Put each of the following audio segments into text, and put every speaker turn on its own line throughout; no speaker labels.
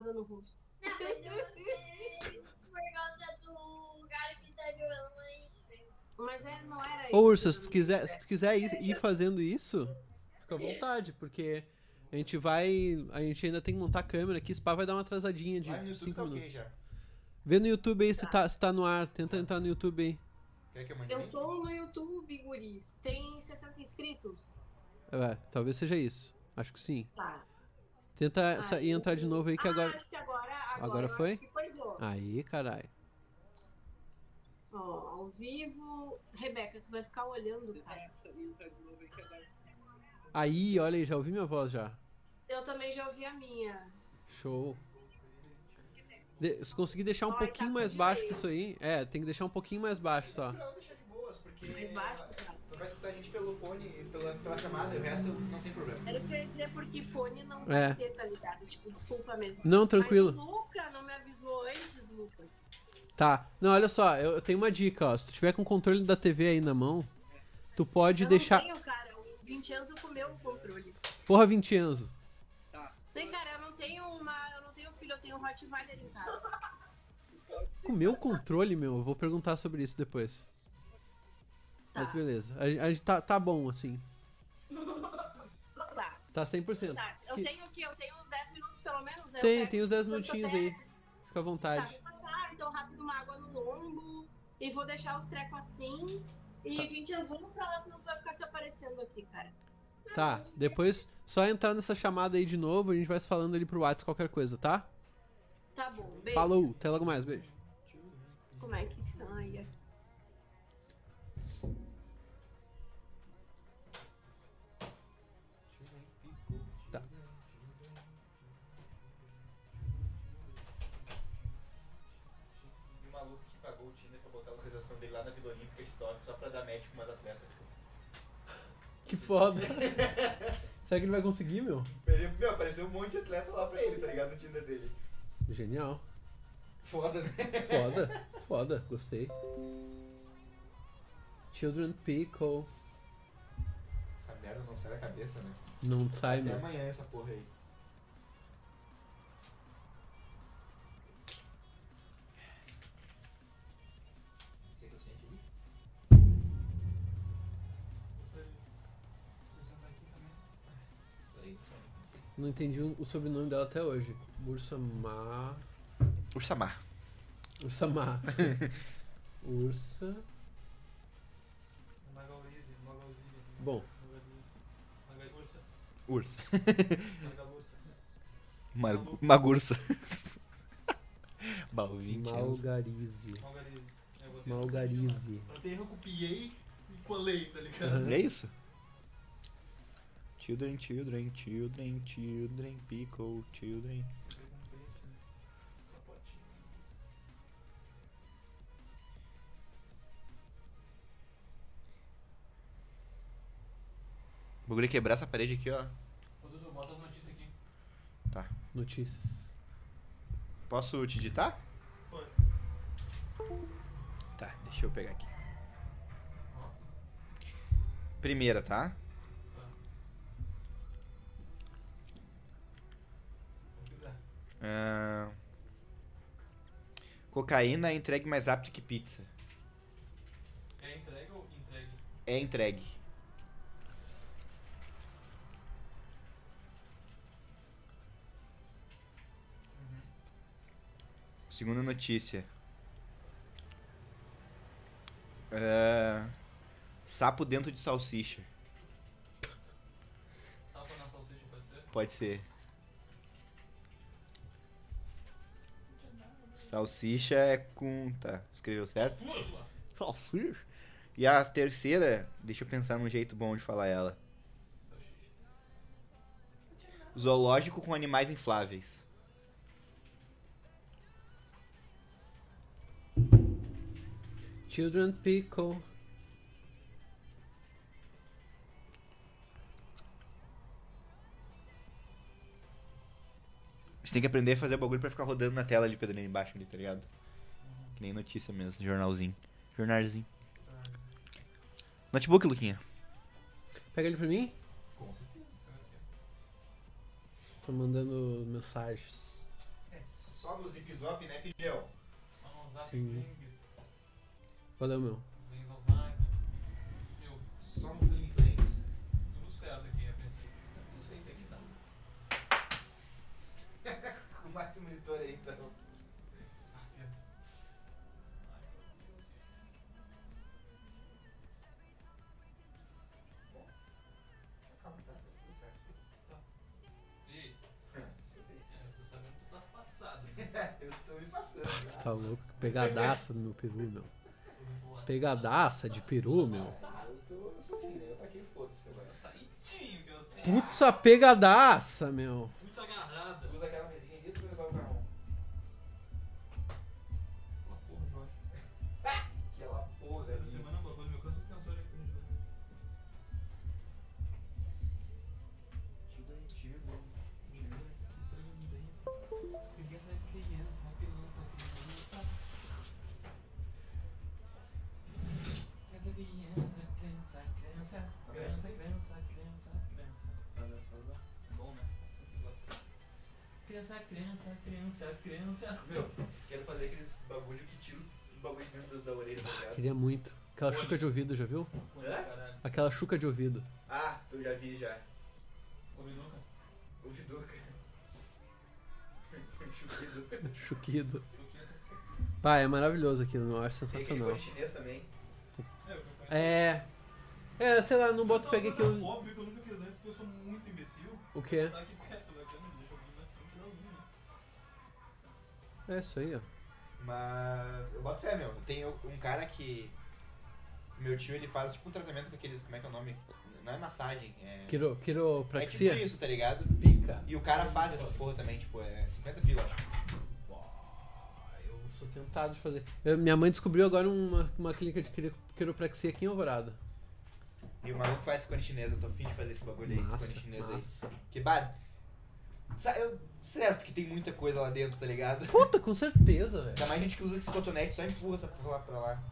no rosto.
Não, mas eu gostei por causa do cara que tá jogando aí.
Mas é, não era
Ô, Urso, se tu quiser, se tu quiser ir, ir fazendo isso, fica à vontade, porque a gente vai. A gente ainda tem que montar a câmera aqui, esse pá vai dar uma atrasadinha de
Lá no YouTube
5
tá ok
minutos.
já.
Vê no YouTube aí se tá, se tá no ar. Tenta entrar no YouTube aí.
Quer que eu mande
Eu
link?
tô no YouTube, guris. Tem 60 inscritos.
É, talvez seja isso. Acho que sim.
Tá.
Tenta
Ah,
sair É, e entrar de novo aí que
Ah,
agora.
acho que agora, agora,
Agora
eu acho
foi? Ah.
que coisou.
Aí, caralho.
Ó, ao vivo. Rebeca, tu vai ficar olhando, cara.
Aí, olha aí, já ouvi minha voz já.
Eu também já ouvi a minha.
Show. De- se conseguir deixar um
Ai, tá
pouquinho mais
ruim
baixo
aí.
que isso aí. É, tem que deixar um pouquinho mais baixo só.
Deixa eu deixar de boas, porque
Mais baixo, cara.
tu vai escutar a gente pelo fone, pela, pela chamada, e o resto não tem problema.
Era o que eu ia dizer porque fone não
É.
vai ter, tá ligado? Tipo, desculpa mesmo.
Não,
Mas
tranquilo.
o Luca não me avisou antes, Lucas.
Tá. Não, olha só, eu, eu tenho uma dica, ó. Se tu tiver com o controle da TV aí na mão, tu pode
eu
deixar.
não tenho, cara. um O Vincenzo comeu o controle.
Porra, Vincenzo.
Nem, cara, eu não tenho uma. Eu não tenho filho, eu tenho um Rottweiler em casa.
Comeu o controle, meu? Eu vou perguntar sobre isso depois.
Tá.
Mas beleza. A, a, tá, tá bom, assim.
Tá,
Tá 100%.
tá. Eu
Que-
tenho o quê? Eu tenho uns 10 minutos pelo menos? Eu
Tem,
pego-
tem os 10
eu tô
minutinhos
até-
aí. Fica à
Tá,
vontade.
vou passar, então rápido uma água no lombo. E vou deixar os trecos assim. E
Tá.
20 anos, vamos pra lá, senão tu vai ficar se aparecendo aqui, cara.
Tá, depois só entrar nessa chamada aí de novo, a gente vai se falando ali pro WhatsApp qualquer coisa, tá?
Tá bom, beijo.
Falou, até logo mais, beijo.
Como é que saia?
Tá.
E o maluco que pagou o Tinder pra botar a localização dele lá na Vila Olímpica Histórica só pra dar match com umas atletas.
Que foda. Será que ele vai conseguir, meu?
Ele- Meu, apareceu um monte de atleta lá pra ele, tá ligado? No Tinder dele.
Genial.
Foda, né?
Foda, foda, gostei. Children Pickle.
Essa merda não sai da cabeça, né?
Não sai,
Até
meu.
amanhã é essa porra aí. Você que eu sente ali? Isso aí.
Não entendi o o sobrenome dela até hoje. Ursamar.
Ursamar.
Ursamar. Ursa.
Magalhães, Magalhães.
Bom,
Magalhães.
Ursa.
Magalhães.
Mar... Magursa. Balvinte.
Malgarize.
Magalhães. Eu botei-
Malgarize.
Eu tenho eu copiei e colei, tá ligado?
Aham.
É isso? Children, children, children, children, pickle, children. Vou é quebrar essa parede aqui, ó.
Ô Dudu, bota as notícias aqui.
Notícias.
Posso te digitar?
Pode.
Tá, deixa eu pegar aqui. Primeira, tá?
Vou quiser.
Ahn, Cocaína é entregue mais rápido que pizza.
É entregue ou entregue?
É entregue. Segunda notícia. Ahn, É, sapo dentro de salsicha.
Salva na salsicha, pode ser?
Pode ser. Salsicha é com. Tá, escreveu certo?
Vamos lá.
Salsicha. E a terceira, deixa eu pensar num jeito bom de falar ela.
Salsicha.
Zoológico com animais infláveis.
Children Pickle.
A gente tem que aprender a fazer o bagulho pra ficar rodando na tela ali, Pedrinho, embaixo ali, tá ligado? Que nem notícia mesmo, jornalzinho. Jornalzinho. Notebook, Luquinha.
Pega ele pra mim? Tô mandando mensagens.
É,
Só no zip zop, né, Fidel?
Só não usar
Sim.
rings,
Valeu, meu.
rings of knives. Eu, um
Só no Fling Flames.
tudo certo aqui a princípio.
Isso aí,
é
tem que dar. o máximo monitor aí, então. Calma, tá, tá tudo certo.
E,
É,
eu tô sabendo que tu tá passado.
Eu tô me passando.
Tu tá louco? Pegadaça no meu peru, meu.
Boa.
Pegadaça de peru, meu.
Ah, eu tô. Eu sou assim, né? Eu taquei o foda-se agora.
Saidinho, meu assim.
Putza pegadaça, meu.
Muito agarrada.
Usa aquela mesinha ali e tu vai usar o carrão.
Uma porra, Jorge.
Aquela porra
Cada
ali.
semana é um bagulho meu. Quantos extensores aqui no jogo?
Tira aí, tira. Tira.
Criança é criança, criança é criança. Criança é criança, criança é criança. Criança é criança, criança é criança.
Fala, fala.
Bom, né? Criança, criança, criança, criança.
Meu, quero fazer aqueles bagulho que tira os bagulho de dentro da orelha, tá ligado?
Queria muito. Aquela chuca de ouvido, já viu?
Hã?
Caralho.
Aquela chuca de ouvido.
Ah, tu já vi já.
Ouvi nunca?
O Viduca. Chupa Viduca.
Chuquido. Pá, é maravilhoso aquilo, meu. Eu acho
Tem aquele
sensacional.
cone chinês também.
É. É, sei lá, não boto pega aquilo.
Óbvio que eu nunca fiz antes porque eu sou muito imbecil.
O quê?
Tá aqui perto da câmera, deixa eu ver na frente da unha.
É isso aí, ó.
Mas eu boto fé, meu. Tem o- um cara que. Meu tio ele faz tipo um tratamento com aqueles. Como é que é o nome? Não é massagem, é.
Quiro,
é tipo
quiropraxia.
isso, tá ligado?
Pica.
E o cara faz essas porra também, tipo, é 50 pila, eu acho.
Eu sou tentado de fazer. Eu- minha mãe descobriu agora uma, uma clínica de quiro- quiropraxia aqui em Alvorada.
E o maluco faz esse cone chinês, eu tô afim de fazer esse bagulho aí, esse
Massa,
cone chinês aí.
massa.
Que bad. Sa- eu- Certo que tem muita coisa lá dentro, tá ligado?
Puta, com certeza, velho.
Ainda mais gente que usa esse cotonete, só empurra essa porra lá pra lá.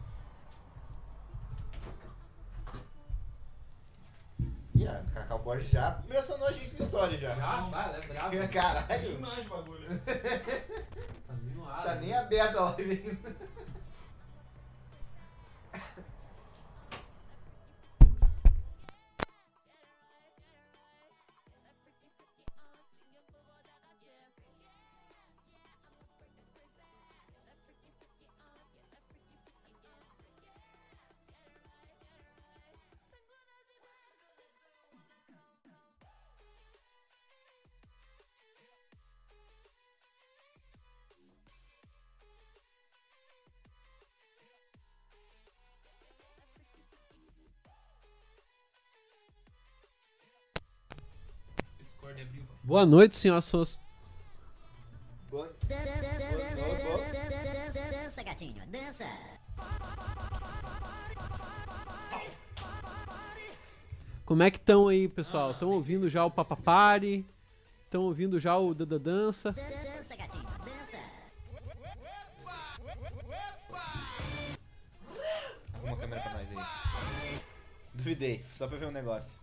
E a Cacau Borges já mencionou a gente na história já.
cara, é brabo.
Tem
Caralho,
mais bagulho.
Tá nem no ar,
tá
né?
nem aberta a live ainda.
Discord abriu.
Boa noite, senhor Sos.
Boa.
Dan- dan- dan-
Boa,
dan-
boa, boa.
dan- dan- dan- dan- Dança, gatinho, dança.
Como é que estão aí, pessoal? Estão ouvindo já o Papapari? Estão ouvindo já o Dada Dança?
Dan- dan- Dança, gatinho, dança.
Arruma a câmera pra nós aí. Duvidei, só pra ver um negócio.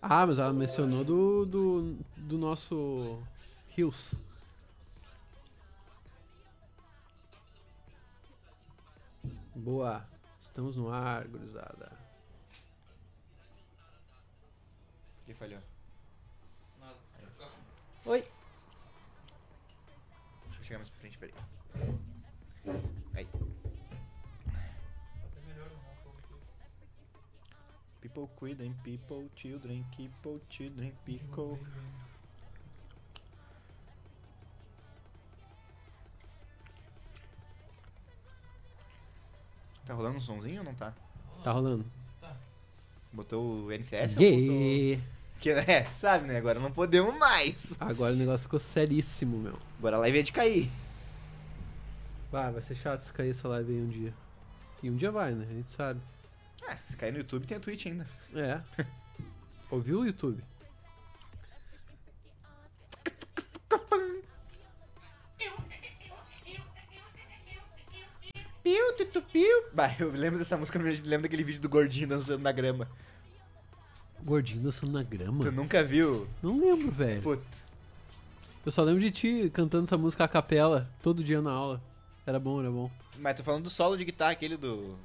Ah, mas ela mencionou do, do, do nosso Rios. Boa. Estamos no ar, gurizada.
Que falhou.
Nada.
Oi.
Deixa eu chegar mais pra frente, peraí. Aí.
Até melhor né? Um não, fogo aqui.
People cuidem, people children, people children, people. Tá rolando um sonzinho ou não tá?
Tá rolando.
Tá.
Botou o NCS? ou botou-
Yeah.
Que, é, sabe, né? Agora não podemos mais.
Agora o negócio ficou seríssimo, meu.
Agora a live é de cair.
Ah, vai ser chato se cair essa live aí um dia. E um dia vai, né? A gente sabe.
Ah, se cair no YouTube tem a Twitch ainda.
É. Ouviu o YouTube?
Piu, tutu, piu. Bah, eu lembro dessa música, eu lembro daquele vídeo do gordinho dançando na grama.
Gordinho dançando na grama?
Tu nunca viu?
Não lembro, velho.
Puta.
Eu Eu só lembro de ti cantando essa música a capela, todo dia na aula. Era bom, era bom.
Mas tô falando do solo de guitarra, aquele do.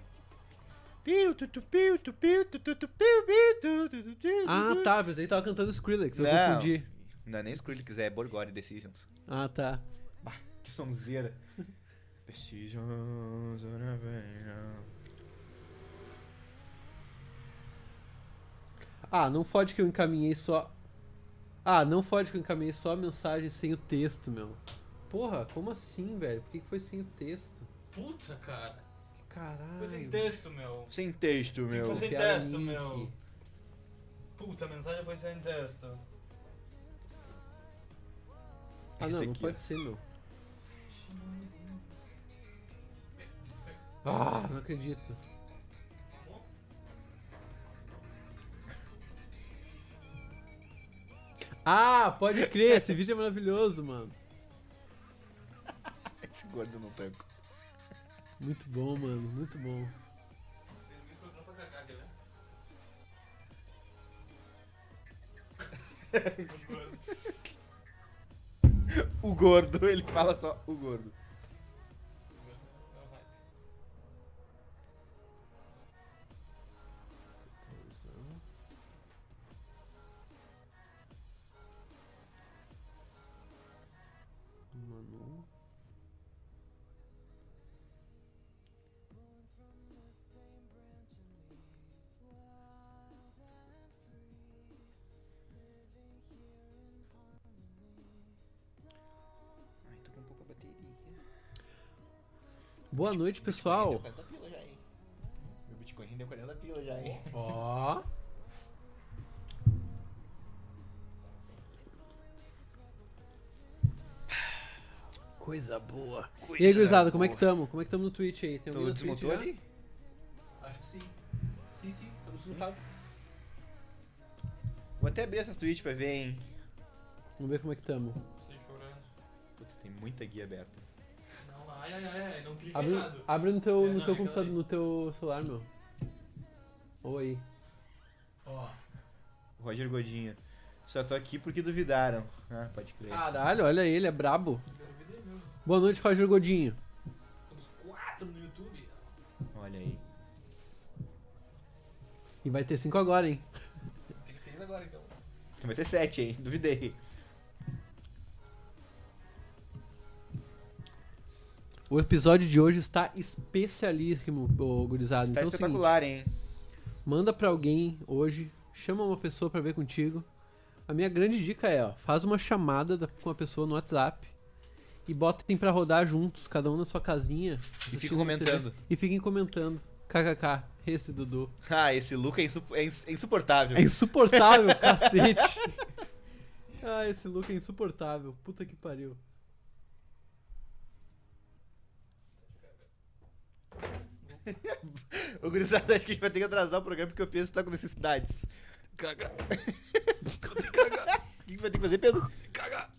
Piu, tu, tu, piu, tu, piu, tu, tu, tu, piu, piu, tu, tu, tu, tu,
Ah,
tu.
tá, mas aí tava cantando Skrillex, eu
Não.
confundi.
Não é nem Skrillex, é Borgore Decisions.
Ah, tá.
Que sonzeira. Decisions. on a Vengeance.
Ah, não fode que eu encaminhei só. Ah, não fode que eu encaminhei só a mensagem sem o texto, meu. Porra, como assim, velho? Por que, que foi sem o texto?
Puta, cara.
Que caralho.
Foi sem texto, meu.
Sem texto, meu.
Foi sem
Copiaram
texto,
o link.
meu. Puta, a mensagem foi sem texto.
Ah,
Esse
não, não
aqui,
pode ser, meu. Ah, não acredito. Ah, pode crer, esse vídeo é maravilhoso, mano.
Esse gordo no tanco.
Muito bom, mano, muito bom.
Você me encontrou pra cagar, né?
O gordo, ele fala só o gordo.
Manu.
Ai, tô com pouca bateria.
Boa noite, pessoal.
Deu 40 pila já, hein? Meu Bitcoin rendeu 40 pila já, hein?
Ó. Coisa boa. E aí, gurizada, como é que tamo? Como é que tamo no Twitch aí? Tem alguém
Tu
no Twitch
desmontou
já?
ali?
Acho que sim. Sim, sim.
Tamo desmontado.
Vou até abrir essa Twitch pra ver, hein?
Vamos ver como é que tamo.
Estou chorando.
Puta, tem muita guia aberta.
Não, ai, ai, ai, ai, não clica
Abre,
errado.
abre no teu,
É, não,
no teu
é aquela
computador,
aí.
no teu celular, meu. Ou aí.
Ó.
Roger Godinho. Só tô aqui porque duvidaram. Ah, pode crer.
Caralho, olha ele, é brabo.
Quero ver daí mesmo.
Boa noite, Roger Godinho.
Temos quatro no YouTube.
Olha aí.
E vai ter cinco agora, hein?
Tem que seis agora
É,
então.
Tu vai ter sete, hein? Duvidei.
O episódio de hoje está especialíssimo, ô, gurizada.
Tá
então, é o seguinte,
espetacular, hein?
Manda pra alguém hoje, chama uma pessoa pra ver contigo. A minha grande dica é, ó, faz uma chamada da- com a pessoa no WhatsApp e botem pra rodar juntos, cada um na sua casinha.
E
assistindo
fico comentando.
TV, E fiquem comentando. KKK, esse Dudu.
Ah, esse Luca é, insup- é ins- é insuportável.
É insuportável, cacete. Ah, esse look é insuportável. Puta que pariu.
O gurizada acho que a gente vai ter que atrasar o programa porque o Pedro tá com necessidades.
Caga.
O que que vai ter que fazer, Pedro?
Caga.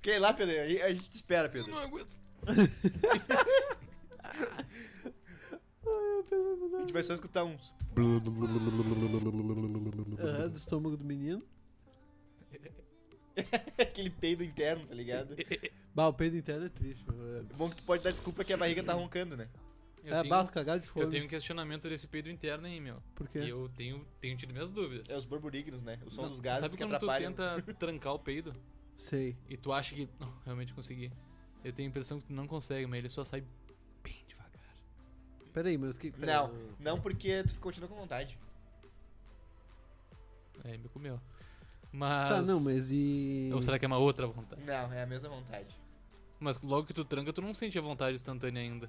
Quer ir é lá, Pedro? A gente- A gente te espera, Pedro.
aguento.
A gente vai só escutar uns.
Ah, do estômago do menino.
Aquele peido interno, tá ligado?
Bah, o peido interno é triste, mano.
É Bom que tu pode dar desculpa que a barriga tá roncando, né?
É, é barro cagado de fome.
Eu tenho um questionamento desse peido interno aí, meu.
Por quê?
E eu tenho, tenho tido minhas dúvidas.
É os borborignos, né? O som
um
Não,
dos gases
Sabe
que
quando tu
atrapalham.
tenta trancar o peido
Sei.
e tu acha que não, realmente consegui? Eu tenho a impressão que tu não consegue, mas ele só sai bem devagar.
Peraí, mas que. tá peraí,
Não, não porque tu continua com vontade.
É, me comeu. Mas.
Tá, não, mas e.
Ou será que é uma outra vontade?
Não, é a mesma vontade.
Mas logo que tu tranca, tu não sente a vontade instantânea ainda.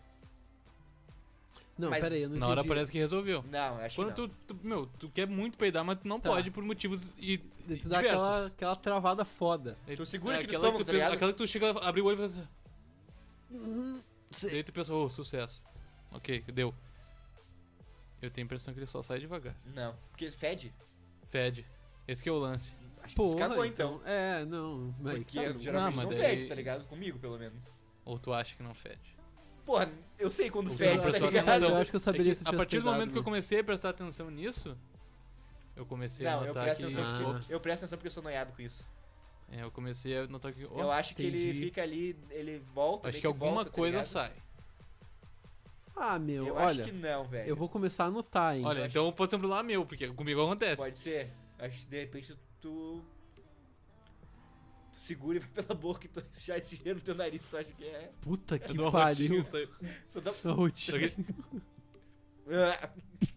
Não,
Mas
peraí, eu não
Na hora
entendi.
parece que resolveu.
Não, acho
Quando
que não.
tu, tu- Meu, tu quer muito peidar, mas tu não
Tá.
pode por motivos e. e
Tu dá aquela,
diversos. é
aquela travada foda.
Tu segura aqui no
aquela,
estômago,
que
tá
tu,
ligado?
aquela que tu chega, abre o olho e faz. assim.
Uhum,
Daí tu pensa, ô, sucesso. Ok, deu. Eu tenho a impressão que ele só sai devagar.
Não, porque fede.
Fede. Esse que é o lance.
Acho que tu se cagou,
Porra,
então.
então. É, não. Mas
Porque
tá
eu
bom.
geralmente
mas
não
daí-
fede, tá ligado? Comigo, pelo menos.
Ou tu acha que não fede.
Porra, eu sei quando
Ou tu
fede,
não
tá
prestou
ligado?
atenção.
Eu acho que eu saberia
É
se
a
tivesse
partir do
pegado,
momento que eu
né?
comecei a prestar atenção nisso, Eu comecei
Não,
a
eu
notar
presto,
que.
atenção
Ah.
porque, eu presto atenção porque eu sou noiado com isso.
É, eu comecei a notar que. ó,
eu acho que ele
entendi.
fica ali, ele volta.
Acho
meio
que alguma
volta, tá
coisa
ligado?
sai.
Ah, meu,
Eu
olha,
acho que não, velho.
eu vou começar a anotar, hein?
Olha, então pode ser um problema meu, porque comigo acontece.
Pode ser. Acho que de repente tu. Tu segura e vai pela boca e tu já esse cheiro no teu nariz, tu acha que é.
Puta
Eu
que
dou uma rotinha,
pariu.
isso daí.
Só dá.
Não, eu te-
Ah.
Ah, que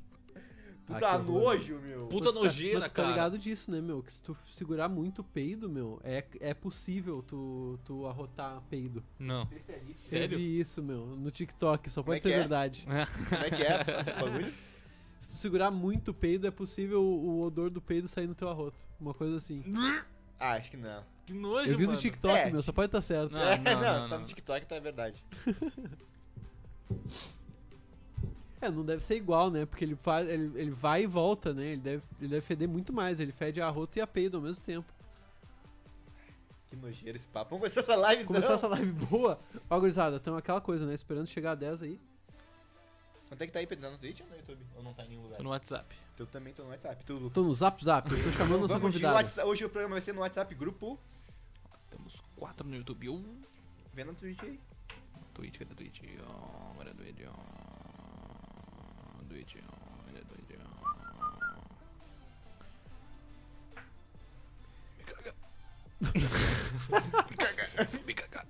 Puta
horror.
tá nojo, meu.
Puta
Mas tu tá-
nojeira,
mas tu tá
cara.
ligado disso, né, meu? Que se tu segurar muito o peido, meu, é, é possível tu, tu arrotar peido.
Não.
Especialista.
Sério?
Eu vi isso, meu, no TikTok, só
Como
pode
é
ser
que é?
verdade.
Como é que é? O bagulho?
Se tu segurar muito o peido, é possível o o odor do peido sair no teu arroto. Uma coisa assim.
Ah, acho que não.
Que nojo,
Eu vi
mano.
no TikTok,
É.
meu, só pode estar certo.
Não,
é,
não, não,
se tá
não.
no TikTok, tá é verdade.
É, não deve ser igual, né? Porque ele, faz, ele, ele vai e volta, né? Ele deve, ele deve feder muito mais. Ele fede a arroto e a peido ao mesmo tempo.
Que nojeira esse papo. Vamos começar essa live então.
Começar essa live boa. Ó, gurizada, então aquela coisa, né? Esperando chegar a 10 aí.
Quanto é que tá aí, Pedro? Tá no Twitch ou no YouTube? Ou não tá em nenhum lugar? Então
Tô no WhatsApp.
Eu também tô no WhatsApp. Tu, Lucas.
Tô no Zap Zap, eu tô chamando nossa
Vamos de
convidada.
WhatsApp- Hoje o programa vai ser no WhatsApp grupo.
Temos quatro no YouTube. Um.
Vê no Twitch aí. Tá
Twitch, cadê Twitch? Ó, Cadê Twitch? Ó, Twitch, ó, cadê Twitch? ó. Me caga. me caga. Me caga.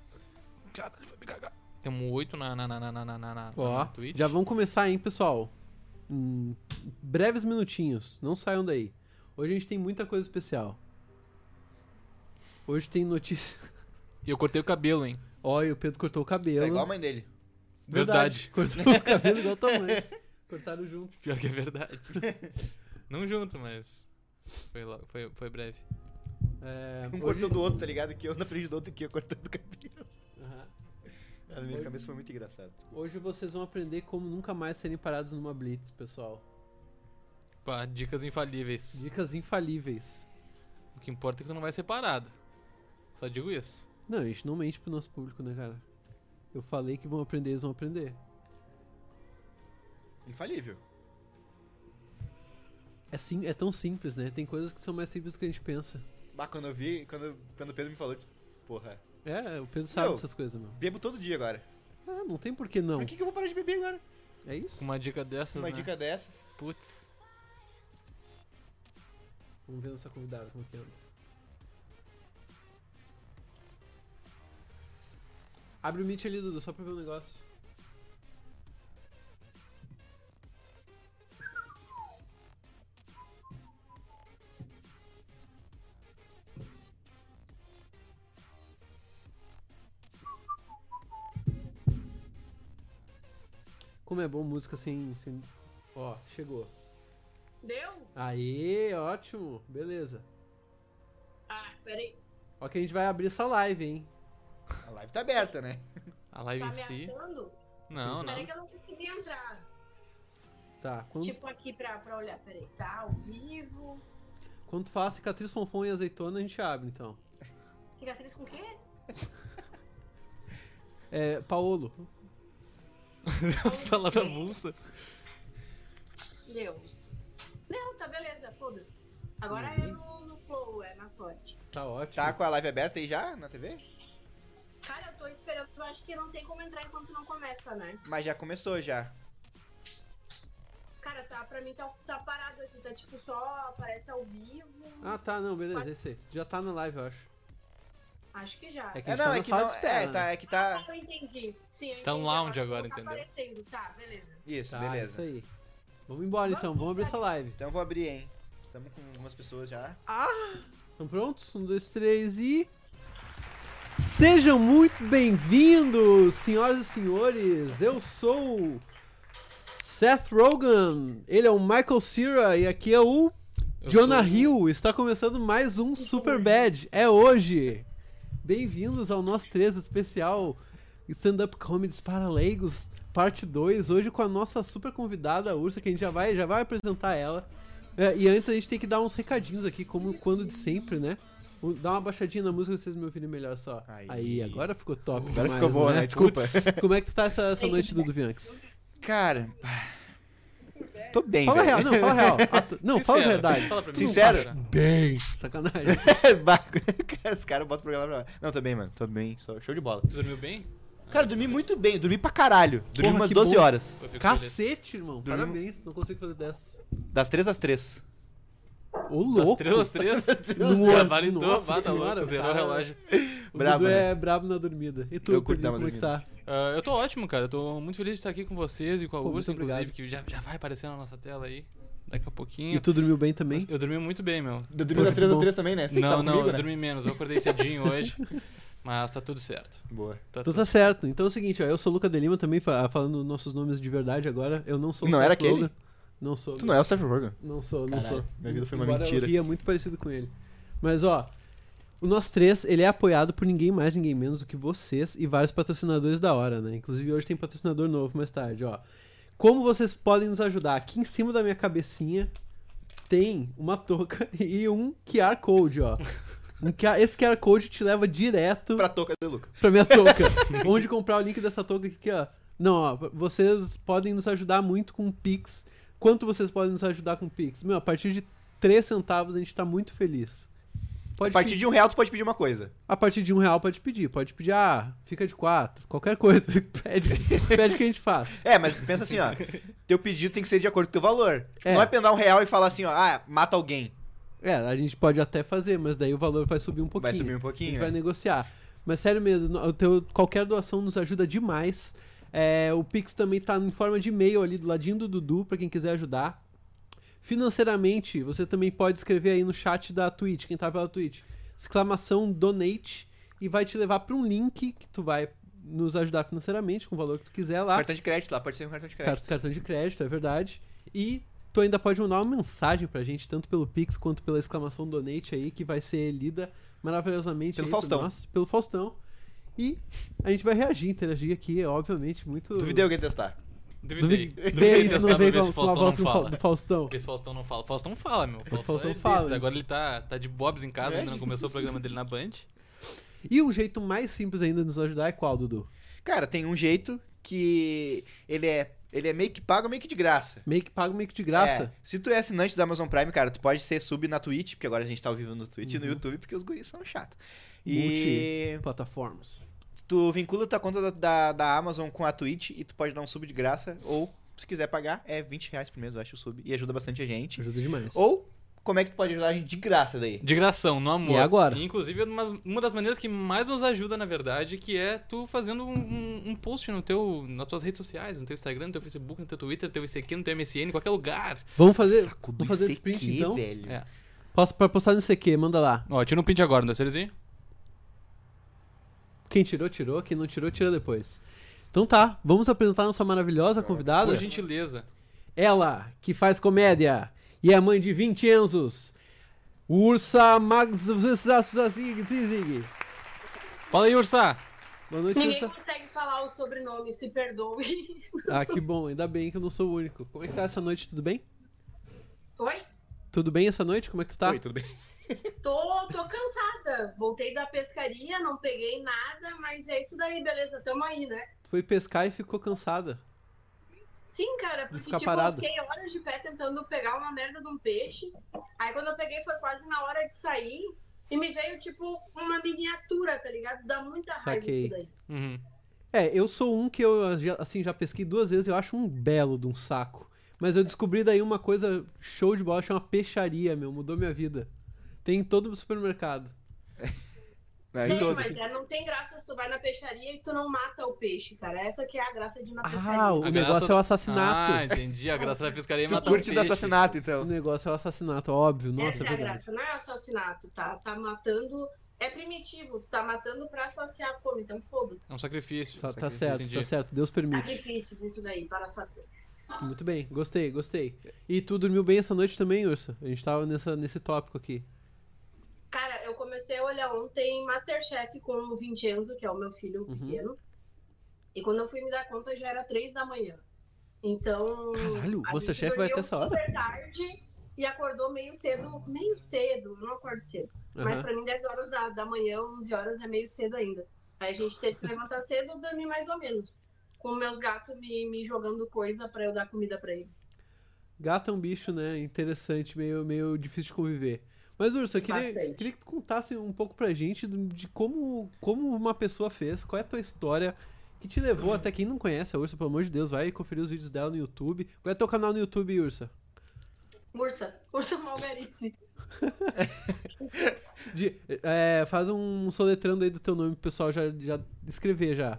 Cara, ele foi me cagar. Temos um oito na, na, na, na, na, na, na, na
Ó,
na Twitch.
já vamos começar, hein, pessoal? Em breves minutinhos, não saiam daí. Hoje a gente tem muita coisa especial. Hoje tem notícia.
E eu cortei o cabelo, hein?
Ó, e o Pedro cortou o cabelo.
Tá igual a mãe dele.
Verdade.
Cortou o cabelo igual a tua mãe. Cortaram juntos.
Pior que é verdade. não junto, mas. Foi, logo, foi, foi breve.
É,
Um
hoje-
cortou do outro, tá ligado? Que eu na frente do outro aqui, eu cortando o cabelo.
Aham.
A minha cabeça foi muito engraçado.
Hoje vocês vão aprender como nunca mais serem parados numa blitz, pessoal.
Pá, dicas infalíveis.
Dicas infalíveis.
O que importa é que tu não vai ser parado. Só digo isso.
Não, a gente não mente pro nosso público, né, cara? Eu falei que vão aprender, eles vão aprender.
Infalível.
É, sim, é tão simples, né? Tem coisas que são mais simples do que a gente pensa.
Mas quando eu vi, quando, quando o Pedro me falou, eu disse, porra,
É, o Pedro sabe
Meu.
essas coisas, meu.
bebo todo dia agora.
Ah, não tem por que não.
Por que, que eu vou parar de beber agora?
É isso?
Uma dica dessas,
Uma
né?
dica dessas.
Putz.
Vamos ver nossa convidada como que anda. Abre o Meet ali, Dudu, só pra ver um negócio. Como é bom música sem. sem... Ó, chegou.
Deu?
Aê, ótimo, beleza.
Ah, peraí.
Ó que a gente vai abrir essa live, hein?
A live tá aberta, né?
A live
Tá
em si.
me achando?
Não, não.
Peraí que eu não consegui entrar.
Tá, quando,
Tipo aqui pra, pra olhar. Peraí, tá ao vivo.
quando tu fala cicatriz fonfon e azeitona, a gente abre, então.
Cicatriz com o quê?
É, Paolo,
As palavras avulsas.
Deu. Não, tá beleza, foda-se.
Uhum.
Agora é no, no flow, é na sorte.
tá ótimo.
Tá com a live aberta aí já na TV?
Cara, eu tô esperando. Eu acho que não tem como entrar enquanto não começa, né?
Mas já começou já.
Cara, tá, pra mim tá, tá parado aqui. Tá tipo só aparece ao vivo.
Ah, tá, não, beleza, esse aí. Já tá na live, eu acho.
Acho que já.
É que a
É
gente tá
não,
na
é que
sala
não.
de espera,
É, tá,
né?
é que tá.
Eu entendi. Sim, eu
Tá um
entendi.
lounge agora,
tá
entendeu?
Aparecendo. Tá, beleza.
Isso,
Tá,
é, beleza.
isso aí. Vamos embora, então. Vamos abrir essa live.
Então eu vou abrir, hein? Estamos com algumas pessoas já.
Estão prontos? Um, dois, três e... Sejam muito bem-vindos, senhoras e senhores. Eu sou Seth Rogen. Ele é o Michael Cera e aqui é o
Eu
Jonah
sou-
Hill. Está começando mais um Super Bad. É hoje. Bem-vindos ao nosso 3 especial Stand-Up Comedies para Leigos, parte 2. Hoje com a nossa super convidada, a Ursa, que a gente já vai, já vai apresentar ela. É, e antes a gente tem que dar uns recadinhos aqui, como quando de sempre, né? O- Dá uma baixadinha na música pra vocês me ouvirem melhor só.
Aí.
Aí, agora ficou top.
Agora
demais,
ficou boa, né? Desculpa.
Putz, como é que tu tá essa, essa noite, Dudu Vianx?
Cara, pá,
tô bem,
Fala
velho.
real, não, fala real. Ah, tu- Não, fala a
Sincero,
verdade.
Fala pra mim.
Sincero?
cara.
Bem. Sacanagem.
Baco, É, Os caras botam o programa pra lá. Não, tô bem, mano. Tô bem. só- Show de bola.
Tu dormiu bem?
Cara, dormi muito bem. Dormi pra caralho. Dormi
Porra,
umas
que
12
bom.
horas.
Eu fico feliz.
Cacete, irmão.
Dormiu-
Parabéns, não consigo fazer dessa.
Das 3 às 3.
Ô,
Das
louco.
três às três. É,
No
Já
ano.
validou,
Nossa
bata
senhora,
louco, zerou o
cara.
relógio.
O
Brabo,
Dudu
né?
é brabo na dormida. E tu,
Eu curto dar
Pedrinho, como
uma
é que tá?
Ah, eu tô ótimo, cara. Eu tô muito feliz de estar aqui com vocês e com a
Pô,
Ursa,
muito obrigado.
inclusive, que já, já vai aparecer na nossa tela aí. Daqui a pouquinho.
E tu dormiu bem também?
Eu dormi muito bem, meu.
Eu
Pô,
dormi das
que tá
3 às
bom.
3 também, né? Você que
não,
tava
não,
comigo,
eu
né?
dormi menos. Eu acordei cedinho hoje. Mas tá tudo certo.
Boa.
Tá
Então
tudo
tá certo. Então é o seguinte, ó, eu sou o Luca de Lima também, fa- falando nossos nomes de verdade agora. Eu não sou o
Não era
Seth Rogen.
aquele?
Não sou.
Tu não é o Seth Rogen.
Não sou, não
Caralho,
sou.
minha vida foi uma
Embora
mentira.
Eu ria muito parecido com ele. Mas ó, o Nós Três, ele é apoiado por ninguém mais, ninguém menos do que vocês e vários patrocinadores da hora, né? Inclusive hoje tem patrocinador novo mais tarde, ó. Como vocês podem nos ajudar? Aqui em cima da minha cabecinha tem uma touca e um QR Code, ó. Um QR Esse QR Code te leva direto
Pra toca de Luca.
pra minha touca. Onde comprar o link dessa touca aqui, ó. Não, ó, vocês podem nos ajudar muito com o Pix. Quanto vocês podem nos ajudar com o Pix? Meu, a partir de 3 centavos a gente tá muito feliz.
A
Pode
partir
pe-
de um real, tu pode pedir uma coisa.
a partir de um real pode pedir. Pode pedir, ah, fica de quatro. Qualquer coisa, pede, pede que a gente faça.
É, mas pensa assim, ó. Teu pedido tem que ser de acordo com teu valor. Tipo,
É.
Não é pegar um real e falar assim, ó, ah, mata alguém.
É, a gente pode até fazer, mas daí o valor vai subir um pouquinho.
Vai subir um
A gente
é.
pouquinho.
vai
né?
negociar. Mas sério mesmo, no- o teu, qualquer doação nos ajuda demais. É, o Pix também tá em forma de e-mail ali do ladinho do Dudu, pra quem quiser ajudar. Financeiramente, você também pode escrever aí no chat da Twitch, quem tá pela Twitch, exclamação donate, e vai te levar pra um link que tu vai nos ajudar financeiramente com o valor que tu quiser lá.
Cartão de crédito lá, pode ser um cartão de crédito.
Car- cartão de crédito, é verdade. E tu ainda pode mandar uma mensagem pra gente, tanto pelo Pix quanto pela exclamação donate aí, que vai ser lida maravilhosamente
Pelo
aí por
Faustão.
nós, pelo Faustão. E a gente vai reagir, interagir aqui, é obviamente, muito.
Duvidei alguém testar.
Duvidei.
Duvidei,
Duvidei
isso
testar
não
pra
veio
ver
com,
se o
com a
Faustão não
voz do, Fa-
fala.
do Faustão.
Porque esse Faustão não fala. Faustão fala, meu. Faustão,
Faustão
é desses.
fala, né?
Agora ele tá, tá de Bobs em casa,
É.
ainda não começou o programa dele na Band.
E um jeito mais simples ainda de nos ajudar é qual, Dudu?
Cara, tem um jeito que ele é, ele é meio que pago, meio que de graça.
Meio que pago, meio que de graça.
É, se tu é assinante da Amazon Prime, cara, tu pode ser sub na Twitch, porque agora a gente tá ao vivo no Twitch e no
Uhum.
YouTube, porque os guris são chatos.
É.
E
Plataformas.
tu vincula tua conta da, da, da Amazon com a Twitch e tu pode dar um sub de graça, ou se quiser pagar, é 20 reais por mês, eu acho, o sub, e ajuda bastante a gente.
Ajuda demais.
Ou, como é que tu pode ajudar a gente de graça daí?
De gração, no amor.
E agora?
inclusive, é uma, uma das maneiras que mais nos ajuda, na verdade, que é tu fazendo um, um- um post no teu, nas tuas redes sociais, no teu Instagram, no teu Facebook, no teu Twitter, no teu ICQ, no teu MSN, em qualquer lugar.
Vamos fazer.
Saco do
Vamos fazer
ICQ,
sprint então?
velho.
É.
Posso, pra postar no CQ, manda lá.
Ó, tira um print agora, não deu
assim?
cerzinho?
Quem tirou, tirou. Quem não tirou, tira depois. Então tá, vamos apresentar nossa maravilhosa convidada.
Ah, Por gentileza.
Ela, que faz comédia e é mãe de 20 Enzos. Ursa Max. Boa
Fala aí, Ursa!
noite,
Ninguém
Ursa.
consegue falar o sobrenome, se perdoe.
Ah, que bom, ainda bem que eu não sou o único. Como é que tá essa noite? Tudo bem?
Oi?
Tudo bem essa noite? Como é que tu tá?
Oi, tudo bem?
Tô, tô cansada. Voltei da pescaria, não peguei nada, mas é isso daí, beleza? Tamo aí, né?
Tu foi pescar e ficou cansada.
Sim, cara, porque
ficar
tipo,
parado.
eu fiquei horas de pé tentando pegar uma merda de um peixe. Aí quando eu peguei foi quase na hora de sair. E me veio, tipo, uma miniatura, tá ligado? Dá muita raiva
Saquei.
isso daí.
Uhum.
É, eu sou um que eu já- assim já pesquei duas vezes, eu acho um belo de um saco. Mas eu descobri daí uma coisa show de bola, chama peixaria, meu, mudou minha vida. Tem em todo o supermercado.
Não, em
Tem,
todo.
mas é, não tem graça se tu vai na peixaria e tu não mata o peixe, cara. Essa que é a graça de ir na pescaria.
Ah, o
A
negócio
graça-
é o assassinato.
Ah, entendi. A graça da pescaria é
Tu
matar
curte
o
do
peixe.
assassinato,
O
então.
negócio é o assassinato, óbvio. Nossa,
Essa
é
é a
verdade.
graça, não é assassinato, tá? Tá matando. É primitivo, tu tá matando pra saciar a fome, então foda-se.
É um sacrifício.
Tá, tá
Sacrifício,
certo,
entendi.
tá certo. Deus permite.
Sacrifícios, isso daí, para saciar.
Muito bem, gostei, gostei. E tu dormiu bem essa noite também, Ursa? A gente tava nessa, nesse tópico aqui.
Cara, eu comecei a olhar ontem Masterchef com o Vincenzo, que é o meu filho
Uhum.
pequeno. E quando eu fui me dar conta, já era três da manhã. Então.
Caralho, o
a gente
Masterchef vai até
dormiu
essa hora?
Super tarde e acordou meio cedo. Meio cedo, eu não acordo cedo. Mas
Aham.
pra mim, 10 horas da, da manhã, 11 horas é meio cedo ainda. Aí a gente teve que levantar cedo e dormir mais ou menos. Com meus gatos me, me jogando coisa pra eu dar comida pra eles.
Gato é um bicho, né? Interessante, meio, meio difícil de conviver. Mas, Urso, eu queria,
Bastante.
queria que tu contasse um pouco pra gente do- de como, como uma pessoa fez, qual é a tua história que te levou até quem não conhece a Ursa, pelo amor de Deus, vai conferir os vídeos dela no YouTube. Qual é o teu canal no YouTube, Ursa?
Ursa, Ursa Malverice.
De- é, faz um soletrando aí do teu nome pro pessoal já, já escrever já.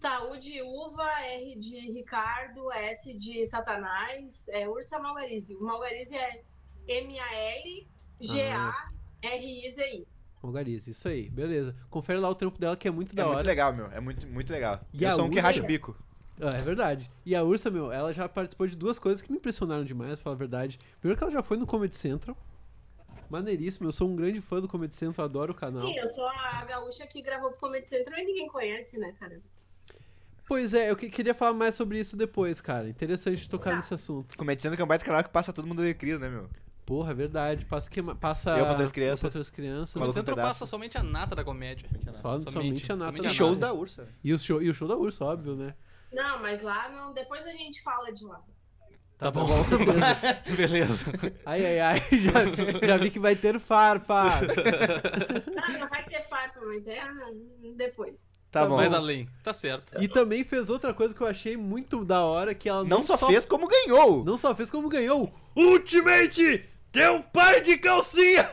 Tá, U de uva, R de Ricardo, S de Satanás, é Ursa Malgarize. O Malgarize é M-A-L-G-A-R-I-Z-I.
Mogarize, isso aí, beleza. Confere lá o trampo dela que é muito
É
da
muito
hora.
legal, meu. É muito, muito legal.
E
eu
a
sou um que
Ursa?
racha o bico.
Ah, é verdade. E a Ursa, meu, ela já participou de duas coisas que me impressionaram demais, pra falar a verdade. Primeiro que ela já foi no Comedy Central. Maneiríssimo, eu sou um grande fã do Comedy Central, adoro o canal.
Sim, eu sou a gaúcha que gravou pro Comedy Central e ninguém conhece, né, cara?
Pois é, eu que- queria falar mais sobre isso depois, cara. Interessante tocar
Tá.
nesse assunto.
Comedicendo que é um baita canal que passa todo mundo de crise, né, meu?
Porra, é verdade. Passa que passa
Eu, Patrões Crianças. assim.
Eu, Patrões Crianças.
Maluco
O
no
centro
pedaço.
passa somente a nata da comédia.
Só- somente, a nata
somente
da
a
E
nata.
shows da Ursa.
E o show, e o show da Ursa, óbvio, né?
Não, mas lá não. Depois a gente fala de lá.
Tá bom. Beleza. Tá
Ai, ai, ai, já, já vi que vai ter farpas.
Ah, não vai ter farpa, mas é ah, depois.
Tá bom.
Mais além. Tá certo.
E também fez outra coisa que eu achei muito da hora, que ela não,
Não só fez, como ganhou.
Não só fez como ganhou.
Ultimate!
um
Teu pai de calcinha!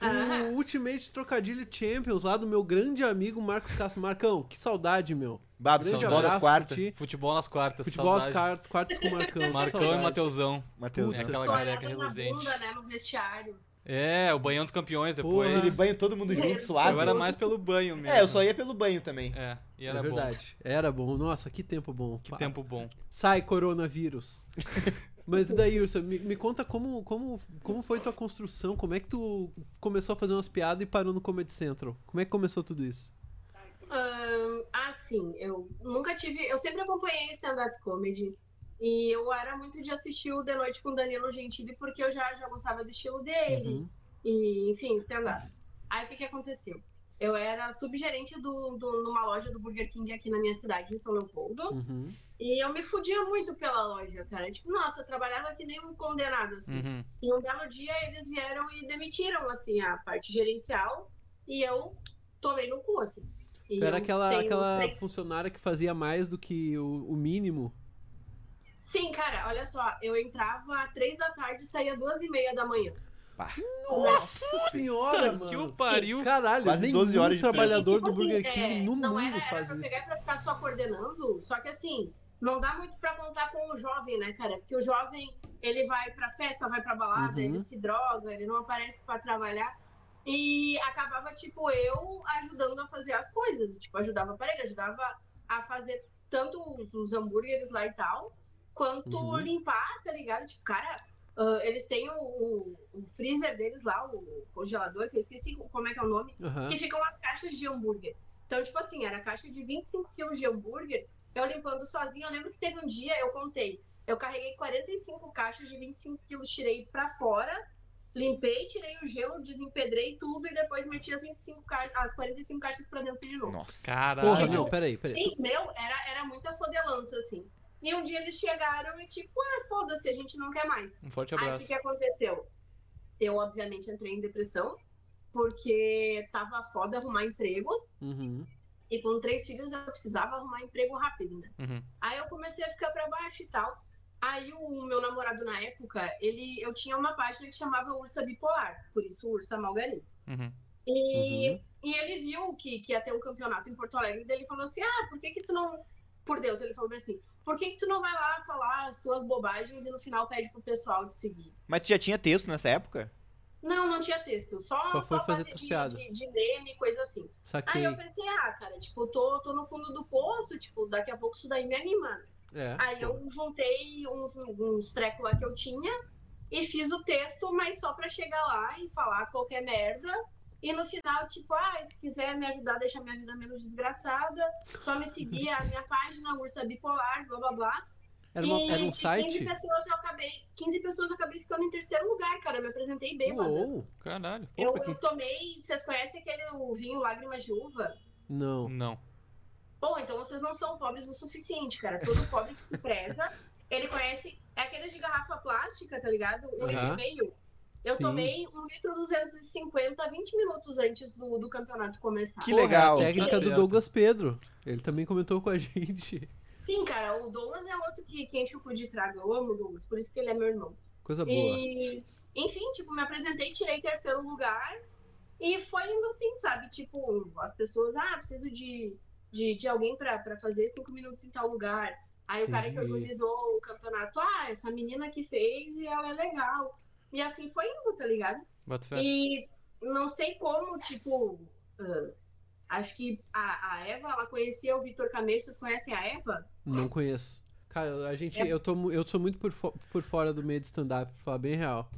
Ah,
O Ultimate Trocadilho Champions lá do meu grande amigo Marcos Castro. Marcão, que saudade, meu.
Babs,
Grande
futebol das
abraço
quartas.
pra ti.
Futebol nas quartas.
Futebol às
saudade.
quar- quartas com o Marcão.
Marcão
saudade.
e Mateusão.
Matheus.
É
né?
aquela
olhada
careca
na
reluzente.
bunda, né, no vestiário.
É, o banhão dos campeões depois.
Porra.
Ele banho todo mundo junto, suado.
Eu era mais né? pelo banho mesmo.
É, eu só ia pelo banho também.
É, e era
É verdade. Era bom. Nossa, que tempo bom.
bom. Que tempo bom.
Sai, coronavírus. Mas e daí, Ursa, me, me conta como, como, como foi tua construção, como é que tu começou a fazer umas piadas e parou no Comedy Central? Como é que começou tudo isso?
Ahn, Ah, sim, eu nunca tive. Eu sempre acompanhei stand-up comedy. E eu era muito de assistir o The Noite com Danilo Gentili, porque eu já, já gostava do estilo dele.
Uhum.
E, enfim, stand-up. Aí o que, que aconteceu? Eu era subgerente do, do, numa loja do Burger King aqui na minha cidade, em São Leopoldo.
Uhum.
E eu me fudia muito pela loja, cara. Tipo, nossa, eu trabalhava que nem um condenado, assim.
Uhum.
E um belo dia eles vieram e demitiram, assim, a parte gerencial. E eu tomei no cu, assim. E
Tu era
eu
aquela,
tenho
aquela
três-
funcionária que fazia mais do que o, o mínimo.
Sim, cara, olha só. Eu entrava às três da tarde e saía às duas e meia da manhã.
Nossa senhora,
Puta que o
mano.
pariu.
Caralho,
Quase
nem
12 horas
um
de
trabalhador
Tipo
do Burger
assim,
King
é,
no
não
mundo
era, era
faz
pra
isso.
pegar e pra ficar só coordenando, só que assim, não dá muito pra contar com o jovem, né, cara? Porque o jovem, ele vai pra festa, vai pra balada,
Uhum.
ele se droga, ele não aparece pra trabalhar. E acabava, tipo, eu ajudando a fazer as coisas. Tipo, ajudava a parede, ajudava a fazer tanto os, os hambúrgueres lá e tal, quanto
Uhum.
limpar, tá ligado? Tipo, cara, ah, eles têm o, o- o freezer deles lá, o congelador, que eu esqueci como é que é o nome
Aham.
que ficam as caixas de hambúrguer. Então, tipo assim, era caixa de 25 quilos de hambúrguer, eu limpando sozinha. Eu lembro que teve um dia, eu contei, eu carreguei 45 caixas de 25 quilos, tirei pra fora, limpei, tirei o gelo, desempedrei tudo e depois meti as, 25 ca... as 45 caixas pra dentro de novo.
Nossa.
Caralho.
Porra, não, peraí,
é
peraí.
Sim, meu, era, era muita fodelança, assim. E um dia eles chegaram e tipo, ah, foda-se, a gente não quer mais.
Um forte
Aí o que,
abraço.
que aconteceu? Eu, obviamente, entrei em depressão, porque tava foda arrumar emprego.
Uhum.
E com três filhos eu precisava arrumar emprego rápido, né?
Uhum.
Aí eu comecei a ficar pra baixo e tal. Aí o meu namorado na época, ele, eu tinha uma página que chamava Ursa Bipolar, por isso Ursa Malganiz.
Uhum.
E,
Uhum.
e ele viu que, que ia ter um campeonato em Porto Alegre, daí ele falou assim: Ah, por que que tu não. Por Deus, ele falou bem assim: Por que que tu não vai lá falar as tuas bobagens e no final pede pro pessoal te seguir?
Mas tu já tinha texto nessa época?
Não, não tinha texto, só,
Só foi fazer
fase
tuas
de,
piadas.
de, de meme, coisa assim. Aí
Saquei.
eu pensei, ah, cara, tipo, tô, tô no fundo do poço, tipo, daqui a pouco isso daí me anima.
É.
Aí eu juntei uns, uns trecos lá que eu tinha e fiz o texto, mas só pra chegar lá e falar qualquer merda. E no final, tipo, ah, se quiser me ajudar a deixar minha vida menos desgraçada, só me seguir a minha página, Ursa Bipolar, blá blá blá.
Era, uma-
e
era um
de
site?
15 pessoas eu acabei, 15 pessoas eu acabei ficando em terceiro lugar, cara. Eu me apresentei bem, mano.
Uou.
Caralho.
Eu,
opa,
eu
que-
tomei, vocês conhecem aquele o vinho Lágrimas de Uva?
Não.
Não.
Bom, então vocês não são pobres o suficiente, cara. Todo pobre que se preza Ele conhece. É aqueles de garrafa plástica, tá ligado? Um litro
Aham.
e meio. Eu
Sim.
tomei um litro 250 20 minutos antes do, do campeonato começar.
Que legal.
A técnica
Tá
do
certo.
Douglas Pedro. Ele também comentou com a gente.
Sim, cara, o Douglas é outro que, que enche o cu de trago. Eu amo o Douglas, por isso que ele é meu irmão.
Coisa boa.
E, enfim, tipo, me apresentei, tirei terceiro lugar. E foi indo assim, sabe? Tipo, as pessoas, ah, preciso de, de, de alguém pra, pra fazer cinco minutos em tal lugar. Aí o cara que
Entendi.
organizou o campeonato, ah, essa menina que fez e ela é legal. E assim foi indo, tá ligado?
Boto fé.
E não sei como, tipo, ah, acho que a, a Eva, ela conhecia o Vitor Camejo, vocês conhecem a Eva?
Não conheço. Cara, a gente,
É.
eu, tô, mu- eu sou muito por, fo- por fora do meio de stand-up, pra falar bem real.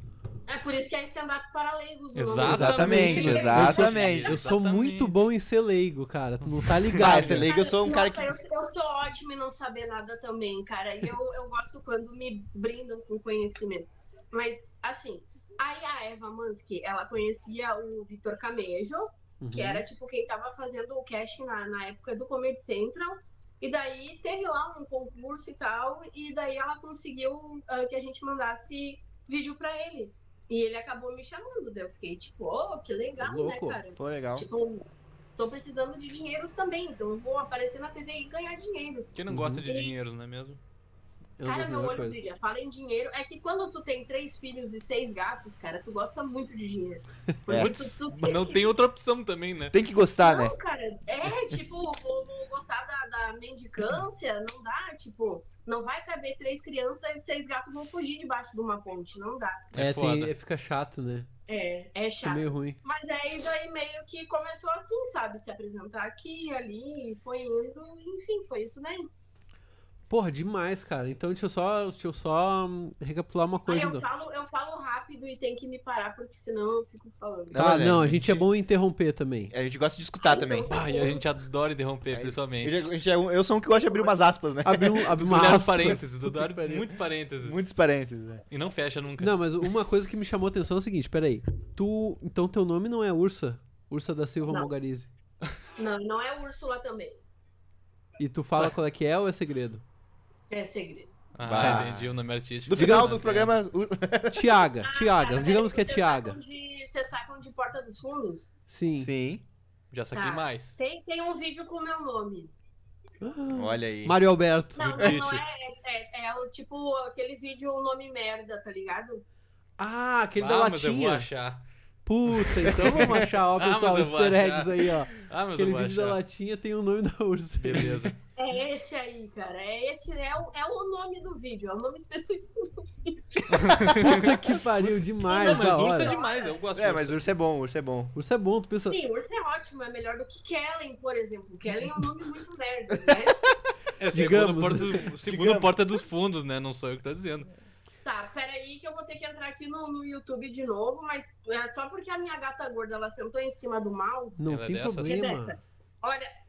É por isso que é stand-up para leigos. o nome do
Exatamente,
Exatamente, exatamente.
Eu sou muito bom em ser leigo, cara. Tu não tá
Ah,
ligado.
essa liga, eu sou um cara que.
Nossa, Eu, eu sou ótima em não saber nada também, cara. E eu, eu gosto quando me brindam com conhecimento. Mas, assim, aí a Eva Mansky, ela conhecia o Vitor Camejo,
Uhum.
que era tipo quem tava fazendo o casting na, na época do Comedy Central. E daí teve lá um concurso e tal, e daí ela conseguiu ah, que a gente mandasse vídeo pra ele. E ele acabou me chamando, daí eu fiquei tipo, oh, que legal,
Louco.
né, cara?
Pô, legal.
Tipo, tô precisando de dinheiros também, então vou aparecer na TV e ganhar dinheiros.
Quem não gosta de dinheiro, não é mesmo?
É uma
Cara,
das
meu
melhores
olho
coisas.
brilha. Fala em dinheiro. É que quando tu tem três filhos e seis gatos, cara, tu gosta muito de dinheiro. Porque
Putz, mas não tem outra opção também, né?
Tem que gostar, né?
Não, cara, é tipo, vou, vou gostar da, da mendicância, não dá, tipo, não vai caber três crianças e seis gatos vão fugir debaixo de uma ponte, não dá.
É
É, tem-
foda.
é, fica chato, né?
É, é
Fica
chato.
meio ruim.
Mas é aí daí meio que começou assim, sabe? Se apresentar aqui, ali, e foi indo, enfim, foi isso daí.
Porra, demais, cara. Então deixa eu só, deixa eu só hum, recapitular uma
Ah,
coisa. então.
eu,
Dom.
falo, eu falo rápido e tem que me parar, porque senão eu fico falando.
Não,
Tá,
né,
não, a
a
gente é bom em interromper também.
A gente gosta de escutar
é
também.
Ah, e a gente adora interromper,
Aí-
principalmente.
Eu, a gente é um- eu sou um que gosta de abrir umas aspas, né?
Abre um, abre
Tu
uma
olhar
aspas.
parênteses, tu olhar muitos parênteses.
Muitos parênteses, né?
E não fecha nunca.
Não, mas uma coisa que me chamou a atenção é o seguinte, peraí. Tu, então teu nome não é Ursa? Ursa da Silva
Não.
Malgarize.
Não, não é Úrsula também.
E tu fala qual é que é ou é segredo?
É segredo.
Ah,
Bah.
entendi o nome artístico.
No final do
Né?
programa. o-
Tiaga,
Ah,
Tiaga,
Cara,
digamos que é
vocês
Tiaga.
sacam de- Vocês sacam de Porta dos Fundos?
Sim.
Sim.
é. Já
Tá.
saquei mais.
Tem, tem um vídeo com o meu nome.
Olha aí.
Mário Alberto.
Não,
Judite.
não é, é, é o tipo aquele vídeo o nome merda, tá ligado?
Ah, aquele
ah,
da
mas eu vou
latinha.
achar.
Puta, então vamos achar, ó,
Ah, mas
pessoal,
eu
os
vou
easter
achar.
eggs aí, ó.
Ah, mas
Aquele
eu vou
vídeo da
achar.
latinha tem o nome da Ursa.
Beleza.
É esse aí, cara. É esse é o, é o nome do vídeo, é o nome específico.
Puta que pariu, demais,
não, mas
da
urso é
hora.
demais, eu gosto
É,
de
mas
urso.
urso é bom, urso é bom.
Urso é bom, tu pensa...
Sim, urso é ótimo, é melhor do que Kellen, por exemplo. Kellen é um nome muito merda, né?
É,
digamos,
segundo, porta, do- segundo
Digamos.
porta dos fundos, né? Não sou eu que tá dizendo.
Tá, peraí que eu vou ter que entrar aqui no, no YouTube de novo, mas é só porque a minha gata gorda ela sentou em cima do mouse.
Não
Ela é
tem
dessas?
problema.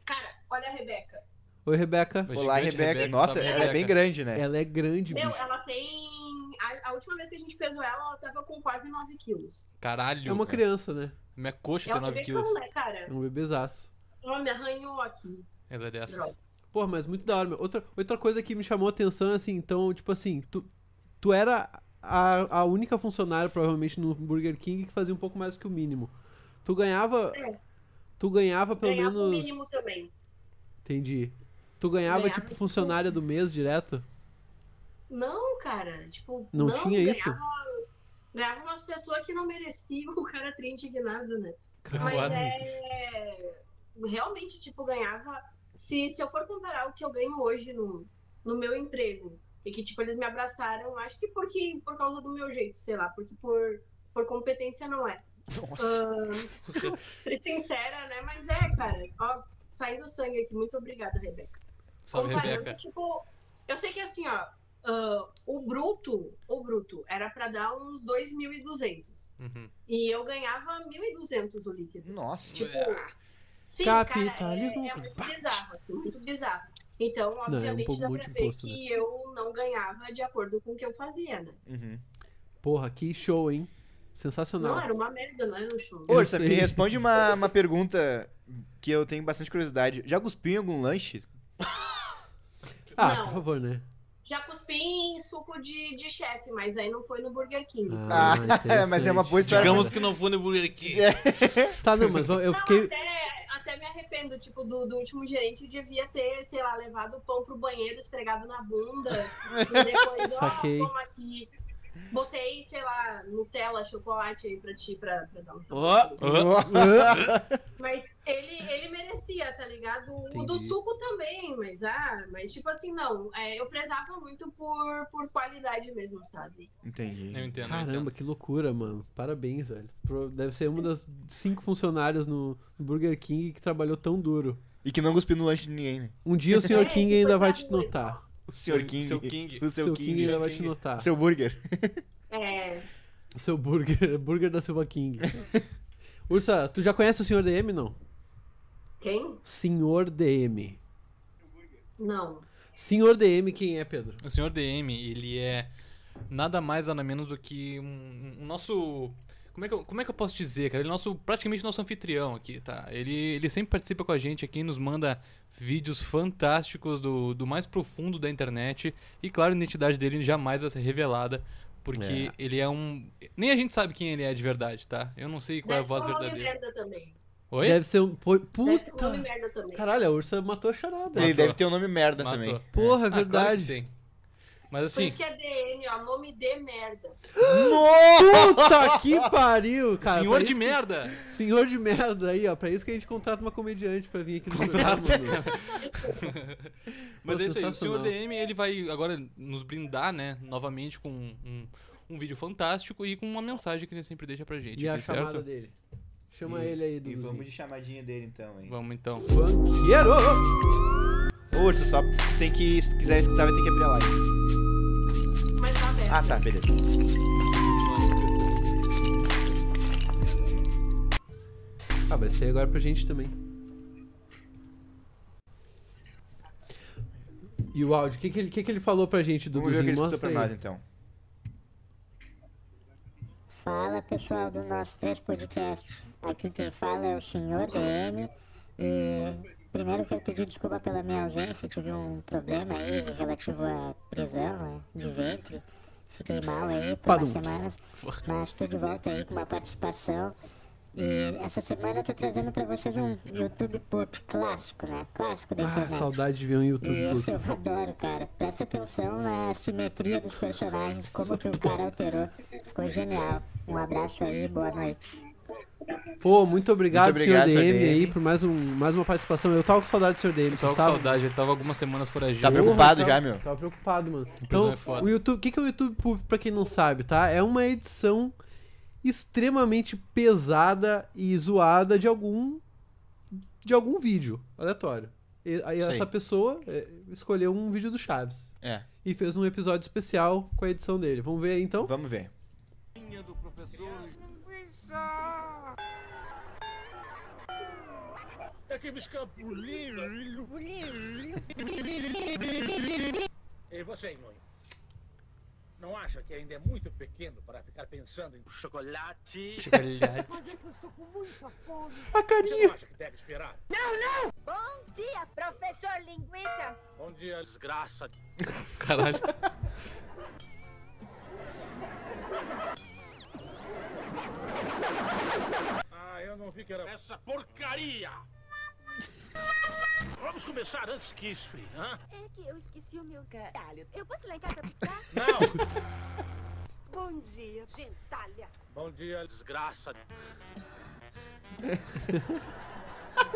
Cara, olha a Rebeca.
Oi, Rebeca.
Mas
Olá,
gigante
Rebeca. Nossa,
sabe,
ela é bem grande, né?
Ela é grande,
Meu,
bicho.
ela tem. A, a última vez que a gente pesou ela, ela tava com quase 9 quilos.
Caralho.
É uma criança, né?
Minha coxa
É
tem
um
9
bebezão,
quilos.
né, cara?
É um bebezaço.
Ela me arranhou aqui.
Ela é dessas.
Droga.
Porra, mas muito da hora, meu. Outra, outra coisa que me chamou a atenção, assim, então, tipo assim, tu, tu era a, a única funcionária, provavelmente, no Burger King que fazia um pouco mais que o mínimo. Tu ganhava.
É.
Tu ganhava pelo
Ganhava o
menos.
mínimo também.
Entendi. Tu ganhava,
Ganhava
tipo, funcionária do mês direto?
Não, cara, tipo,
Não tinha
ganhava,
isso?
Ganhava umas pessoas que não mereciam, o cara tri indignado, né? Mas
Foda.
é. Realmente, tipo, ganhava. Se, se eu for comparar o que eu ganho hoje no, no meu emprego, e que, tipo, eles me abraçaram, acho que porque, por causa do meu jeito, sei lá, porque por, por competência não é.
Nossa.
Ser sincera, né? Mas é, cara, ó, saindo sangue aqui, muito obrigada, Rebeca.
Salve,
Comparando,
Rebeca.
tipo, eu sei que assim, ó, ah, o bruto, o bruto era pra dar uns 2.200.
Uhum.
E eu ganhava 1.200 o líquido.
Nossa.
Tipo,
Ah.
sim,
Capitalismo
cara, é, é muito bizarro, assim, muito bizarro. Então,
é um
obviamente,
pouco
dá pra
muito
ver
imposto, né?
que eu não ganhava de acordo com o que eu fazia, né?
Uhum.
Porra, que show, hein?
Não,
Sensacional.
era uma merda, né, no show.
Eu
Ursa,
sei.
me responde uma, uma pergunta que eu tenho bastante curiosidade. Já cuspiu em algum lanche?
ah,
não.
por favor, né?
Já cuspi em suco de, de chefe, mas aí não foi no Burger King.
Ah,
Ah, mas é uma
interessante.
boa história.
Digamos que não foi no Burger King.
Tá, não, mas eu
Não,
fiquei.
até, até me arrependo, tipo, do, do último gerente eu devia ter, sei lá, levado o pão pro banheiro, esfregado na bunda. e depois, ó,
Saquei.
toma aqui. Botei, sei lá, Nutella, chocolate aí pra ti, pra, pra dar um
Ó,
chocolate.
Uhum.
ó.
Mas ele, ele merecia, tá ligado? O do
Entendi.
suco também, mas ah, mas tipo assim, não. é, eu prezava muito por, por qualidade mesmo, sabe?
Entendi.
Eu entendo, eu entendo.
Caramba, que loucura, mano. Parabéns, velho. Pro- Deve ser uma das cinco funcionárias no no Burger King que trabalhou tão duro.
E que não cuspiu no lanche de ninguém, né?
Um dia o
É,
Sr.
que
King
foi
ainda vai
pra
te
rua.
notar.
O senhor King.
Seu King.
O
O
seu King.
ainda vai te notar.
Seu burger.
É,
O seu burger, burger da Silva King. Ursa, tu já conhece o Sr. DM, não?
quem?
Senhor DM.
Não.
Senhor DM, quem é, Pedro?
O senhor DM, ele é nada mais nada menos do que um, um nosso. Como é, que eu, como é que eu posso dizer, cara? Ele é nosso, praticamente nosso anfitrião aqui, tá? Ele, ele sempre participa com a gente aqui, nos manda vídeos fantásticos do, do mais profundo da internet. E claro, a identidade dele jamais vai ser revelada, porque ele é um. Nem a gente sabe quem ele é de verdade, tá? Eu não sei qual é a
Deve ter
voz
um nome
verdadeira.
merda também.
Oi?
Deve ser um. pô-
Deve ter um nome
Puta!
merda também.
Caralho, a Ursa matou a charada.
Ele
Matou.
deve ter um nome merda
Matou.
também.
Porra, é
Ah, claro que
verdade.
tem. Mas
Por
assim,
isso que é DM, ó, nome de merda.
Puta que pariu, cara.
senhor
pra
de
isso que-
merda!
Senhor de merda aí, ó. Pra isso que a gente contrata uma comediante pra vir aqui no contrata. programa. meu.
Mas
Pô,
é isso aí, o senhor
sensacional.
DM ele vai agora nos brindar, né, novamente com um, um vídeo fantástico e com uma mensagem que ele sempre deixa pra gente.
E a
aqui, certo?
chamada dele. Chama ele aí,
E vamos
Duduzinho.
de chamadinha dele então, hein?
Vamos então.
Banqueiro!
Ô, Urso, só tem que. Se quiser escutar, vai ter que abrir a live.
Mas tá aberto.
Ah, tá, beleza.
Ah, vai ser agora pra gente também. E o áudio, o que, que, ele, que, que ele falou pra gente,
Vamos ver o que
Duduzinho?
ele escutou
Mostra
pra nós,
tá aí.
então.
Fala pessoal do nosso três podcast. Aqui quem fala é o senhor DM. E primeiro quero pedir desculpa pela minha ausência. Tive um problema aí relativo à prisão né, de ventre. Fiquei mal aí por umas
Padum.
semanas. Mas estou de volta aí com uma participação. E essa semana eu tô trazendo pra vocês um YouTube Pop clássico, né? Clássico da
Ah,
internet.
saudade de ver um
E
YouTube.
esse É, eu adoro, cara. Presta atenção na simetria dos personagens, como que o cara alterou. Ficou genial. Um abraço aí, boa noite.
Pô, muito obrigado,
Muito obrigado,
senhor
senhor
DM, aí,
DM.
por mais, um, mais uma participação. Eu tava com saudade do senhor DM,
Tava
vocês
com
estavam?
saudade, ele tava algumas semanas foragido.
Tá
Porra,
preocupado
tava-
já, meu?
Tava preocupado, mano.
prisão
Então,
é foda.
o YouTube, o que, que é o YouTube Pub, pra quem não sabe, tá? É uma edição extremamente pesada e zoada de algum de algum vídeo aleatório. E, aí
Sei.
essa pessoa é, escolheu um vídeo do Chaves
É,
e fez um episódio especial com a edição dele. Vamos ver aí então?
vamos ver.
E você, Nhonho? Não acha que ainda é muito pequeno para ficar pensando em chocolate?
A
Você
carinha.
não acha que deve esperar?
Bom dia, professor Linguiça.
Bom dia, desgraça.
Caralho.
Ah, eu não vi que era... Essa porcaria! Vamos começar antes que esfrie, hã?
É que eu esqueci o meu galho. Eu posso ir lá em casa buscar?
Não!
Bom dia, gentalha.
Bom dia, desgraça.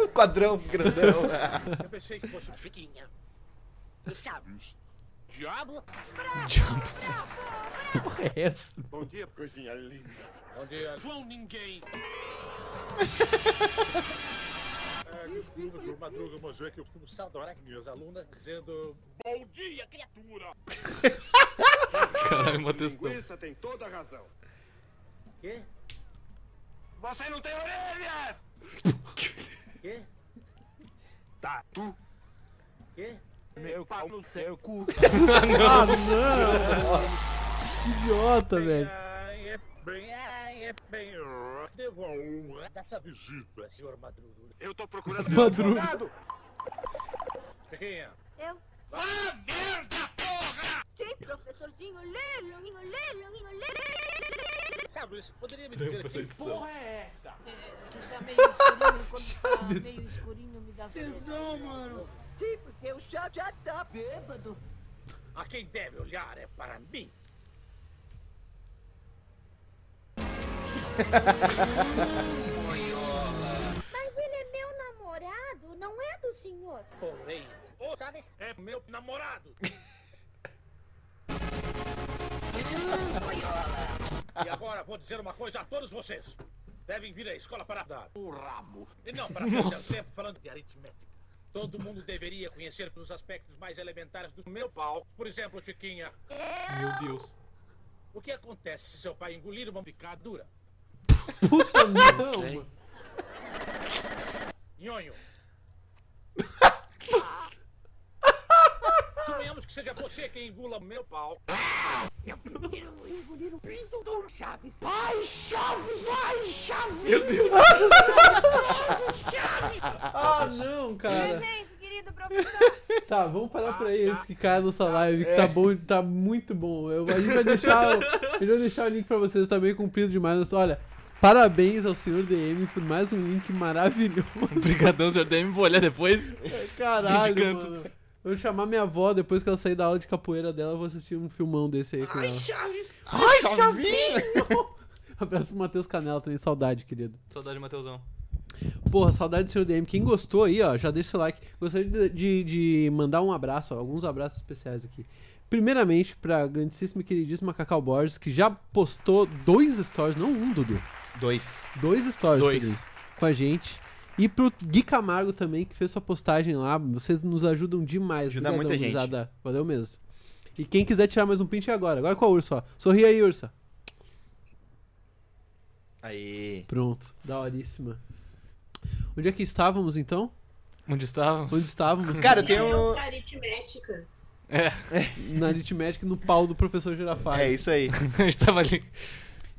O quadrão grandão.
Eu pensei que fosse... Chiquinha. Diabo?
É essa?
Bom dia, coisinha linda. Bom dia. João Ninguém. É, desculpa, senhor Madruga, mas é que eu costumo saudar as minhas alunas dizendo... Bom dia, criatura.
Caralho, tá uma textão.
tem toda a razão. Quê? Você não tem orelhas! Quê? Tatu. Quê? Tá, Meu pau no seu cu.
Ah, não! que idiota, velho.
Ai, é bem, ai, é bem. Devo a honra dessa visita, senhor Madruga. Eu tô procurando
meu Madruga.
Chiquinha.
Eu?
Ah, merda, porra!
Sim, professorzinho, lê, longuinho, lê, longuinho, lê.
Sabe, Luiz, poderia me
Trampa
dizer
essa
que
edição.
porra é essa?
Tá meio escurinho, quando tá
Chaves.
meio escurinho me dá Tesão, mano. Sim, porque o chat já tá bêbado.
A quem deve olhar é para mim.
Mas ele é meu namorado, não é do senhor.
Porém, o é meu namorado. e agora vou dizer uma coisa a todos vocês. Devem vir à escola para dar o rabo. E não, para perder
Nossa.
tempo falando de aritmética. Todo mundo deveria conhecer os aspectos mais elementares do meu pau. Por exemplo, Chiquinha,
Meu Deus.
o que acontece se seu pai engolir uma picadura?
Puta não!
Nhonho. Suponhamos que seja você quem engula o meu pau.
Engolir o pinto do Chaves. Ai, Chaves, ai, Chaves.
Meu Deus.
Ah, não, cara.
Presente, querido
Tá, vamos parar por aí antes que caia a nossa
Ah,
live,
é.
que tá bom, tá muito bom. Eu, a gente vai deixar, o, a gente vai deixar o link pra vocês, tá meio comprido demais. mas Olha, parabéns ao senhor DM por mais um link maravilhoso.
um Obrigadão, Sr. DM. Vou olhar depois.
Caralho,
De canto.
mano. Eu vou chamar minha avó, depois que ela sair da aula de capoeira dela, eu vou assistir um filmão desse aí com ela.
Chaves.
Ai, Chavinho! Abraço pro Matheus Canela também, saudade, querido.
Saudade, Mateusão.
Porra, saudade do senhor DM. Quem gostou aí, ó, já deixa seu like. Gostaria de, de- de mandar um abraço, ó, alguns abraços especiais aqui. Primeiramente, pra grandíssima e queridíssima Cacau Borges, que já postou dois stories, não um, Dudu.
Dois.
Dois stories
Dois.
querido, com a gente. E pro Gui Camargo também, que fez sua postagem lá. Vocês nos ajudam demais.
Ajuda
Obrigadão,
muita gente.
gurizada. Valeu mesmo. E quem quiser tirar mais um print é agora. Agora com a Ursa, ó. Sorri aí, Ursa.
Aí.
Pronto, daoríssima. Onde é que estávamos, então?
Onde estávamos?
Onde estávamos?
Eu pra aritmética.
É.
Na aritmética, no pau do professor Girafari.
É isso aí.
a gente tava ali.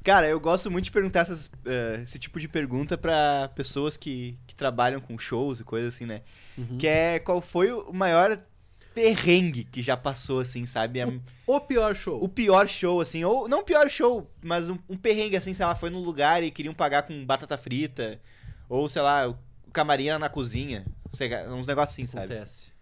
Cara, eu gosto muito de perguntar essas, eh, esse tipo de pergunta pra pessoas que, que trabalham com shows e coisa assim, né?
Uhum.
Que é qual foi o maior perrengue que já passou, assim, sabe? É-
O pior show.
O pior show, assim, ou não o pior show, mas um, um perrengue, assim, sei lá, foi num lugar e queriam pagar com batata frita, ou sei lá, o camarim era na cozinha, sei lá, uns negócios assim, sabe?
Acontece.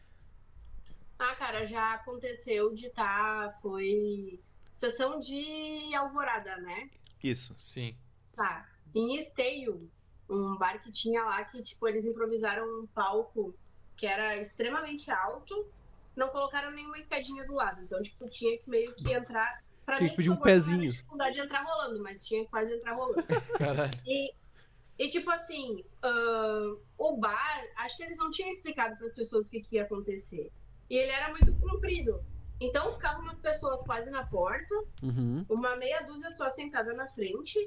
Ah, cara, já aconteceu de tá, foi sessão de alvorada, né?
Isso.
Sim.
Tá. Em Esteio, um bar que tinha lá que, tipo, eles improvisaram um palco que era extremamente alto, não colocaram nenhuma escadinha do lado. Então, tipo, tinha que meio que entrar. Pra
Tinha
mim,
que pedir um
isso eu gostava
pezinho.
de dificuldade de entrar rolando, mas tinha que quase entrar rolando.
Caralho.
E, e, tipo assim, ahn, o bar, acho que eles não tinham explicado para as pessoas o que, que ia acontecer. E ele era muito comprido. Então ficavam umas pessoas quase na porta,
Uhum.
uma meia dúzia só sentada na frente.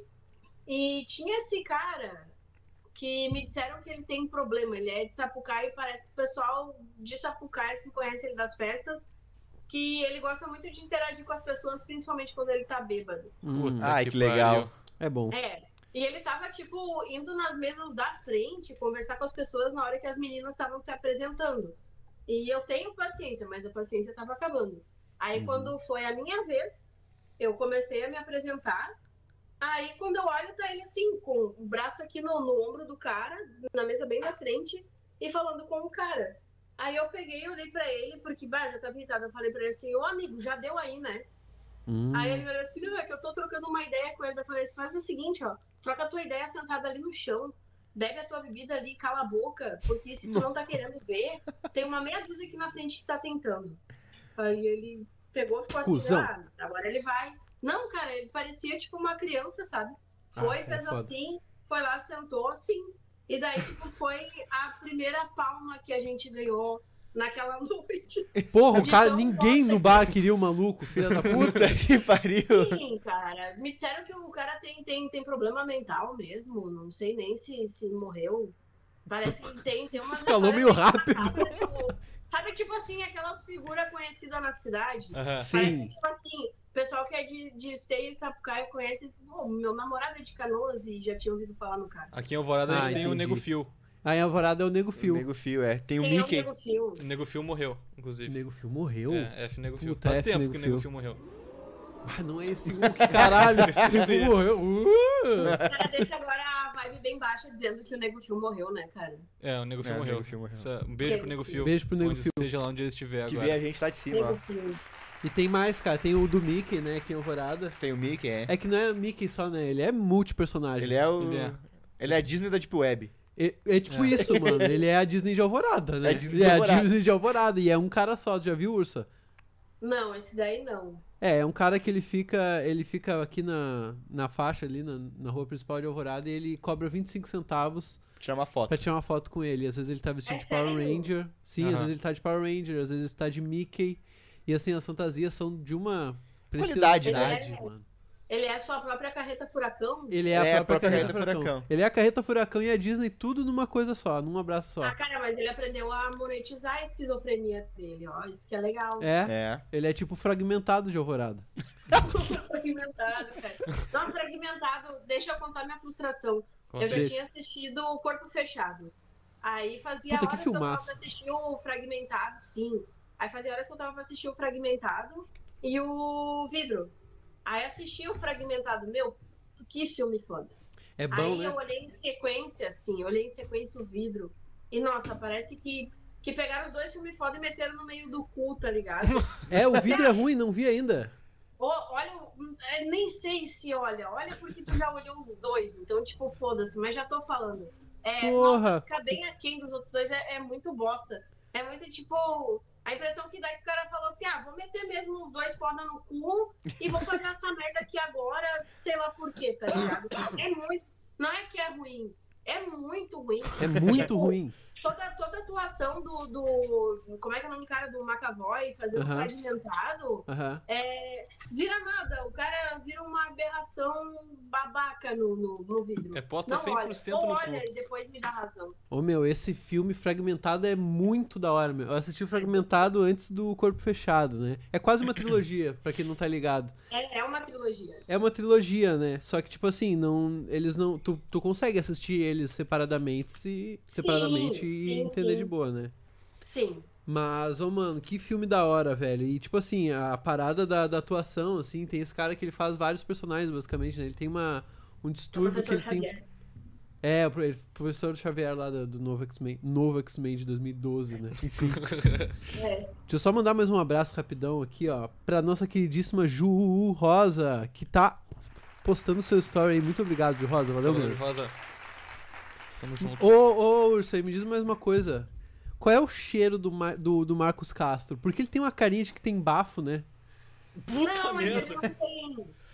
E tinha esse cara que me disseram que ele tem problema. Ele é de Sapucaí, parece que o pessoal de Sapucaí se conhece ele das festas. Que ele gosta muito de interagir com as pessoas, principalmente quando ele tá bêbado.
Ai, que, legal.
uhum. É bom.
É. E ele tava, tipo, indo nas mesas da frente, conversar com as pessoas na hora que as meninas estavam se apresentando. E eu tenho paciência, mas a paciência tava acabando. Aí quando foi a minha vez, eu comecei a me apresentar. Aí quando eu olho, tá ele assim, com o braço aqui no, no ombro do cara, na mesa bem na frente, e falando com o cara. Aí eu peguei, olhei pra ele, porque, bah, já tava irritado. Eu falei pra ele assim, ô amigo, já deu aí, né?
Uhum.
Aí
Hum.
ele olhou assim, não, é que eu tô trocando uma ideia com ele. Eu falei assim, faz o seguinte, ó, troca a tua ideia sentada ali no chão, bebe a tua bebida ali, cala a boca, porque se tu não tá querendo ver, tem uma meia dúzia aqui na frente que tá tentando. Aí ele pegou e ficou assim,
Cusão.
ah, agora ele vai. Não, cara, ele parecia tipo uma criança, sabe? Foi,
Ah, é
fez
foda.
assim, foi lá, sentou, assim. E daí, tipo, foi a primeira palma que a gente ganhou naquela noite.
Porra, o
De
cara,
tão
ninguém no bar queria o maluco, filha da puta.
que pariu.
Sim, cara. Me disseram que o cara tem, tem, tem problema mental mesmo. Não sei nem se, se morreu. Parece que tem, tem uma.
Se escalou meio rápido.
Sabe, tipo assim, aquelas figuras conhecidas na cidade?
Ah,
Aham.
Parece
Sim.
que, tipo assim, o pessoal que é de, de Esteio e Sapucaia conhece. Pô, meu namorado é de Canoas e já tinha ouvido falar no cara.
Aqui em Alvorada a
Ah,
gente tem o
entendi.
Nego Fio.
Aí a Alvorada é o Nego Fio.
Nego Fio, é. Tem o
um
Quem é o
Mickey.
Nego O Nego Fio morreu, inclusive.
Nego Fio morreu?
É, F Nego Fio.
Puta,
Faz
F.
tempo
Nego
que o Nego
Fio.
Fio morreu.
Ah, não é esse um que caralho, esse Nego morreu.
O
Uh!
cara deixa agora a vibe bem baixa dizendo que o Nego Fio morreu, né, cara?
É, o Nego Fio
É, o
morreu.
Nego Fio morreu.
Essa- Um beijo pro Nego Fio.
Beijo pro Nego
onde
Fio.
Seja lá onde ele estiver
Que
agora.
vê a gente lá de cima,
um
ó.
E tem mais, cara. Tem o do Mickey, né? Aqui em Alvorada.
Tem o Mickey, é.
É que não é o Mickey só, né? Ele é multipersonagem.
Ele é o. Ele é, a Disney da Deep Web.
É, é tipo
É.
isso, mano. Ele é a Disney de Alvorada, né?
É a Disney
ele
de
é a
Alvorada.
Disney de Alvorada. E é um cara só, tu já viu, Ursa?
Não, esse daí não.
É, é um cara que ele fica. Ele fica aqui na, na faixa ali, na, na rua principal de Alvorada, e ele cobra 25 centavos.
Tirar uma foto.
Pra tirar uma foto com ele. Às vezes ele tá vestido
É
de Power
sério?
Ranger. Sim, às
Aham.
vezes ele tá de Power Ranger, às vezes ele tá de Mickey. E assim, as fantasias são de uma
Qualidade, né?
preciosidade,
Ele é-
mano.
Ele é a sua própria carreta furacão?
Ele é, a própria, carreta, furacão. Ele é a carreta furacão e a Disney tudo numa coisa só, num abraço só.
Ah, cara, mas ele aprendeu a monetizar a esquizofrenia dele, ó. Isso que é legal.
É. Ele é tipo fragmentado de Alvorada.
Fragmentado, cara. Não, fragmentado, deixa eu contar minha frustração.
Conta
Eu já
aí.
tinha assistido o Corpo Fechado. Aí fazia
Puta, que
horas que, eu tava
filmaço.
pra assistir o Fragmentado, sim. Aí fazia horas que eu tava pra assistir o Fragmentado e o Vidro. Aí assisti o Fragmentado, meu, que filme foda.
É
Aí
bom, né?
eu olhei em sequência, assim, eu olhei em sequência o vidro. E nossa, parece que, que pegaram os dois filmes foda e meteram no meio do cu, tá ligado?
É, o vidro é ruim, não vi ainda.
Ô, olha, hum, é, nem sei se olha, olha porque tu já olhou os dois, então, tipo, foda-se, mas já tô falando. É,
Porra.
nossa, ficar bem aquém dos outros dois é, é muito bosta. É muito tipo. A impressão que dá é que o cara falou assim: ah, vou meter mesmo os dois foda no cu e vou fazer essa merda aqui agora, sei lá por quê, tá ligado? É muito. Não é que é ruim, é muito ruim.
É muito
Tipo,
ruim.
Toda, toda a atuação do, do. Como é que é o nome do cara? Do McAvoy fazendo
Aham.
fragmentado.
Aham.
É, vira nada, o cara vira uma aberração babaca no, no, no vidro.
É posta
Não
100%
olha,
no
ou
cu.
olha e depois me dá razão.
Ô meu, esse filme fragmentado é muito da hora, meu. Eu assisti o fragmentado antes do Corpo Fechado, né? É quase uma trilogia, pra quem não tá ligado.
É, é uma trilogia.
É uma trilogia, né? Só que, tipo assim, não. Eles não. Tu, tu consegue assistir eles separadamente, se, separadamente e
sim,
entender
sim.
de boa, né?
Sim. é
Mas, ô mano, que filme da hora, velho. E tipo assim, a parada da, da atuação, assim, tem esse cara que ele faz vários personagens, basicamente, né? Ele tem uma, um distúrbio que ele
É Professor
tem.
Xavier.
É, o pro- ele- professor Xavier lá do, do novo X-Men, novo X-Men de 2012, né?
É.
Deixa eu só mandar mais um abraço rapidão aqui, ó, pra nossa queridíssima Ju Rosa, que tá postando seu story aí. Muito obrigado, Ju Rosa, valeu
Valeu,
mesmo.
Rosa. Tamo junto.
Ô, ô, Urso, aí me diz mais uma coisa. Qual é o cheiro do, Ma- do, do Marcos Castro? Porque ele tem uma carinha de que tem bafo, né?
não, mas ele não tem.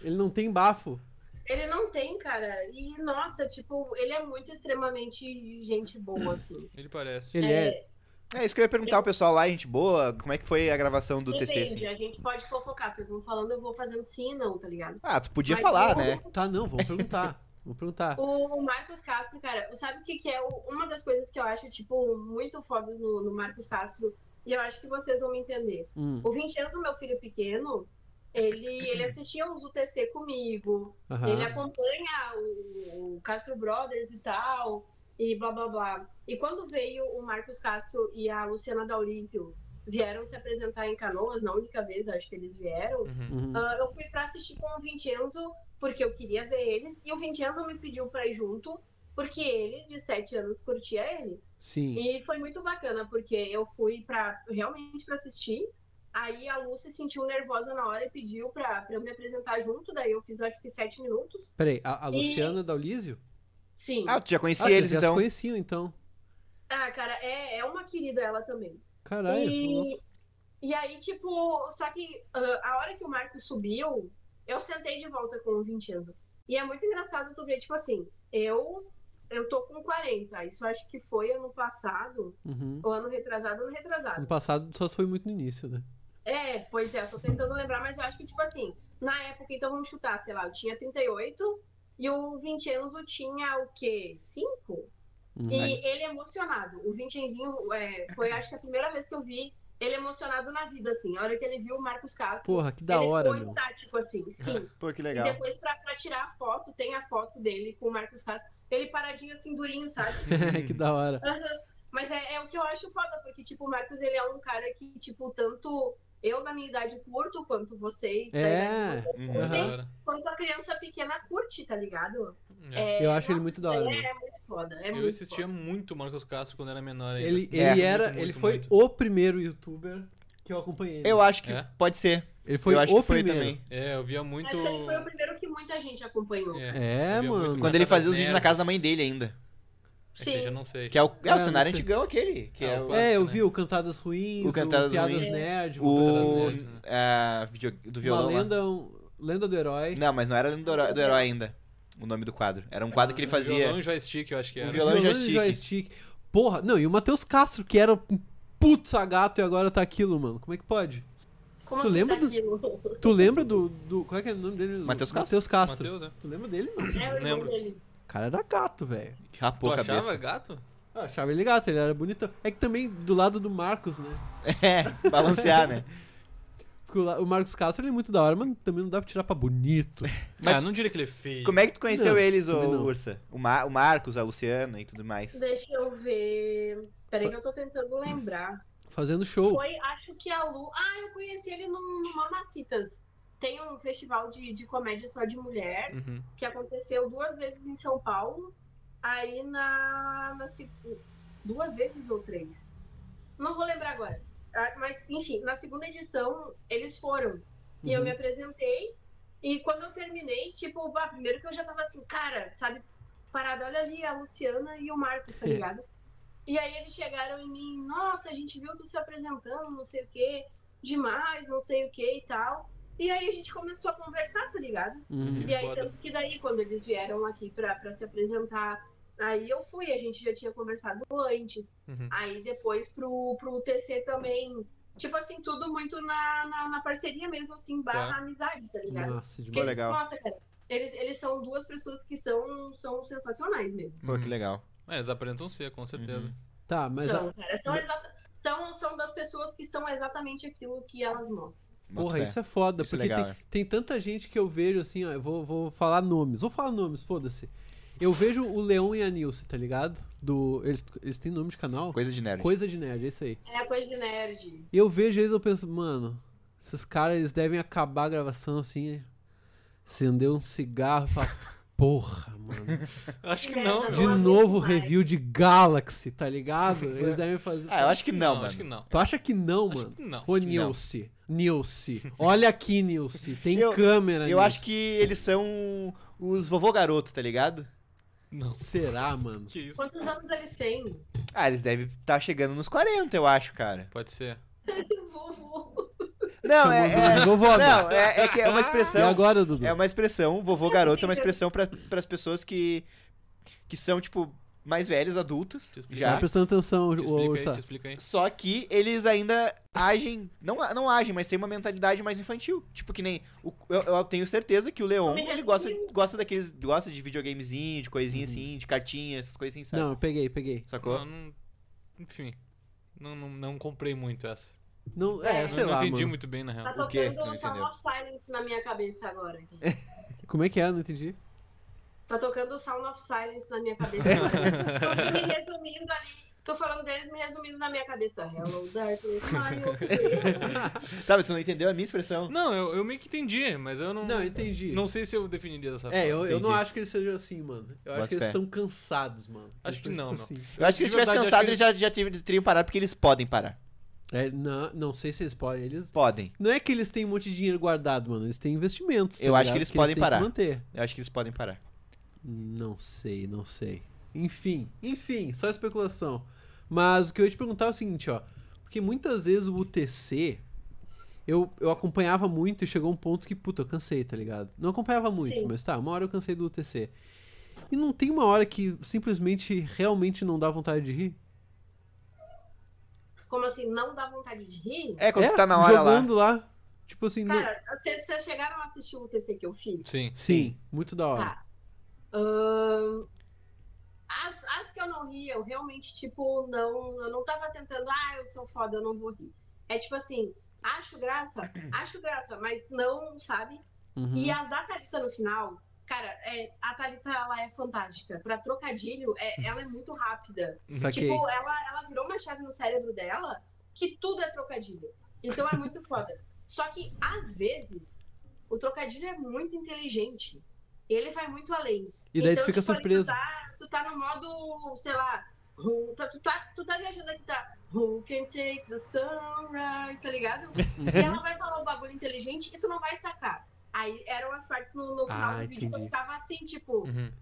Ele não tem bafo.
Ele não tem, cara. E nossa, tipo, ele é muito extremamente gente boa, assim.
Ele parece.
Ele é. É isso que eu ia perguntar ao pessoal lá, gente boa, como é que foi a gravação do TC?
Depende,
assim?
a gente pode fofocar. Vocês vão falando, eu vou fazendo sim e não, tá ligado?
Ah, tu podia
Mas
falar,
o-
né?
Tá, não, vamos perguntar. vou perguntar.
O Marcos Castro, cara, sabe o que, que é o- uma das coisas que eu acho, tipo, muito fodas no, no Marcos Castro? E eu acho que vocês vão me entender.
Hum.
O Vincenzo, meu filho pequeno, ele, ele assistia os UTC comigo,
Aham.
ele é acompanha o, o Castro Brothers e tal, e blá blá blá. E quando veio o Marcos Castro e a Luciana Daurizio vieram se apresentar em Canoas, na única vez acho que eles vieram,
Uhum.
ah, eu fui pra assistir com o Vincenzo, porque eu queria ver eles, e o Vincenzo me pediu pra ir junto, porque ele, de sete anos, curtia ele.
Sim.
E foi muito bacana, porque eu fui pra, realmente pra assistir. Aí a Lu se sentiu nervosa na hora e pediu pra, pra eu me apresentar junto. Daí eu fiz acho que sete minutos.
Peraí, a, a
E-
Luciana Daulísio?
Sim.
Ah, tu já conhecia
vocês
eles,
já
então?
se conheciam, então.
Ah, cara, é, é uma querida ela também.
Caralho, tô louco.
E, e aí, tipo, só que ah, a hora que o Marco subiu, eu sentei de volta com o Vincenzo. E é muito engraçado tu ver, tipo assim, eu, eu tô com 40. Isso acho que foi ano passado,
Uhum.
ou ano retrasado, ano retrasado.
No passado só se foi muito no início, né?
É, pois é, eu tô tentando lembrar, mas eu acho que, tipo assim, na época, então vamos chutar, sei lá, eu tinha 38 e o Vincenzo tinha o quê? 5?
Uhum.
E ele é emocionado. O Vincenzinho é, foi, acho que a primeira vez que eu vi ele emocionado na vida, assim. A hora que ele viu o Marcos Castro.
Porra, que da hora,
Ele
meu.
ficou
Ah,
estático, assim, sim.
Pô, que
E depois, pra, pra tirar a foto, tem a foto dele com o Marcos Castro. Ele paradinho assim, durinho, sabe?
Uhum.
que da hora.
Aham. Mas é, é o que eu acho foda, porque, tipo, o Marcos, ele é um cara que, tipo, tanto eu na minha idade curto, quanto vocês, né,
É.
né,
Uhum.
aham.
quanto a criança pequena curte, tá ligado?
É. Eu acho ele muito da hora,
É,
né?
é muito foda, é
eu
muito
assistia muito Marcos Castro quando era menor
É,
ainda.
Ele, ele
Muito,
era.
muito,
ele
muito,
foi
muito.
o primeiro youtuber que eu acompanhei. né?
Eu acho que
É?
pode ser.
Ele foi
eu acho
o
que foi
primeiro.
também.
É, eu via
foda.
muito.
Acho que ele foi o primeiro que muita gente acompanhou.
É,
Eu via muito
mano.
na
Quando ele
casa
fazia os
das
vídeos na casa da
nerds.
mãe dele ainda.
Esse aí já não sei.
Que é o, é o
não
cenário
sei.
antigão aquele. Que é, o,
É, eu vi o Cantadas Ruins, o,
o Cantadas
Piadas
Ruins.
Nerd,
o,
Cantadas Nerds.
a, video- do
Uma
violão né? lá.
lenda, um- lenda do herói.
Não, mas não era do herói, do herói ainda. O nome do quadro. Era um quadro que ele fazia.
É, Ah, Violão e joystick, eu acho que
Um
era.
violão e joystick.
joystick. Porra, não, e o Matheus Castro, que era um puta gato e agora tá aquilo, mano. Como é que pode?
Como
tu
assim
lembra
tá
do-
aquilo?
Tu lembra do. do qual é que é o nome dele?
Matheus Castro.
Matheus Castro.
Matheus, é.
Tu lembra dele, mano?
É, o irmão
Lembro.
dele.
O cara era gato, velho.
Rapou
Tu
a
achava
cabeça.
gato?
Eu achava ele gato, ele era bonitão. É que também do lado do Marcos, né?
É, balancear, né?
Porque o, la- o Marcos Castro ele é muito da hora, mas também não dá pra tirar pra bonito.
Mas... Ah, não diria que ele é feio.
Como é que tu conheceu
Não,
eles, ô,
também não.
Ursa? O, Mar- o Marcos, a Luciana e tudo mais.
Deixa eu ver. Peraí que eu tô tentando lembrar.
Fazendo show.
Foi, acho que a Lu. Ah, eu conheci ele no, no Mamacitas. Tem um festival de, de comédia só de mulher,
Uhum.
que aconteceu duas vezes em São Paulo. Aí na. na se- duas vezes ou três? Não vou lembrar agora. Ah, Mas, enfim, na segunda edição eles foram. E eu
Uhum.
me apresentei. E quando eu terminei, tipo, bah, primeiro que eu já tava assim, cara, sabe? Parada, olha ali a Luciana e o Marcos, tá
É.
ligado? E aí eles chegaram em mim, nossa, a gente viu tu se apresentando, não sei o que, demais, não sei o que e tal. E aí a gente começou a conversar, tá ligado?
Uhum.
E aí,
Foda.
tanto que daí, quando eles vieram aqui pra, pra se apresentar, aí eu fui, a gente já tinha conversado antes.
Uhum.
Aí depois pro, pro TC também. Tipo assim, tudo muito na, na, na parceria mesmo, assim, barra
Tá.
amizade, tá ligado?
Nossa,
Porque,
demais.
legal.
Nossa, cara, eles, eles são duas pessoas que são, são sensacionais mesmo.
Pô, que legal.
É, eles apresentam C, com certeza.
Tá, mas.
são,
a-
cara, são, exata- são, são das pessoas que são exatamente aquilo que elas mostram.
Bota
Porra,
fé.
isso é foda,
Isso é
porque
legal,
tem,
né?
tem tanta gente que eu vejo assim, ó, eu vou, vou falar nomes, vou falar nomes, foda-se. Eu vejo o Leon e a Nilce, tá ligado? Do, eles, eles têm nome de canal?
Coisa de nerd.
Coisa de Nerd, é isso aí.
É coisa de nerd.
E eu vejo eles eu penso, mano, esses caras eles devem acabar a gravação assim, acender um cigarro e falar, porra, mano.
Uhum.
Acho que não.
De
Não, não
novo
vai.
review de Galaxy, tá ligado? Eles devem fazer.
Ah, eu acho que não,
Não,
mano.
acho que não.
Tu acha que não,
Acho
mano?
que não.
Ô,
Acho que não.
Nilce, Nilce, olha aqui, Nilce, tem
Eu-
câmera,
Eu acho
Nilce.
que eles são os vovô garoto, tá ligado?
Não.
Será, mano?
Que isso?
Quantos anos eles têm?
Ah, eles devem estar chegando nos 40, eu acho, cara.
Pode ser.
Vovô.
Não, é.
Chamou
é
de vovó, né?
não, é, é que é uma
E
expressão.
agora, Dudu?
É uma expressão, vovô garoto é uma expressão para as pessoas que. que são, tipo, mais velhos, adultos.
Te explica.
Tá
Já.
prestando atenção, ô,
Te explica aí,
Ursa.
te explica aí.
Só que eles ainda agem. Não, a- não agem, mas tem uma mentalidade mais infantil. Tipo, que nem. o- eu, eu tenho certeza que o Leon, ele gosta, gosta daqueles. gosta de videogamezinho, de coisinha assim, de cartinha, essas coisinhas, sabe?
Uhum. Não, eu peguei, peguei.
Sacou?
Não, não- Enfim. Não, não, não comprei muito essa.
Não, é,
É,
sei
não
lá,
entendi
mano.
muito bem, na
Tá
real.
O quê?
tocando
Não
o Sound
entendeu.
of Silence na minha cabeça agora. aqui.
Como é que é? Não entendi.
Tá tocando o Sound of Silence na minha cabeça agora. Tô me resumindo ali. Tô falando deles me resumindo na minha cabeça. Hello, Darkness, my old friend.
Tá, mas tu não entendeu a minha expressão?
Não, eu, eu meio que entendi, mas eu não.
Não, entendi.
Não sei se eu definiria dessa
É, eu, eu não
tá Entendi.
acho que eles sejam assim, mano. Eu acho
Bota
que eles
fé.
estão cansados, mano.
Acho
Eles
que
tão,
não,
tipo, assim.
Eu acho que
De
se eles tivessem
verdade, acho
cansado,
que
eles já, já teriam- teriam parado porque eles podem parar.
É, não. Não sei se eles podem. Eles...
Podem.
Não é que eles têm um monte de dinheiro guardado, mano. Eles têm investimentos. tá
Eu acho
ligado?
que eles podem
têm que
parar.
manter.
Eu acho que eles podem parar.
Não sei, não sei. Enfim, enfim, só especulação. Mas o que eu ia te perguntar é o seguinte, ó. Porque muitas vezes o UTC, eu, eu acompanhava muito e chegou um ponto que, puta, eu cansei, tá ligado? Não acompanhava muito,
Sim.
mas tá, uma hora eu cansei do UTC. E não tem uma hora que simplesmente realmente não dá vontade de rir?
Como assim, não dá vontade de rir?
É, quando tu tá na hora lá.
jogando lá. Tipo assim, não-
Cara, vocês vocês chegaram a assistir o TC que eu fiz?
Sim.
sim, muito da hora.
Tá. Ahn, as, as que eu não ri, eu realmente, tipo, não. Eu não tava tentando, ah, eu sou foda, eu não vou rir. É tipo assim, acho graça, acho graça, mas não, sabe?
Uhum.
E as da Carita no final, Cara, é, a Thalita, ela é fantástica. Pra trocadilho, é- ela é muito rápida.
Saquei.
Tipo, ela, ela virou uma chave no cérebro dela que tudo é trocadilho. Então é muito foda. Só que, às vezes, o trocadilho é muito inteligente. Ele vai muito além.
E daí tu
Então,
fica
tipo, ali
surpreso.
Tu tá, tu tá no modo, sei lá, tu tá, tu tá, tu tá viajando aqui, tá? Who can take the sunrise, tá ligado? E ela vai falar um bagulho inteligente que tu não vai sacar. Aí eram as partes no, no final
Ah,
do vídeo que eu
entendi.
ficava assim, tipo.
Uhum.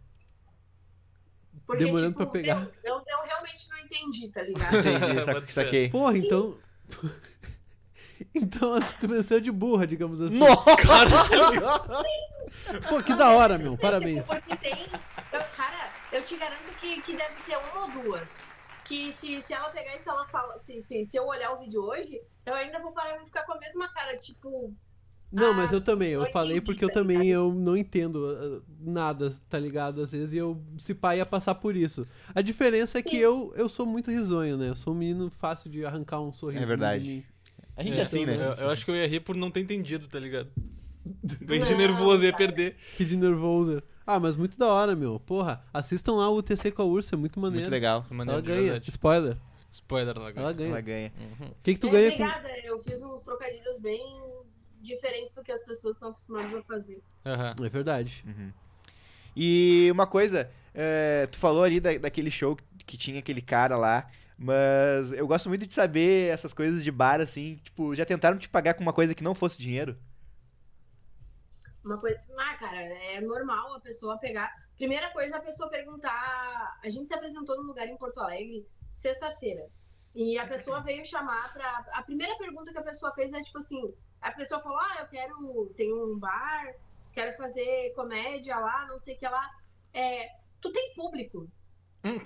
Demorando pra pegar.
Eu, eu- eu realmente não entendi, tá ligado?
Entendi, sa- saquei.
Porra, então. Então assim, tu venceu de burra, digamos assim.
Nossa!
Caralho! Pô, que da hora, meu. Parabéns.
Porque tem. eu- cara, eu te garanto que, que deve ter uma ou duas. Que se, se ela pegar e se ela fala. Se, se, se eu olhar o vídeo hoje, eu ainda vou parar e vou ficar com a mesma cara, tipo.
Não, mas eu também, eu falei porque eu também eu não entendo ah, nada, tá ligado? Às vezes e eu, se pá, ia passar por isso. A diferença é que eu, eu sou muito risonho, né? Eu sou um menino fácil de arrancar um sorriso.
É verdade.
De mim.
A gente é assim, né?
Eu, eu acho que eu ia rir por não ter entendido, tá ligado? Bem de nervoso, eu ia perder.
Que de nervoso. Ah, mas muito da hora, meu. Porra, assistam lá o TC com a Ursa, é muito maneiro.
Muito legal.
Ela
Maneiro, de
ganha.
verdade.
Spoiler.
Spoiler, ela ganha.
Ela ganha.
Ela ganha.
Uhum.
O que, que tu
"É,
ganha com.
obrigada, eu fiz uns trocadilhos bem diferentes do que as pessoas estão acostumadas a fazer.
É verdade.
E uma coisa, é, tu falou ali da- daquele show que tinha aquele cara lá, mas eu gosto muito de saber essas coisas de bar, assim, tipo, já tentaram te pagar com uma coisa que não fosse dinheiro?
Uma coisa. Ah, cara, é normal a pessoa pegar. Primeira coisa, a pessoa perguntar. A gente se apresentou num lugar em Porto Alegre, sexta-feira. E a pessoa veio chamar pra. A primeira pergunta que a pessoa fez é tipo assim: a pessoa falou, ah, eu quero. Tem um bar, quero fazer comédia lá, não sei o que lá. É, tu tem público?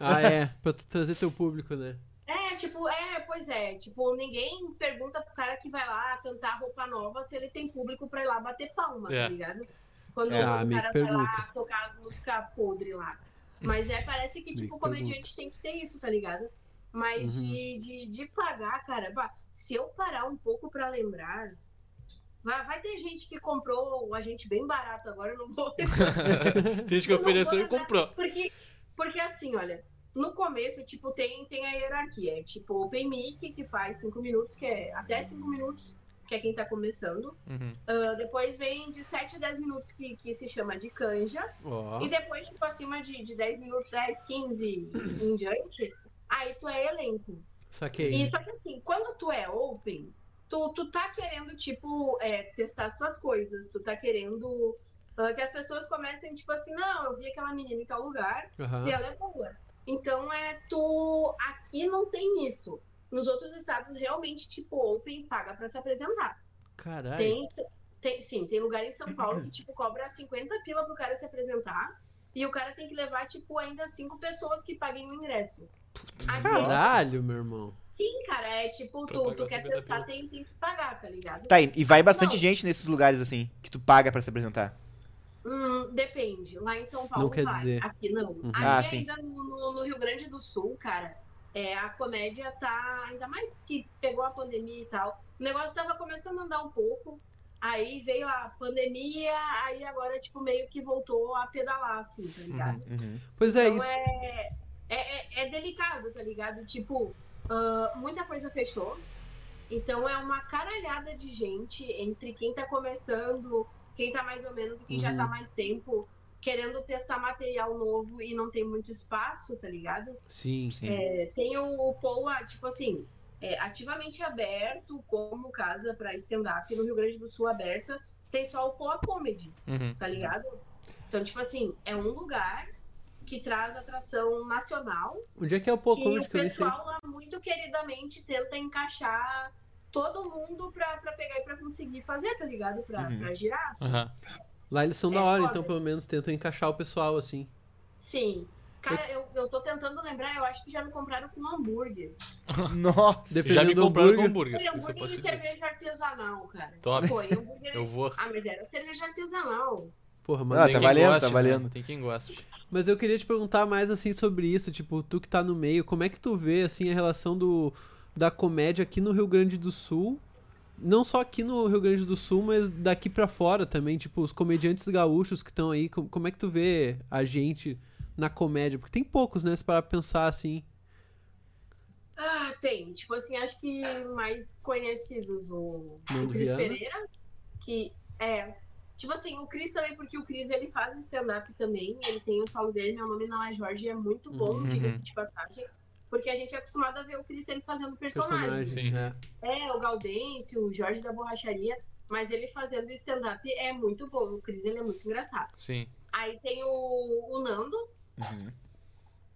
Ah, é. Pra tu trazer teu público, né?
É, tipo, é, pois é. Tipo, ninguém pergunta pro cara que vai lá cantar roupa nova se ele tem público pra ir lá bater palma,
É.
tá ligado? Quando
É,
o
ah,
cara
me
vai lá
pergunta.
tocar as músicas podre lá. Mas é, parece que,
Me
tipo, o
pergunta.
comediante tem que ter isso, tá ligado? Mas
Uhum.
de, de, de pagar, cara, bah, se eu parar um pouco pra lembrar. Vai, vai ter gente que comprou a gente bem barato agora, eu não vou.
Tem gente que
Eu não vou
ofereceu e
lembrar,
comprou.
Porque, porque assim, olha, no começo, tipo, tem, tem a hierarquia. É tipo Open Mic, que faz cinco minutos, que é até cinco minutos, que é quem tá começando.
Uhum.
Ah, depois vem de 7 a 10 minutos, que, que se chama de canja.
Ó.
E depois, tipo, acima de, de 10 minutos, 10, 15 em diante, aí tu é elenco.
Saquei.
E só que assim, quando tu é open, tu, tu tá querendo, tipo, é, testar as tuas coisas, tu tá querendo ah, que as pessoas comecem, tipo assim, não, eu vi aquela menina em tal lugar
Aham.
e ela é boa. Então é tu. Aqui não tem isso. Nos outros estados, realmente, tipo, open paga pra se apresentar.
Caralho.
Tem, tem- sim, tem lugar em São Paulo que, tipo, cobra 50 pila pro cara se apresentar. E o cara tem que levar, tipo, ainda cinco pessoas que paguem o ingresso. Aqui-
Caralho, meu irmão.
Sim, cara, é tipo,
Pra
tu,
pagar
tu quer
50
testar,
pila.
tem, tem que pagar, tá ligado?
Tá, e e vai bastante
Não,
gente nesses lugares, assim, que tu paga pra se apresentar.
hum, depende. Lá em São Paulo
Não quer
vai,
dizer.
aqui não.
Uhum.
Aqui
Ah, sim.
ainda no, no- no Rio Grande do Sul, cara, é, a comédia tá. Ainda mais que pegou a pandemia e tal. O negócio tava começando a andar um pouco. Aí veio a pandemia, aí agora, tipo, meio que voltou a pedalar, assim, tá
Uhum.
ligado?
Pois é,
Então,
isso.
É, é, é- é delicado, tá ligado? Tipo, ah, muita coisa fechou. Então é uma caralhada de gente entre quem tá começando, quem tá mais ou menos e quem já
Uhum.
tá mais tempo, querendo testar material novo e não tem muito espaço, tá ligado?
Sim, sim.
É, tem o, o POA, tipo assim, é, ativamente aberto como casa pra stand-up no Rio Grande do Sul aberta. Tem só o POA Comedy,
Uhum.
tá ligado? Então, tipo assim, é um lugar que traz atração nacional.
Onde é que é o Poa
que
Comedy
o
que eu nem sei?
um pessoal lá muito queridamente tenta encaixar todo mundo pra, pra pegar e pra conseguir fazer, tá ligado? Pra,
Uhum.
pra girar.
Lá eles são da hora,
É foda.
então pelo menos tentam encaixar o pessoal, assim.
Sim. Cara, eu, eu tô tentando lembrar, eu acho que já me compraram com hambúrguer.
Nossa,
já me
Dependendo do
compraram com
hambúrguer.
Foi
hambúrguer. isso eu
hambúrguer
posso
de
dizer.
cerveja artesanal, cara.
Top.
Foi hambúrguer.
Eu vou.
Ah, mas era cerveja artesanal.
Porra,
Ah,
mas
tá valendo, tá
né?
valendo.
Tem quem gosta.
Mas eu queria te perguntar mais assim sobre isso, tipo, tu que tá no meio, como é que tu vê assim a relação do da comédia aqui no Rio Grande do Sul não só aqui no Rio Grande do Sul, mas daqui pra fora também, tipo, os comediantes gaúchos que estão aí, com- como é que tu vê a gente na comédia? Porque tem poucos, né, se parar pra pensar assim.
Ah, tem. Tipo assim, acho que mais conhecidos o,
Nando
o Cris
Viana.
Pereira, que é. Tipo assim, o Cris também, porque o Cris ele faz stand-up também, ele tem o solo dele, meu nome não é Jorge, é muito bom,
Uhum.
diga-se de passagem. Porque a gente é acostumado a ver o Cris ele fazendo personagem.
Sim.
É, o Gaudense, o Jorge da Borracharia, mas ele fazendo stand-up é muito bom. O Cris ele é muito engraçado.
Sim.
Aí tem o, o Nando,
Uhum.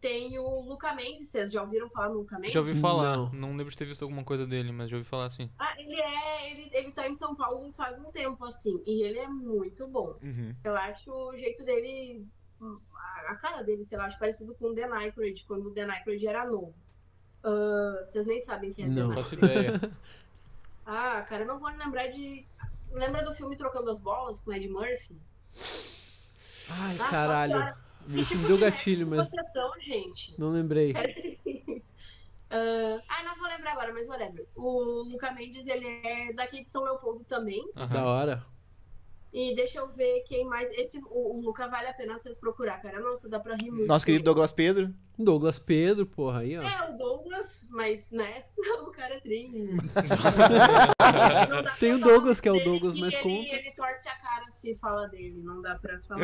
tem o Luca Mendes, vocês já ouviram falar no Luca Mendes?
Já ouvi falar. Não. lembro de ter visto alguma coisa dele, mas já ouvi falar assim.
Ah, ele é. Ele, ele tá em São Paulo faz um tempo, assim, e ele é muito bom.
Uhum.
Eu acho o jeito dele. A, a cara dele, sei lá, acho parecido com o The Nycred, quando o The Nycred era novo. Ah, vocês nem sabem quem é The
Não
Nycred.
faço ideia.
Ah, cara, eu não vou lembrar de. Lembra do filme Trocando as Bolas com Ed Murphy?
Ai,
Ah,
caralho.
cara.
Isso me deu É gatilho, mas
Possessão, gente.
não lembrei.
Peraí. Ah, ah, não vou lembrar agora, mas whatever. O Luca Mendes, ele é daqui de São Leopoldo também.
Da hora.
E deixa eu ver quem mais. Esse, o, o Luca vale a pena vocês procurar, cara. Nossa, dá pra rir muito.
Nosso querido Douglas Pedro.
Douglas Pedro, porra, aí, ó.
É, o Douglas, mas, né? O cara é tri.
Tem o Douglas, que é o Douglas
E
mais
ele,
conta.
ele torce a cara se fala dele, não dá pra falar.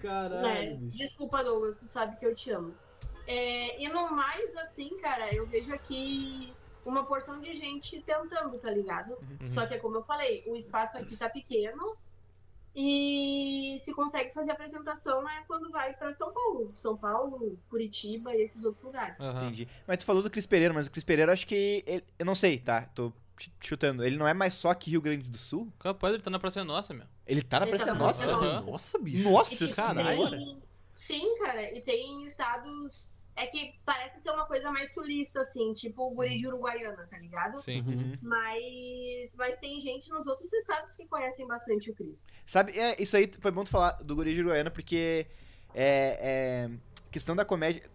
Caralho,
Né?
bicho.
Desculpa, Douglas, tu sabe que eu te amo. É, e no mais, assim, cara, eu vejo aqui uma porção de gente tentando, tá ligado?
Uhum.
Só que, como eu falei, o espaço aqui tá pequeno e se consegue fazer apresentação é quando vai pra São Paulo. São Paulo, Curitiba e esses outros lugares.
Entendi. Mas tu falou do Cris Pereira, mas o Cris Pereira acho que. ele- eu não sei, tá? Tô ch- chutando. Ele não é mais só aqui Rio Grande do Sul?
Capaz, ele tá na Praça Nossa, meu.
Ele tá na
Ele tá
Praça
na
Nossa?
Praça Nossa. Nossa, bicho.
Nossa,
Esse é
senhora.
tipo, Tem- Sim, cara, e tem estados. É que parece ser uma coisa mais sulista, assim, tipo o guri de Uruguaiana, tá ligado?
Sim. Uhum.
Mas, mas tem gente nos outros estados que conhecem bastante o Cris.
Sabe, é, isso aí foi bom tu falar do Guri de Uruguaiana, porque é, é, questão da comédia.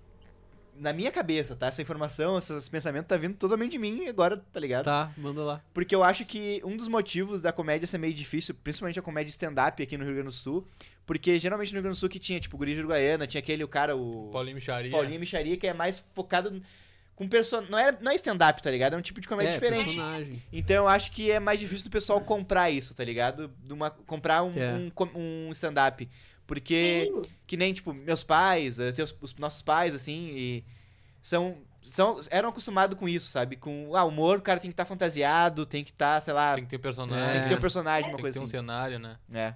Na minha cabeça, tá? Essa informação, esses pensamentos tá vindo totalmente de mim agora, tá ligado?
Tá, manda lá.
Porque eu acho que um dos motivos da comédia ser meio difícil, principalmente a comédia stand-up aqui no Rio Grande do Sul, porque geralmente no Rio Grande do Sul que tinha, tipo, o Guri de Uruguaiana, tinha aquele, o cara, o.
Paulinho Micharia.
Paulinho Micharia, que é mais focado com personagem. Não é, não é stand-up, tá ligado? É um tipo de comédia
É,
diferente.
personagem.
Então eu acho que é mais difícil do pessoal comprar isso, tá ligado? De uma- comprar um,
É.
um com- um stand-up. Porque, que nem, tipo, meus pais, eh, tem os, os nossos pais, assim, e são, são, eram acostumados com isso, sabe? Com ah, humor, o cara tem que estar fantasiado, tem que estar, sei lá. Tem que
ter um personagem.
Tem que ter um personagem, uma
Tem que
coisa
ter um
assim.
cenário, né?
É.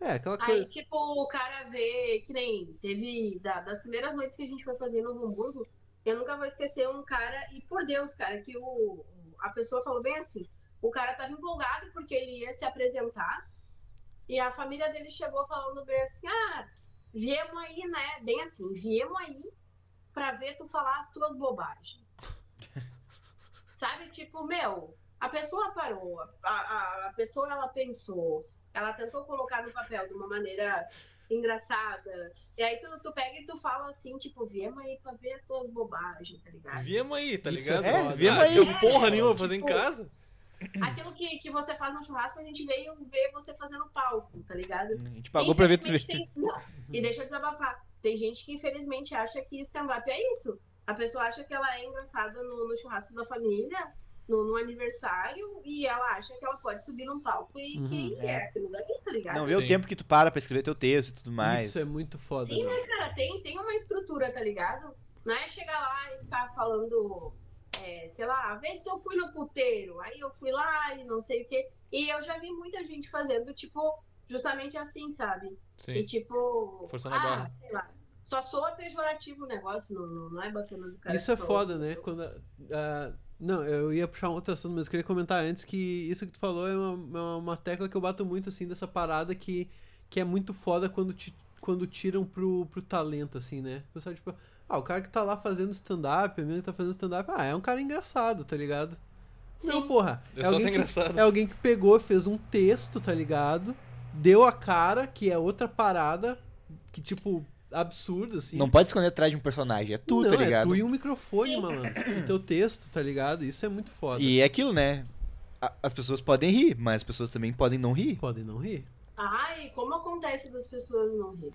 É, aquela
Aí, tipo, o cara vê, que nem teve da- das primeiras noites que a gente foi fazer em Novo Hamburgo, eu nunca vou esquecer um cara, e por Deus, cara, que o, o- a pessoa falou bem assim, o cara tava empolgado porque ele ia se apresentar, e a família dele chegou falando bem assim, ah, viemos aí, né, bem assim, viemos aí pra ver tu falar as tuas bobagens. Sabe, tipo, meu, a pessoa parou, a, a, a pessoa ela pensou, ela tentou colocar no papel de uma maneira engraçada. E aí tu, tu pega e tu fala assim, tipo, viemos aí pra ver as tuas bobagens, tá ligado?
Viemos aí, tá
Isso
ligado?
é foda. Viemos
Ah,
aí.
Deu porra nenhuma pra fazer em
Tipo,
casa.
Aquilo que, que você faz no churrasco, a gente veio ver você fazer no palco, tá ligado? A
gente pagou pra ver tu
E deixa eu desabafar. Tem gente que infelizmente acha que stand-up é isso. A pessoa acha que ela é engraçada no, no churrasco da família, no, no aniversário, e ela acha que ela pode subir num palco e que
Uhum.
é. aquilo dali, tá ligado?
Não vê o tempo que tu para pra escrever teu texto e tudo mais.
Isso é muito foda,
Sim,
meu.
né, cara? Tem, tem uma estrutura, tá ligado? Não é chegar lá e ficar falando, é, sei lá, a vez que eu fui no puteiro, aí eu fui lá e não sei o quê. E eu já vi muita gente fazendo, tipo, justamente assim, sabe?
Sim.
E tipo,
Forçando a
ah,
barra.
sei lá. Só soa pejorativo o negócio, não, não, não é bacana do cara.
Isso é
que
foda, né? Quando a- a- não, eu ia puxar um outro assunto, mas eu queria comentar antes que isso que tu falou é uma, uma, uma tecla que eu bato muito, assim, dessa parada que, que é muito foda quando, ti- quando tiram pro, pro talento, assim, né? O pessoal, tipo, ah, o cara que tá lá fazendo stand-up, o amigo que tá fazendo stand-up, ah, é um cara engraçado, tá ligado? Não, porra.
É só
alguém
ser
que-
engraçado.
é alguém que pegou, fez um texto, tá ligado? Deu a cara, que é outra parada, que tipo, absurdo, assim.
Não pode esconder atrás de um personagem, é tu,
Não,
tá ligado?
É tu e um microfone, malandro. E teu texto, tá ligado? Isso é muito foda.
E é aquilo, né? A- As pessoas podem rir, mas as pessoas também podem não rir.
Podem não rir.
Ai, como acontece das pessoas não rirem?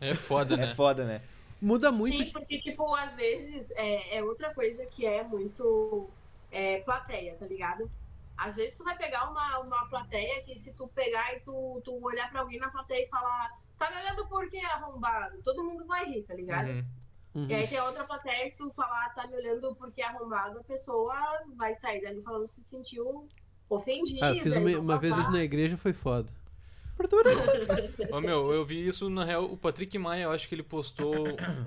É foda,
né? É foda, né?
Muda É muito.
Sim, porque, tipo, às vezes é, é outra coisa que é muito é, plateia, tá ligado? Às vezes tu vai pegar uma, uma plateia que se tu pegar e tu, tu olhar pra alguém na plateia e falar tá me olhando por quê, arrombado? Todo mundo vai rir, tá ligado?
Uhum.
E aí tem a outra plateia, se tu falar tá me olhando porque é arrombado, a pessoa vai sair dali falando se sentiu ofendida.
Ah, eu fiz
e
uma,
blá,
uma
blá,
vez
blá.
isso na igreja, foi foda.
Ô, meu, eu vi isso na real. O Patrick Maia, eu acho que ele postou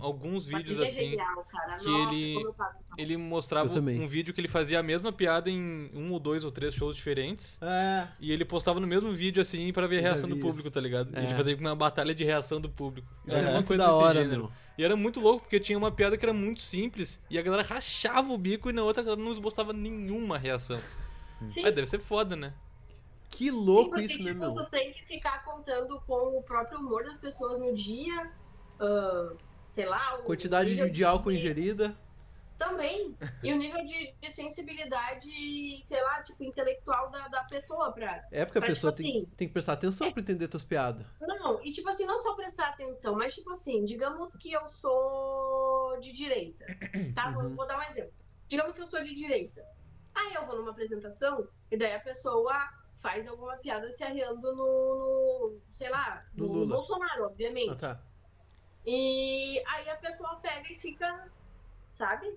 alguns
Patrick
vídeos
é
assim.
genial, cara.
que
Nossa,
ele,
como eu tava-
ele
Eu
mostrava
também.
um vídeo que ele fazia a mesma piada em um ou dois ou três shows diferentes.
É,
E ele postava no mesmo vídeo assim pra ver a
Eu já
reação do
vi
público,
isso.
tá ligado?
É.
Ele fazia uma batalha de reação do público.
Isso é muito da hora, meu.
E era muito louco, porque tinha uma piada que era muito simples e a galera rachava o bico e na outra a galera não esboçava nenhuma reação.
Sim.
Ah, deve ser foda, né?
Que
Sim, porque,
né,
tipo, Tu tem que ficar contando com o próprio humor das pessoas no dia. ah, sei lá. o
Quantidade
nível
de, de álcool
tipo,
ingerida.
Também. E o nível de, de sensibilidade, sei lá, tipo, intelectual da, da pessoa pra.
É porque a
pra,
pessoa
tipo,
tem,
assim,
tem que prestar atenção pra entender tuas piadas.
Não, e tipo assim, não só prestar atenção, mas tipo assim, digamos que eu sou de direita, tá? Vou-
Uhum.
Vou dar um exemplo. Digamos que eu sou de direita. Aí eu vou numa apresentação e daí a pessoa faz alguma piada se arreando no, no, sei lá,
No
no,
Lula.
Bolsonaro, obviamente.
Ah, tá.
E aí a pessoa pega e fica, sabe?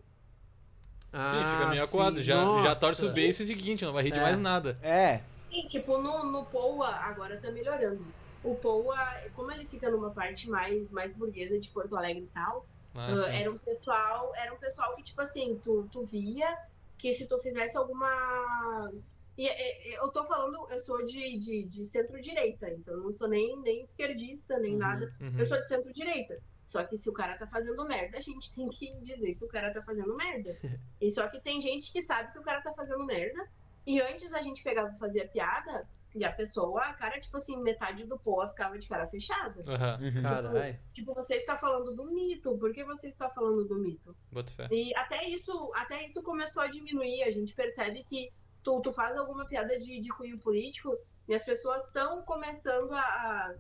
Sim, fica meio
Ah,
acuado.
sim,
Já, já
nossa.
torce o beijo e seguinte, não vai rir de
É.
mais nada.
É.
E, tipo, no, no Poa, agora tá melhorando. O Poa, como ele fica numa parte mais, mais burguesa de Porto Alegre e tal,
Ah,
ah,
sim.
era um pessoal, era um pessoal que, tipo assim, tu, tu via que se tu fizesse alguma. E, e, e, eu tô falando, eu sou de, de, de centro-direita, então eu não sou nem, nem esquerdista, nem nada.
uhum.
Eu sou de centro-direita. Só que se o cara tá fazendo merda, a gente tem que dizer que o cara tá fazendo merda. E só que tem gente que sabe que o cara tá fazendo merda. E antes a gente pegava e fazia piada, e a pessoa, a cara, tipo assim, metade do poa ficava de cara fechada.
Uhum. Caralho.
Tipo, você está falando do mito, por que você está falando do mito?
Bota fé.
E até isso, até isso começou a diminuir. A gente percebe que tu, tu faz alguma piada de, de cunho político e as pessoas estão começando a, a,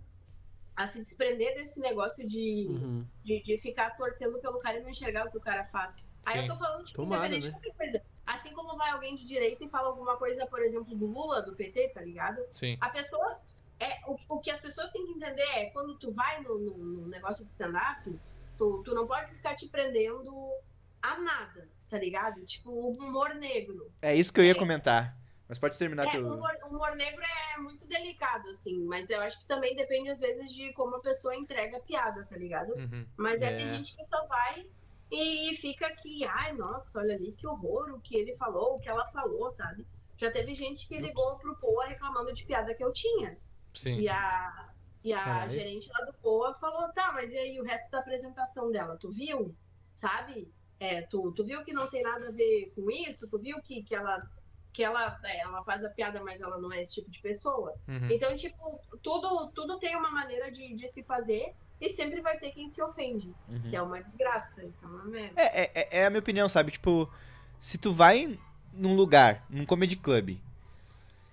a se desprender desse negócio de,
Uhum.
de, de ficar torcendo pelo cara e não enxergar o que o cara faz. Aí
Sim.
eu tô falando, tipo,
Tomara,
independente
né?
de qualquer coisa. Assim como vai alguém de direita e fala alguma coisa, por exemplo, do Lula, do PT, tá ligado?
Sim.
A pessoa. É, o, o que as pessoas têm que entender é quando tu vai no, no- no negócio de stand-up, tu, tu não pode ficar te prendendo a nada, tá ligado? Tipo, o humor negro.
É isso que eu ia comentar. Mas pode terminar
É, o
teu.
humor, o humor negro é muito delicado, assim, mas eu acho que também depende, às vezes, de como a pessoa entrega a piada, tá ligado?
Uhum.
Mas é,
É.
tem gente que só vai e fica aqui, ai, nossa, olha ali, que horror o que ele falou, o que ela falou, sabe? Já teve gente que ligou pro Poa reclamando de piada que eu tinha.
Sim.
E a, e a
Caralho.
gerente lá do Poa falou, tá, mas e aí o resto da apresentação dela, tu viu? Sabe? É, tu, tu viu que não tem nada a ver com isso? Tu viu que, que ela que ela, é, ela faz a piada, mas ela não é esse tipo de pessoa.
Hum.
Uhum.
Então, tipo, tudo, tudo tem uma maneira de, de se fazer e sempre vai ter quem se ofende.
Uhum.
Que é uma desgraça, isso é uma merda.
É, é- é, é a minha opinião, sabe? Tipo, se tu vai num lugar, num comedy club,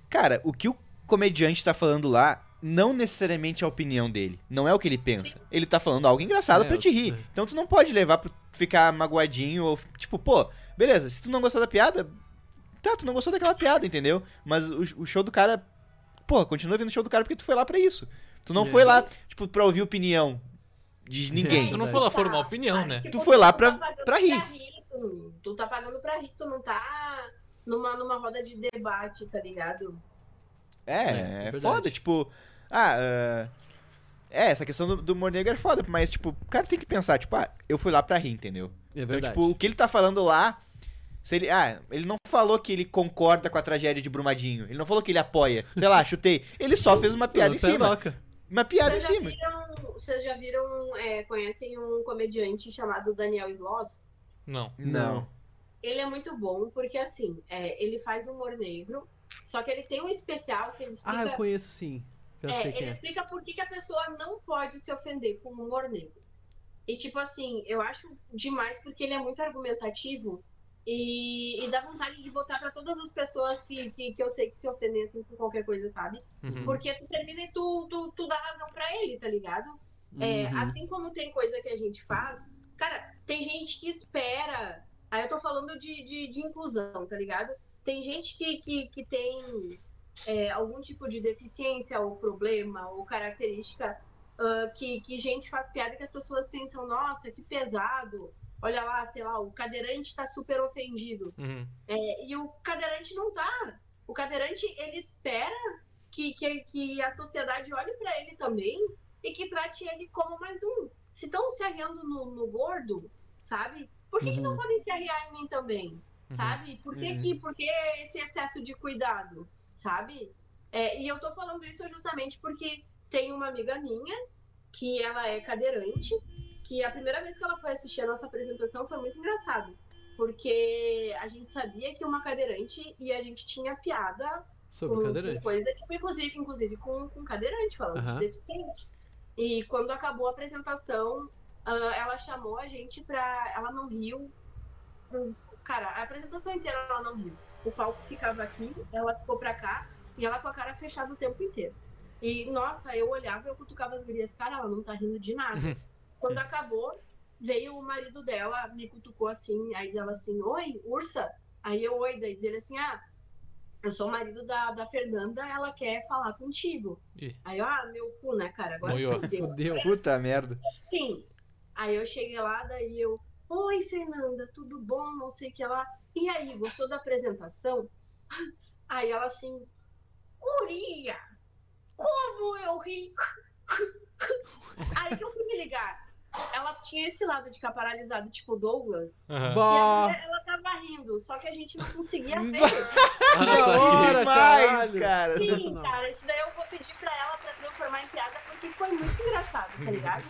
cara, o que o comediante tá falando lá não necessariamente é a opinião dele. Não é o que ele pensa. Ele tá falando algo engraçado
É,
pra te
eu-
rir. Então tu não pode levar pra ficar magoadinho ou, tipo, pô, beleza, se tu não gostou da piada, tá, tu não gostou daquela piada, entendeu? Mas o, o show do cara. Porra, continua vendo o show do cara porque tu foi lá pra isso. Tu não
É.
foi lá, tipo, pra ouvir opinião de ninguém.
Tu não foi lá formar opinião, né?
É, Tu foi lá pra,
tá pagando
pra rir.
tu, tu tá pagando pra rir, tu não tá numa, numa roda de debate, tá ligado?
É, é,
verdade.
foda, tipo. Ah, ah, é, essa questão do, do humor negro é foda, mas, tipo, o cara tem que pensar, tipo, ah, eu fui lá pra rir, entendeu?
É
então,
verdade.
tipo, o que ele tá falando lá. Se ele, ah, ele não falou que ele concorda com a tragédia de Brumadinho. Ele não falou que ele apoia. Sei lá, chutei. Ele só fez uma piada em
Falou
cima.
peroca.
Uma piada em
Vocês já
cima.
viram- Vocês já viram, é, conhecem um comediante chamado Daniel Sloss?
Não.
Não.
Ele é muito bom porque, assim, é, ele faz humor negro, só que ele tem um especial que ele explica...
Ah, eu conheço sim. Já
Então, É,
sei quem
ele
é.
explica por que, que a pessoa não pode se ofender com humor negro. E, tipo assim, eu acho demais porque ele é muito argumentativo e, e dá vontade de botar pra todas as pessoas que, que, que eu sei que se ofendessem por qualquer coisa, sabe?
Hum.
Uhum.
Porque tu termina e tu, tu, tu dá razão pra ele, tá ligado? É,
Uhum.
assim como tem coisa que a gente faz, cara, tem gente que espera. Aí eu tô falando de, de, de inclusão, tá ligado? Tem gente que, que, que tem é, algum tipo de deficiência ou problema ou característica ah, que, que gente faz piada que as pessoas pensam, nossa, que pesado. Olha lá, sei lá, o cadeirante tá super ofendido.
Uhum.
É, e o cadeirante não tá. O cadeirante, ele espera que, que, que a sociedade olhe para ele também e que trate ele como mais um. Se estão se arriando no, no gordo, sabe? Por que, que não
Uhum.
podem se arriar em mim também? Sabe? Por que,
Uhum.
que por que esse excesso de cuidado? Sabe? É, e eu tô falando isso justamente porque tem uma amiga minha que ela é cadeirante, que a primeira vez que ela foi assistir a nossa apresentação foi muito engraçado, porque a gente sabia que uma cadeirante e a gente tinha piada
Sobre
com,
cadeirante.
com coisa, tipo, inclusive, inclusive com, com cadeirante, falando
Aham.
de deficiente. E quando acabou a apresentação, ah, ela chamou a gente pra. Ela não riu. Hum, Cara, a apresentação inteira ela não riu. O palco ficava aqui, ela ficou pra cá e ela com a cara fechada o tempo inteiro. E, nossa, eu olhava, eu cutucava as gurias, cara, ela não tá rindo de nada. Quando acabou, veio o marido dela, me cutucou assim, aí diz ela assim, oi, ursa? Aí eu, oi, daí diz ele assim, ah, eu sou o marido da, da Fernanda, ela quer falar contigo.
Ih.
Aí eu, ah, meu cu, né, cara, agora fudeu.
Puta merda.
Sim. Aí eu cheguei lá, daí eu, oi Fernanda, tudo bom? Não sei o que lá. E aí, gostou da apresentação? Aí ela assim, Curia, como eu ri! aí que eu fui me ligar. Ela tinha esse lado de ficar paralisado, tipo Douglas.
Aham.
E a
Ah.
Bah.
mulher, ela tava rindo, só que a gente não conseguia ver.
Nossa,
hora,
demais,
caralho. cara.
Sim, cara, isso daí eu vou pedir pra ela pra transformar em piada, porque foi muito engraçado, tá ligado?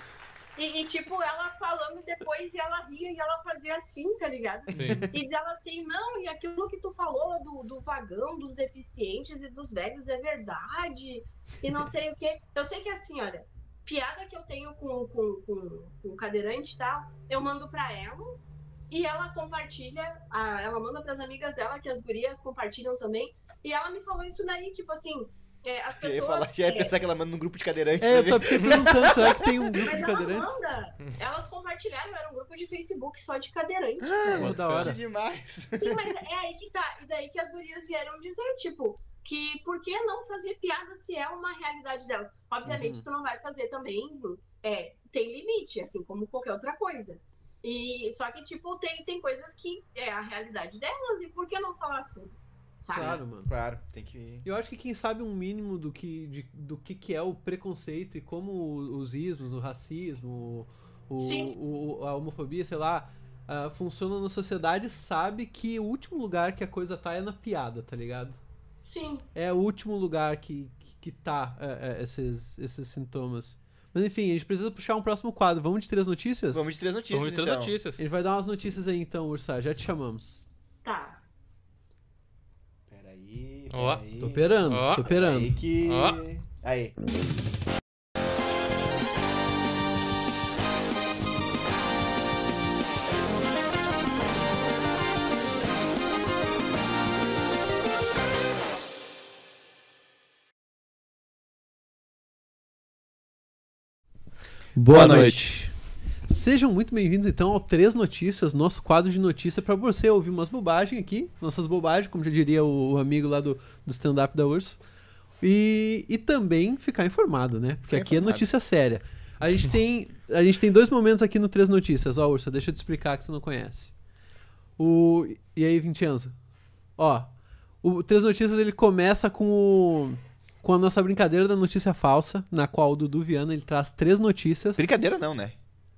E, e, tipo, ela falando depois e ela ria e ela fazia assim, tá ligado?
Sim.
E ela assim, não, e aquilo que tu falou do, do vagão, dos deficientes e dos velhos é verdade, e não sei o quê. Eu sei que assim, olha, piada que eu tenho com, com, com, com cadeirante e tal, eu mando pra ela, e ela compartilha, a- ela manda pras amigas dela, que as gurias compartilham também. E ela me falou isso daí, tipo assim, é, as
Eu ia
pessoas.
falar, já
é,
ia pensar que ela manda num grupo de cadeirante.
É, eu
né?
tô aqui perguntando, será que tem um grupo
mas
de
ela
cadeirantes?
manda. Elas compartilharam, era um grupo de Facebook só de cadeirante.
Ah,
cara.
Pô, da hora.
Que demais.
Sim, mas é aí que tá. E daí que as gurias vieram dizer, tipo, que por que não fazer piada se é uma realidade delas? Obviamente,
Uhum.
tu não vai fazer também. É, tem limite, assim como qualquer outra coisa. E só que, tipo, tem, tem coisas que é a realidade delas, e por que não falar assim? Sabe?
Claro, mano.
Claro, tem que.
Eu acho que quem sabe um mínimo do que, de- do que, que é o preconceito e como o- os ismos, o racismo, o,
Sim.
o- o- a homofobia, sei lá, ah, funciona na sociedade, sabe que o último lugar que a coisa tá é na piada, tá ligado?
Sim.
É o último lugar que, que, que tá é, é, esses, esses sintomas. Mas enfim, a gente precisa puxar um próximo quadro. Vamos de três notícias?
Vamos de três notícias, Vamos de três então. notícias.
A gente vai dar umas notícias aí então, Ursa, já te chamamos.
Tá.
Peraí.
Ó.
peraí.
Tô operando,
Ó.
tô operando.
Aí que.
Ó.
Aí.
Boa, noite. Sejam muito bem-vindos então ao Três Notícias, nosso quadro de notícia para você ouvir umas bobagens aqui, nossas bobagens, como já diria o, o amigo lá do, do stand-up da Urso. E, e também ficar informado, né? Porque
Ficar
aqui é
informado.
notícia séria. A gente, tem, a gente tem dois momentos aqui no Três Notícias. Ó, Ursa, deixa eu te explicar que tu não conhece. O, e aí, Vincenzo? Ó, o Três Notícias ele começa com o- com a nossa brincadeira da notícia falsa, na qual o Dudu Viana ele traz três notícias.
Brincadeira não, né?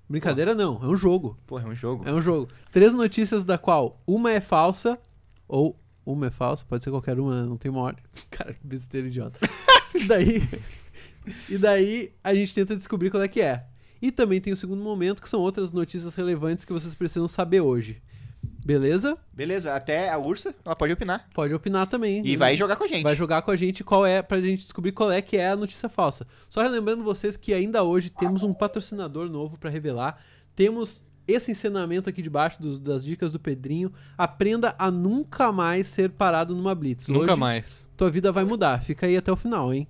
Brincadeira não, é um jogo.
Porra, é um jogo.
É um jogo. Três notícias da qual uma é falsa, ou uma é falsa, pode ser qualquer uma, não tem uma ordem. Cara, que besteira idiota. e daí. E daí a gente tenta descobrir qual é que é. E também tem o segundo momento, que são outras notícias relevantes que vocês precisam saber hoje. Beleza?
Beleza, até a Ursa, ela pode opinar.
Pode opinar também.
E vai jogar com a gente.
Vai jogar com a gente qual é, pra gente descobrir qual é que é a notícia falsa. Só relembrando vocês que ainda hoje temos um patrocinador novo pra revelar. Temos esse ensinamento aqui debaixo dos- das dicas do Pedrinho. Aprenda a nunca mais ser parado numa blitz.
Nunca
Hoje,
mais.
Tua vida vai mudar. Fica aí até o final, hein?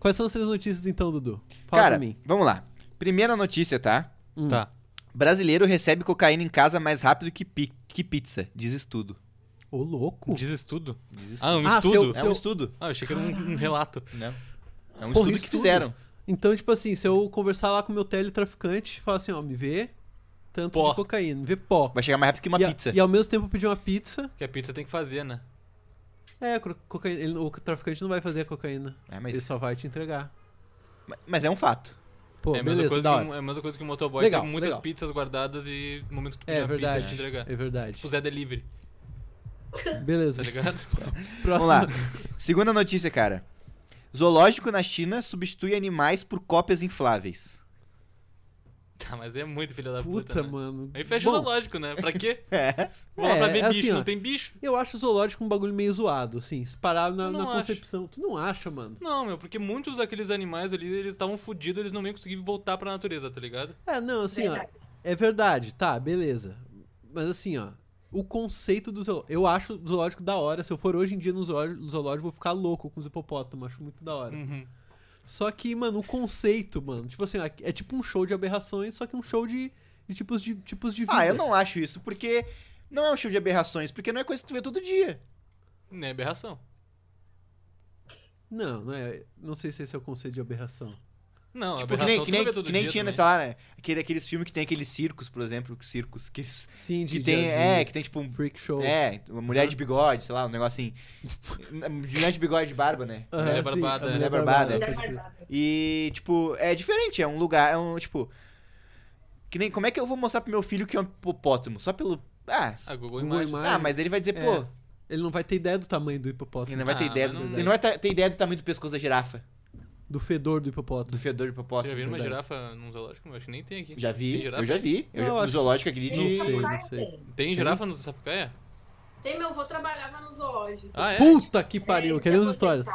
Quais são as três notícias então, Dudu? Fala
Cara,
pra mim.
vamos lá. Primeira notícia, tá?
Tá.
Brasileiro recebe cocaína em casa mais rápido que, pi- que pizza, diz estudo.
Ô, louco.
Diz estudo?
Diz
Ah, um
estudo.
estudo?
É um estudo.
Ah, eu achei que era um, um relato.
Não. É um
Porra,
estudo que
estudo.
fizeram.
Então, tipo assim, se eu conversar lá com o meu teletraficante, falar assim, ó, me vê tanto
Pó.
de cocaína, me vê pó.
Vai chegar mais rápido que uma
E a-
pizza.
e ao mesmo tempo pedir uma pizza.
Que a pizza tem que fazer, né?
É, cro- cocaína, ele- o traficante não vai fazer a cocaína.
É, mas-
Ele só vai te entregar.
Mas é um fato.
Pô,
é, a mesma
beleza,
coisa
da
que,
hora.
um- é a mesma coisa que um motoboy
Legal,
tem muitas
legal.
pizzas guardadas e no momento que tu
É
pedir uma pizza ele
verdade,
te entregar.
é verdade.
Tipo Zé Delivery.
Beleza.
Tá ligado?
Vamos lá. Segunda notícia, cara. Zoológico na China substitui animais por cópias infláveis.
Tá, mas é muito filha da puta.
Puta,
né?
mano.
Aí fecha o
Bom.
zoológico, né? Pra quê?
É.
Vou lá pra ver bicho,
assim, ó,
não tem bicho?
Eu acho o zoológico um bagulho meio zoado, assim, se parar na,
Eu não
na
acho.
concepção. Tu não acha, mano?
Não, meu, porque muitos daqueles animais ali, eles estavam fodidos, eles não iam conseguir voltar pra natureza, tá ligado?
É, não, assim,
Verdade.
ó. É verdade, tá, beleza. Mas assim, ó. O conceito do zoológico. Eu acho o zoológico da hora. Se eu for hoje em dia no zoológico, zoológico vou ficar louco com os hipopótamos. Acho muito da hora.
Uhum.
Só que, mano, o conceito, mano. Tipo assim, ó, é tipo um show de aberrações, só que um show de, de tipos, de tipos de vida.
Ah, eu não acho isso, porque não é um show de aberrações, porque não é coisa que tu vê todo dia.
Não é aberração.
Não, não é. Não sei se esse é o conceito de aberração.
Não,
Tipo, que nem, que nem, que nem tinha, sei lá, né, aquele, aqueles filmes que tem aqueles circos, por exemplo, que circos que,
Sim,
que
de-
tem,
de-
é, que tem tipo um
freak show.
É, uma mulher de bigode, sei lá, um negócio assim. mulher de bigode de barba, né?
Aham,
Mulher
sim,
barbada,
a
né?
mulher
Mulher barbada.
barbada, pode crer.
E tipo, é diferente, é um lugar, é um tipo que nem como é que eu vou mostrar pro meu filho que é um hipopótamo? Só pelo ah,
Ah, Google
Google
Imagens.
Ah, mas ele vai dizer,
É.
pô,
Ele não vai ter ideia do tamanho do hipopótamo.
ele não vai ter ideia, do,
do,
ele não vai ta- ter ideia do tamanho do pescoço da girafa,
do fedor do hipopótamo.
do fedor de hipopótamo.
Você já viram uma
Verdade.
girafa num zoológico? Eu acho que nem tem aqui.
Já
Tem
vi,
girafa?
eu já vi. Eu
Não,
já,
eu
no
acho-
zoológico aqui de... é
Não sei, não sei.
Tem girafa no Sapucaia?
Tem, meu avô trabalhava no zoológico.
Ah, é?
Puta que pariu, queremos histórias.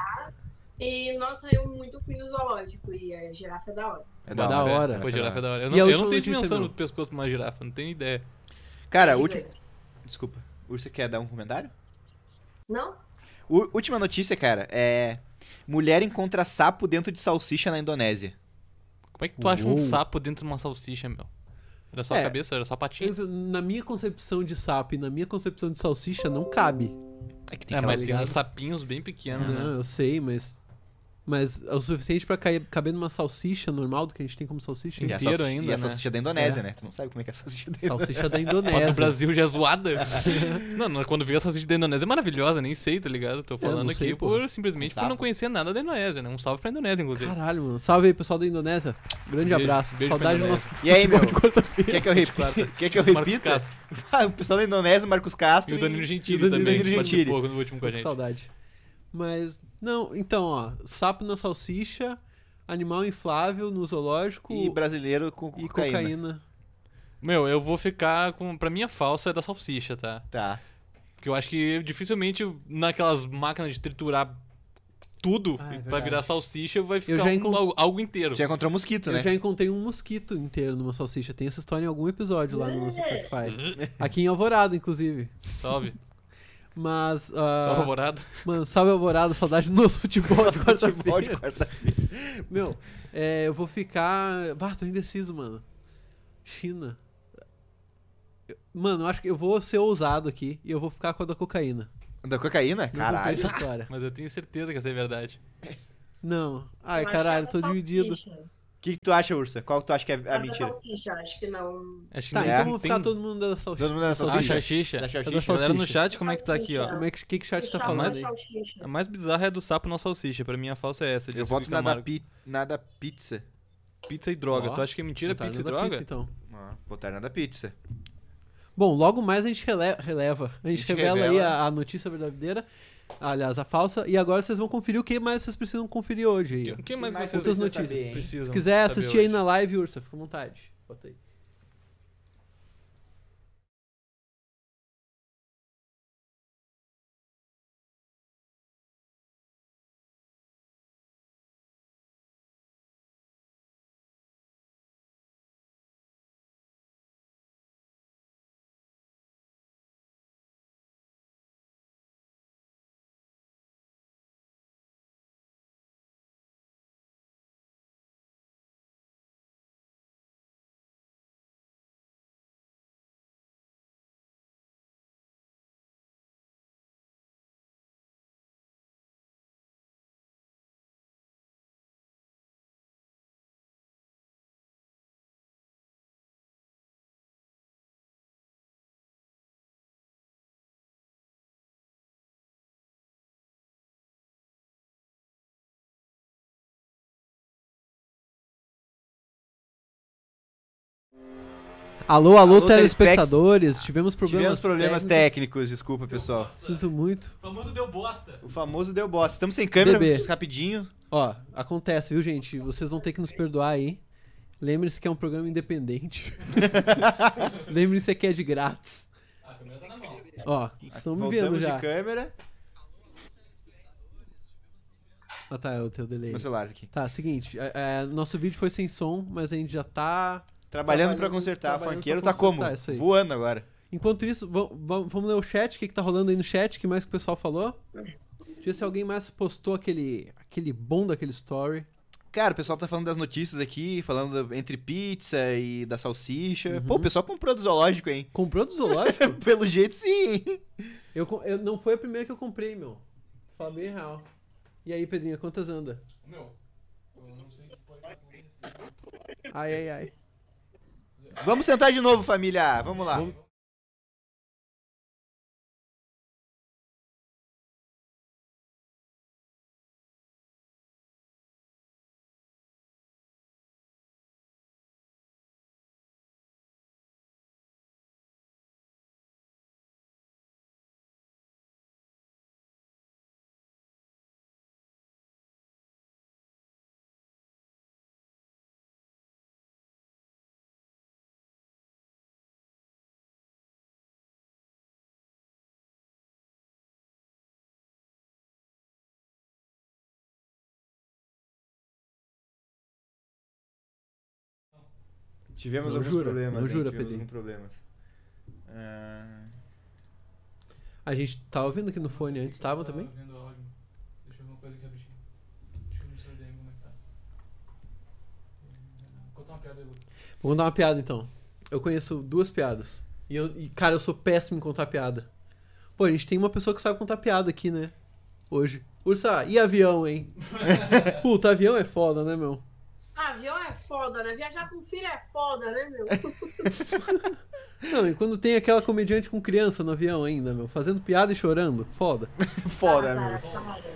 E, nossa, eu muito fui no zoológico. E a girafa é da hora.
É
da hora, é
Pô,
da
girafa é da hora. Eu
hora.
não,
E a
eu
última
não tenho
notícia,
dimensão
meu?
do pescoço de uma girafa, não tenho ideia.
É
Cara, última... Desculpa. Urso quer dar um comentário?
Não?
U- última notícia, cara, é... Mulher encontra sapo dentro de salsicha na Indonésia.
Como é que tu acha um
Uou.
sapo dentro de uma salsicha, meu? Era só a
É.
cabeça, era só a patinha.
Mas Na minha concepção de sapo e na minha concepção de salsicha não cabe.
É que
É, mas tem uns sapinhos bem pequenos, né?
Não, eu sei, mas. Mas é o suficiente pra cair- caber numa salsicha normal do que a gente tem como salsicha?
E a
Inteiro
salsi-
ainda,
E a
né?
salsicha da Indonésia,
É.
né? Tu não sabe como é que é a salsicha da Indonésia.
Salsicha da
A
Indonésia.
do Brasil já é zoada. não, não, quando veio a salsicha da Indonésia é maravilhosa, nem sei, tá ligado? Tô falando
É, não
aqui
sei,
por
porra.
simplesmente
Um
por não
sapo.
conhecer nada da Indonésia, né? Um salve pra Indonésia, inclusive.
Caralho, mano. Salve aí, pessoal da Indonésia. Grande
Beijo,
abraço.
beijo pra
Saudade do nosso
Indonésia.
E aí,
futebol
meu?
de quarta-feira.
é Quer que eu repita? Quer que eu
Marcos
repita?
Castro.
Ah, o pessoal da Indonésia, o Marcos Castro.
E o Danilo Gentili
e o Danilo
também, que
Gentili.
participou no último com a
Tô
gente.
saudade. Mas, não, então, ó. Sapo na salsicha, animal inflável no zoológico.
E brasileiro com
e
cocaína.
cocaína.
Meu, eu vou ficar com. Pra mim, a falsa é da salsicha, tá?
Tá.
Porque eu acho que dificilmente naquelas máquinas de triturar tudo
Ah, é
pra
verdade.
virar salsicha vai
Eu já
ficar um-
encon-
algo- algo inteiro.
Já encontrou mosquito, né?
Eu já encontrei um mosquito inteiro numa salsicha. Tem essa história em algum episódio lá no nosso Spotify. Aqui em Alvorada, inclusive.
Salve.
Mas. Uh...
Salve, Alvorada.
Mano, salve Alvorada, saudade do nosso futebol de
Futebol de
quarta-feira.
quarta-feira.
Meu, é, eu vou ficar. Bah, tô indeciso, mano. China. Eu- Mano, eu acho que eu vou ser ousado aqui e eu vou ficar com a da cocaína.
Da cocaína?
Não contei
Caralho.
essa história.
Mas eu tenho certeza que essa é verdade.
Não. Ai,
é
caralho, tô dividido. Ah,
O que, que tu acha, Ursa? Qual que tu acha que
Ah,
é a mentira?
Salsicha, acho que não.
Acho que
Tá,
não
então
tem-
vou ficar
É, tem-
todo mundo da salsicha.
Todo mundo da
A
salsicha.
salsicha.
Da salsicha.
A Galera no
salsicha.
chat, como é que tá aqui, ó?
Como é que, que, que o chat tá
Chama
falando
de
aí?
salsicha.
A mais bizarra é a do sapo na salsicha. Pra mim, a falsa é essa.
Eu
disse o
voto na da,
Camargo.
pi... na da pizza.
Pizza e droga.
Ó,
tu acha que é mentira
botaram
pizza e
na
droga?
pizza, então.
Ah, votaram na da pizza.
Bom, logo mais a gente rele- releva. A gente,
gente
revela, aí
revela.
a, a notícia verdadeira. Aliás, a falsa. E agora vocês vão conferir o que mais vocês precisam conferir hoje aí. ó.
O que mais
mais
vocês
Outras
precisa
notícias.
saber, hein?
precisam
Se quiser
saber
assistir aí
hoje?
na live, Ursa, fica à vontade. Bota aí. Alô, alô,
Alô,
telespectadores. Tivemos problemas,
Tivemos problemas técnicos, desculpa, pessoal.
Sinto muito.
O famoso deu bosta. O famoso deu bosta. Estamos sem câmera,
DB.
rapidinho.
Ó, acontece, viu, gente? Vocês vão ter que nos perdoar aí. Lembre-se que é um programa independente. Lembre-se que é de grátis. Ó, estão me vendo
Voltamos
já.
de câmera.
Ah, tá, é o teu delay.
Meu celular aqui.
Tá, seguinte, é, é, nosso vídeo foi sem som, mas a gente já tá.
Trabalhando pra consertar.
trabalhando
Funkeiro
pra
tá como?
consertar isso aí.
Voando agora.
Enquanto isso, va- va- vamos ler o chat, o que, que tá rolando aí no chat, o que mais que o pessoal falou? Deixa eu ver se alguém mais postou aquele, aquele bom daquele story.
Cara, o pessoal tá falando das notícias aqui, falando da- entre pizza e da salsicha. Pô, o pessoal comprou do zoológico, hein?
Comprou do zoológico?
Pelo jeito, sim.
Eu, co- eu- não foi a primeira que eu comprei, meu. Vou Falar bem real. E aí, Pedrinha, quantas anda?
Meu, eu não sei o que pode acontecer.
Ai, ai, ai.
Vamos tentar de novo, família. Vamos lá. Tivemos
Não
alguns
jura,
problemas.
não
hein?
jura,
Tivemos
Pedrinho.
alguns problemas. Ah,
A gente tava ouvindo aqui no fone antes, estavam também?
Tá Vendo áudio. Deixa eu ver uma coisa aqui rapidinho. Deixa eu ver se eu lembro como é que tá. Hum, Conta uma piada aí, Lu.
Vou contar uma piada então. Eu conheço duas piadas. E, eu, e, cara, eu sou péssimo em contar piada. Pô, a gente tem uma pessoa que sabe contar piada aqui, né? Hoje. Ursa, e avião, hein? Puta, avião é foda, né, meu?
Ah, avião é foda, né? Viajar com filho é foda, né, meu?
Não, e quando tem aquela comediante com criança no avião ainda, meu, fazendo piada e chorando, foda. né,
Foda,
Cara, tá maluco.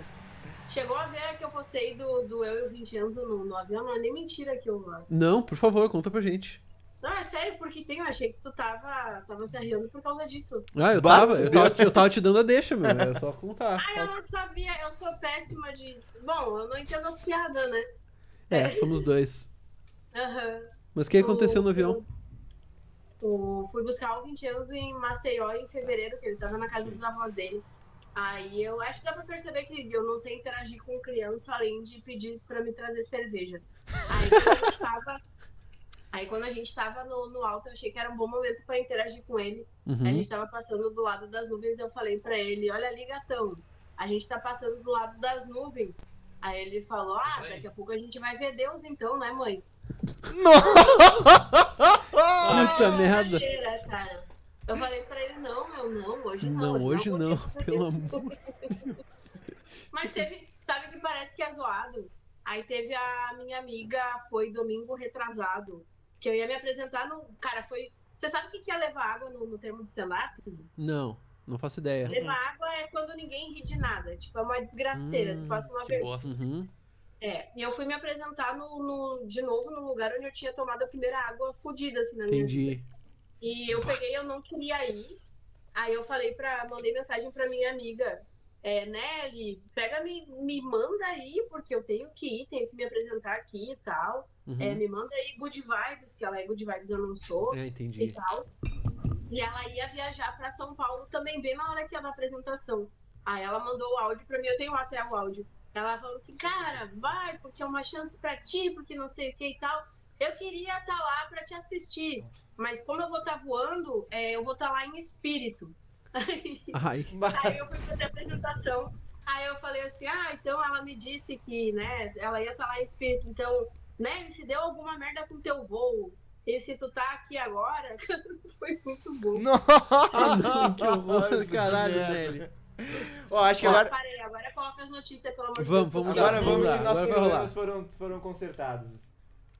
Chegou a ver que eu postei do, do Eu e o Vincenzo no, no avião, não é nem mentira que eu
Não, por favor, conta pra gente.
Não, é sério, porque tem, eu achei que tu tava, tava se arriando por causa disso.
Ah, eu tava, eu tava, eu tava te dando a deixa, meu, é só contar.
Ah, eu não sabia, eu sou péssima de. Bom, eu não entendo as piadas, né?
É, somos dois.
Aham.
Mas o que aconteceu no
O-
avião?
o- fui buscar o 20 anos em Maceió em fevereiro, que ele tava na casa dos avós dele. Aí eu acho que dá pra perceber que eu não sei interagir com criança além de pedir pra me trazer cerveja. Aí quando eu tava, aí quando a gente tava no, no alto, eu achei que era um bom momento pra interagir com ele.
Uhum.
A gente tava passando do lado das nuvens, eu falei pra ele: Olha ali, gatão, a gente tá passando do lado das nuvens. Aí ele falou: Ah, daqui a pouco a gente vai ver Deus, então, né, mãe?
Puta merda.
Mentira, cara. Eu falei pra ele, não, meu, não, hoje não.
Não, hoje não,
porque-
pelo amor
Mas teve, sabe que parece que é zoado? Aí teve a minha amiga, foi domingo retrasado, que eu ia me apresentar no... Cara, foi... Você sabe o que que é levar água no, no termo de celular?
Uhum. Não, não faço ideia.
Levar água é quando ninguém ri de nada, tipo, é uma desgraceira,
Hum,
tu passa uma vergonha.
Uhum.
É, e eu fui me apresentar no, no- de novo no lugar onde eu tinha tomado a primeira água fodida, assim, na minha
Entendi.
E eu peguei, eu não queria ir. Aí eu falei pra. Mandei mensagem pra minha amiga. É, Nelly, pega, me, me manda aí, porque eu tenho que ir, tenho que me apresentar aqui e tal.
Uhum.
É, me manda aí good vibes, que ela é good vibes, eu não sou.
É, entendi.
E tal. E ela ia viajar pra São Paulo também, bem na hora que ia na apresentação. Aí ela mandou o áudio pra mim, eu tenho até o áudio. Ela falou assim, cara, vai, porque é uma chance pra ti, porque não sei o que e tal. Eu queria estar lá pra te assistir, mas como eu vou estar voando, é, eu vou estar lá em espírito.
Ai.
Aí eu fui fazer a apresentação. Aí eu falei assim: ah, então ela me disse que, né, ela ia estar lá em espírito. Então, né, se deu alguma merda com teu voo. E se tu tá aqui agora, foi muito bom.
não,
que horror, né?
Nossa,
caralho,
merda.
velho.
Ó, acho que
Ó,
agora.
Parei, agora coloca as notícias, pelo amor de
Vamos,
Deus.
vamos
Agora
lá,
vamos
vamos lá,
que nossos
agora vai rolar.
problemas foram, foram consertados.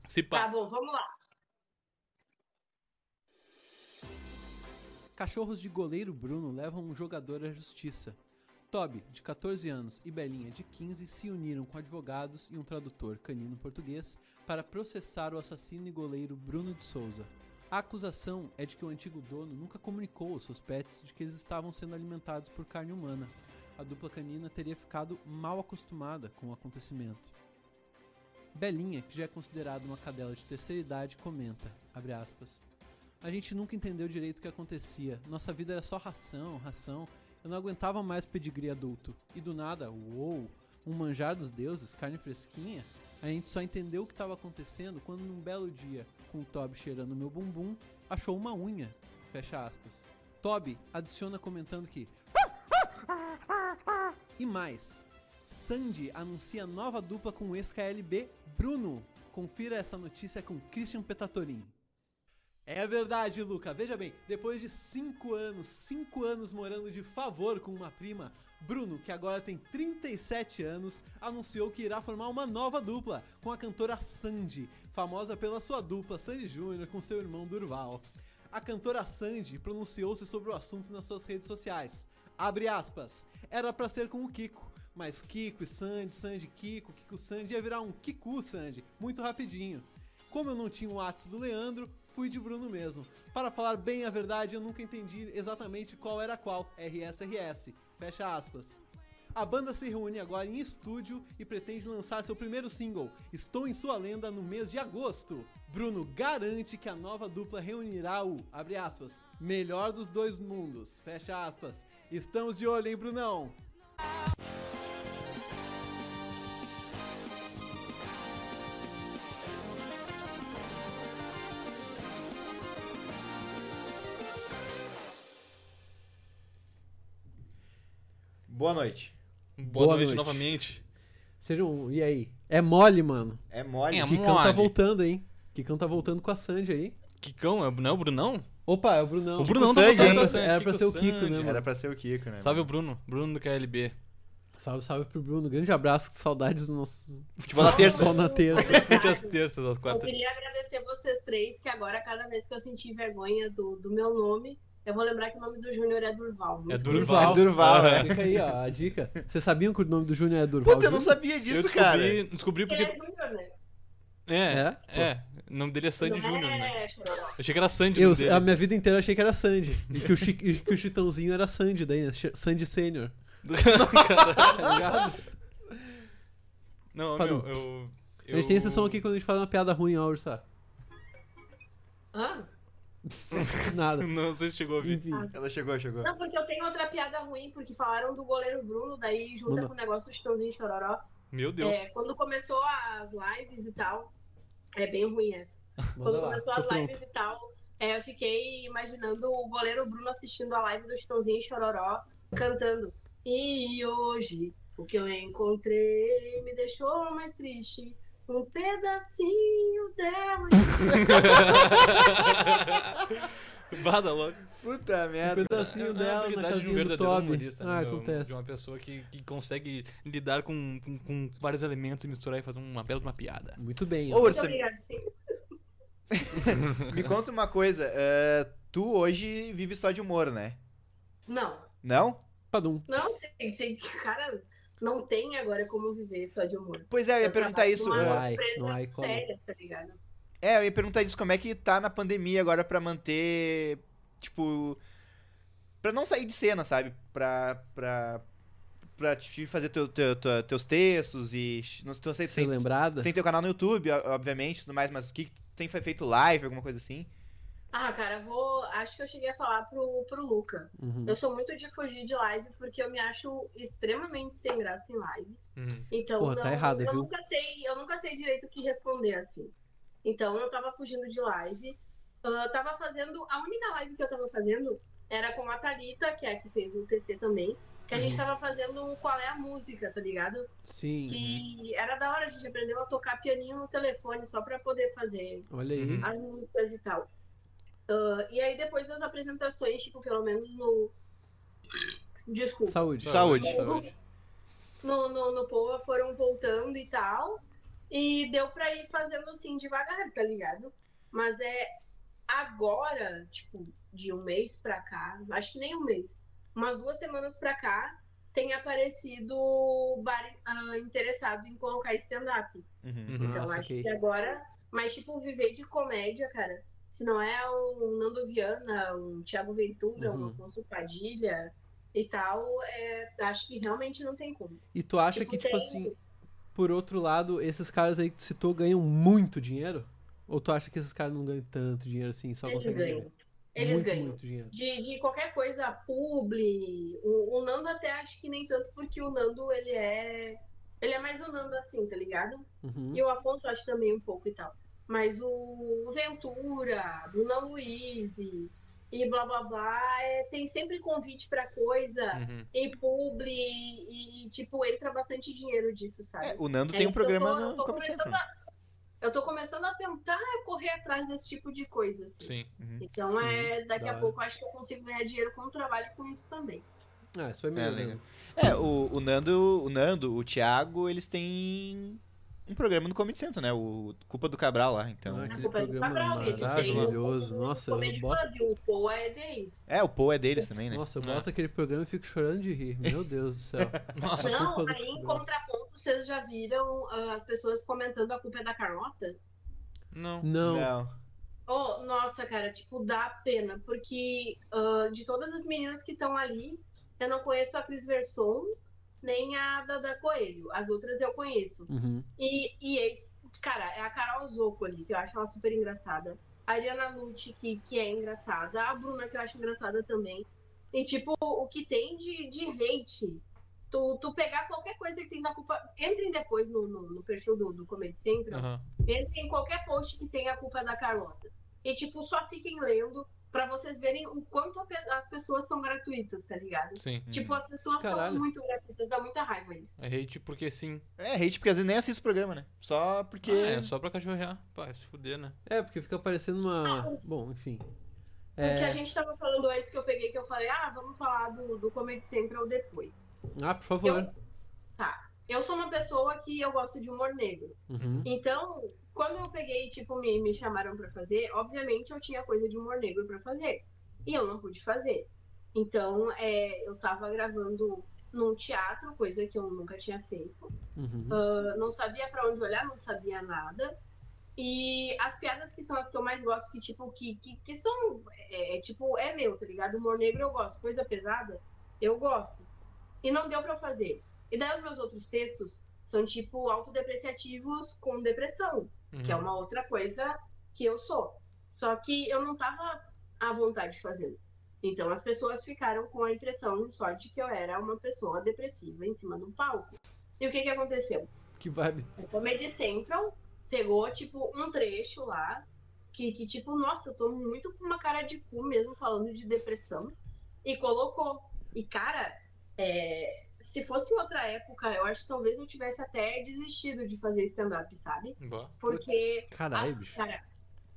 Se
Tá bom, vamos lá.
Cachorros de goleiro Bruno levam um jogador à justiça. Toby, de 14 anos, e Belinha, de 15, se uniram com advogados e um tradutor canino português para processar o assassino e goleiro Bruno de Souza. A acusação é de que o antigo dono nunca comunicou aos seus pets de que eles estavam sendo alimentados por carne humana. A dupla canina teria ficado mal acostumada com o acontecimento. Belinha, que já é considerada uma cadela de terceira idade, comenta, abre aspas, A gente nunca entendeu direito o que acontecia. Nossa vida era só ração, ração. Eu não aguentava mais pedigree adulto. E do nada, uou, um manjar dos deuses, carne fresquinha. A gente só entendeu o que estava acontecendo quando num belo dia, com o Toby cheirando meu bumbum, achou uma unha. Fecha aspas. Toby adiciona comentando que e mais, Sandy anuncia nova dupla com o ex-KLB Bruno. Confira essa notícia com Christian Petatorin. É verdade, Luca. Veja bem, depois de 5 anos, 5 anos morando de favor com uma prima, Bruno, que agora tem 37 anos, anunciou que irá formar uma nova dupla com a cantora Sandy, famosa pela sua dupla Sandy Júnior com seu irmão Durval. A cantora Sandy pronunciou-se sobre o assunto nas suas redes sociais. Abre aspas. Era pra ser com o Kiko, mas Kiko e Sandy, Sandy Kiko, Kiko Sandy ia virar um Kiku Sandy, muito rapidinho. Como eu não tinha o Whats do Leandro, fui de Bruno mesmo. Para falar bem a verdade, eu nunca entendi exatamente qual era qual, RSRS. Fecha aspas. A banda se reúne agora em estúdio e pretende lançar seu primeiro single, Estou em Sua Lenda, no mês de agosto. Bruno garante que a nova dupla reunirá o, abre aspas, melhor dos dois mundos, fecha aspas. Estamos de olho, hein, Brunão?
Boa noite.
Boa, noite, novamente.
Sejam, e aí? É mole, mano.
É mole.
É
Kikão tá
mole.
voltando, hein? Kikão tá voltando com a Sandy aí.
Kikão, é o- não é o Brunão?
Opa, é o Brunão.
O Brunão tá
Sandy,
voltando
hein?
pra Sandy,
Era pra
Kiko
ser o Kiko,
Sandy.
né?
Era pra ser o Kiko, né?
Salve o Bruno, Bruno do KLB.
Salve, salve pro Bruno. Grande abraço, saudades do nosso.
Futebol na terça.
Futebol na terça.
Futebol às terças, às
Tá. Eu
quartas.
queria agradecer vocês três, que agora, cada vez que eu sentir vergonha do, do meu nome, eu vou lembrar que o nome do Júnior é Durval.
É Durval.
É Durval,
Aham.
Fica aí, ó, a dica. Vocês sabiam que o nome do Júnior é Durval?
Puta, eu não
Júnior?
sabia disso,
Eu descobri-
cara.
descobri porque-
Ele é Júnior, né?
É,
É?
é. O nome dele é Sandy
Não
Júnior,
é,
né?
Chororó.
Eu achei que era Sandy o
Eu,
nome dele.
a minha vida inteira eu achei que era Sandy. E que o, chi, e que o Chitãozinho era Sandy daí, né? Ch- Sandy Sênior. Tá ligado?
Não,
Fala,
meu,
pss.
eu.
A gente tem esse som aqui quando a gente faz uma piada ruim, ó, Ursa.
Hã?
Nada.
Não sei se chegou a ouvir.
Enfim.
Ela chegou, chegou.
Não, porque eu tenho outra piada ruim, porque falaram do goleiro Bruno, daí junta
Bruno.
com o negócio do Chitãozinho e Chororó.
Meu Deus.
É, quando começou as lives e tal, é bem ruim essa.
Manda
quando
lá,
começou
tô
as lives
pronto.
e tal, é, eu fiquei imaginando o goleiro Bruno assistindo a live do Chitãozinho e Chororó cantando. E hoje, o que eu encontrei me deixou mais triste. Um pedacinho dela.
Bada louco.
Puta merda.
Um pedacinho
É uma
dela na
habilidade de
casinha
um
do
verdadeiro
Toby.
humorista, né,
Ah,
meu?
acontece.
De uma pessoa que, que consegue lidar com, com, com vários elementos e misturar e fazer uma bela de uma piada.
Muito bem.
Ô, Ursa,
Obrigada.
me conta uma coisa. eh, tu hoje vive só de humor, né?
Não,
Não?
Padum.
não sei, sei que, cara, não tem agora como viver só de humor.
Pois é, eu ia perguntar
trabalho
isso.
numa
eh,
Ai,
empresa
não ai, como.
séria, tá ligado?
É, eu ia perguntar disso, como é que tá na pandemia agora pra manter, tipo, pra não sair de cena, sabe? Pra, pra, pra te fazer teu, teu- tua- teus textos e... Não sei, tu aceita-
Ser lembrada?
Tem teu canal no YouTube, o- obviamente, tudo mais, mas o que que tu tem fe- feito live, alguma coisa assim?
Ah, cara, vou. Acho que eu cheguei a falar pro, pro Luca.
Uhum.
Eu sou muito de fugir de live porque eu me acho extremamente sem graça em live.
Uhum.
Então,
Porra,
não-
tá errado,
eu
viu?
nunca sei, eu nunca sei direito o que responder assim. Então, eu tava fugindo de live. Ah, Eu tava fazendo. A única live que eu tava fazendo era com a Thalita, que é a que fez o TC também. Que a
Uhum.
gente tava fazendo um qual é a música, tá ligado?
Sim. Uhum.
Que era da hora, a gente aprendeu a tocar pianinho no telefone só pra poder fazer
Olha aí.
Uhum.
as músicas e tal. Ah, e aí depois as apresentações, tipo, pelo menos no. Desculpa.
Saúde.
Saúde.
Saúde. No, no, no Poa foram voltando e tal. E deu pra ir fazendo assim devagar, tá ligado? Mas é agora, tipo, de um mês pra cá, acho que nem um mês, umas duas semanas pra cá, tem aparecido bar ah, interessado em colocar stand-up.
Uhum.
Então acho que agora. Mas, tipo, viver de comédia, cara, se não é um Nando Viana, um Thiago Ventura, um
Uhum.
Afonso Padilha e tal, é, acho que realmente não tem como.
E tu acha que, tipo
tem-
assim, por outro lado, esses caras aí que tu citou ganham muito dinheiro? Ou tu acha que esses caras não ganham tanto dinheiro assim, só
Eles
conseguem
ganham.
ganhar?
Eles
muito,
ganham.
muito dinheiro.
De, de qualquer coisa, publi. O, o Nando até acho que nem tanto, porque o Nando, ele é. Ele é mais o Nando assim, tá ligado?
Uhum.
E o Afonso acho também um pouco e tal. Mas o Ventura, Bruna Luiz e e blá blá blá, é, tem sempre convite pra coisa,
Hum.
Uhum.
e publi, e, e, tipo, entra bastante dinheiro disso, sabe?
É, o Nando
É
tem um
isso que eu
programa
eu
no Comedy
começando
Central.
a- Eu tô começando a tentar correr atrás desse tipo de coisa, assim.
Sim.
Então
Sim,
é, daqui
da
a
hora.
pouco eu acho que eu consigo ganhar dinheiro com o trabalho com isso também.
Ah, isso foi
É,
melhor.
legal. É, o, o Nando, o Nando, o Thiago, eles têm um programa no Comedy Central, né? O Culpa do Cabral lá, então.
Ah, aquele
Culpa do
programa
Cabral, que tem o-
maravilhoso. Nossa, eu
Comedy
boto,
Club, o Poa é deles.
É, o Paul é deles também, né?
nossa, eu boto aquele programa e fico chorando de rir. Meu Deus do céu.
Tá
Não, aí em contraponto, vocês já viram ah, as pessoas comentando a culpa é da Carlota?
Não.
Não.
Oh, nossa, cara, tipo, dá pena, porque ah, de todas as meninas que estão ali, eu não conheço a Cris Verson, nem a Dada Coelho. As outras eu conheço.
Uhum.
E, e ex, cara, é a Carol Zocco ali, que eu acho ela super engraçada. A Ariana Lucci, que, que é engraçada. A Bruna, que eu acho engraçada também. E, tipo, o que tem de, de hate. Tu, tu pegar qualquer coisa que tem da culpa. Entrem depois no, no, no perfil do, do Comedy Central.
Aham.
Entrem em qualquer post que tenha a culpa da Carlota. E, tipo, só fiquem lendo pra vocês verem o quanto a pe- as pessoas são gratuitas, tá ligado?
Sim.
Tipo, as pessoas
Caralho.
são muito gratuitas. Dá muita raiva isso.
É hate porque sim.
É, hate porque às vezes nem assiste o programa, né? Só porque.
Ah, é só pra cachorrear. Pá, se fuder, né?
É, porque fica parecendo uma. Bom, enfim.
O que
É...
a gente tava falando antes que eu peguei, que eu falei, ah, vamos falar do, do Comedy Central depois.
Ah, por favor.
Tá. Eu sou uma pessoa que eu gosto de humor negro.
Uhum.
Então, quando eu peguei, tipo, me, me chamaram pra fazer, obviamente eu tinha coisa de humor negro pra fazer. E eu não pude fazer. Então, é, eu tava gravando num teatro, coisa que eu nunca tinha feito.
uhum.
Ah, não sabia pra onde olhar, não sabia nada. E as piadas que são as que eu mais gosto, que tipo, que, que, que são, é, é, tipo, é meu, tá ligado? Humor negro eu gosto, coisa pesada eu gosto. E não deu pra eu fazer. E daí os meus outros textos são tipo autodepreciativos com depressão, que é
Uhum.
uma outra coisa que eu sou. Só que eu não tava à vontade de fazer. Então as pessoas ficaram com a impressão só de que eu era uma pessoa depressiva em cima de um palco. E o que que aconteceu?
Que vibe.
O Comedy Central pegou, tipo, um trecho lá, que, que tipo, nossa, eu tô muito com uma cara de cu mesmo falando de depressão, e colocou. E, cara, é, se fosse outra época, eu acho que talvez eu tivesse até desistido de fazer stand-up, sabe?
Boa.
Porque.
Putz, caralho,
as,
bicho.
cara,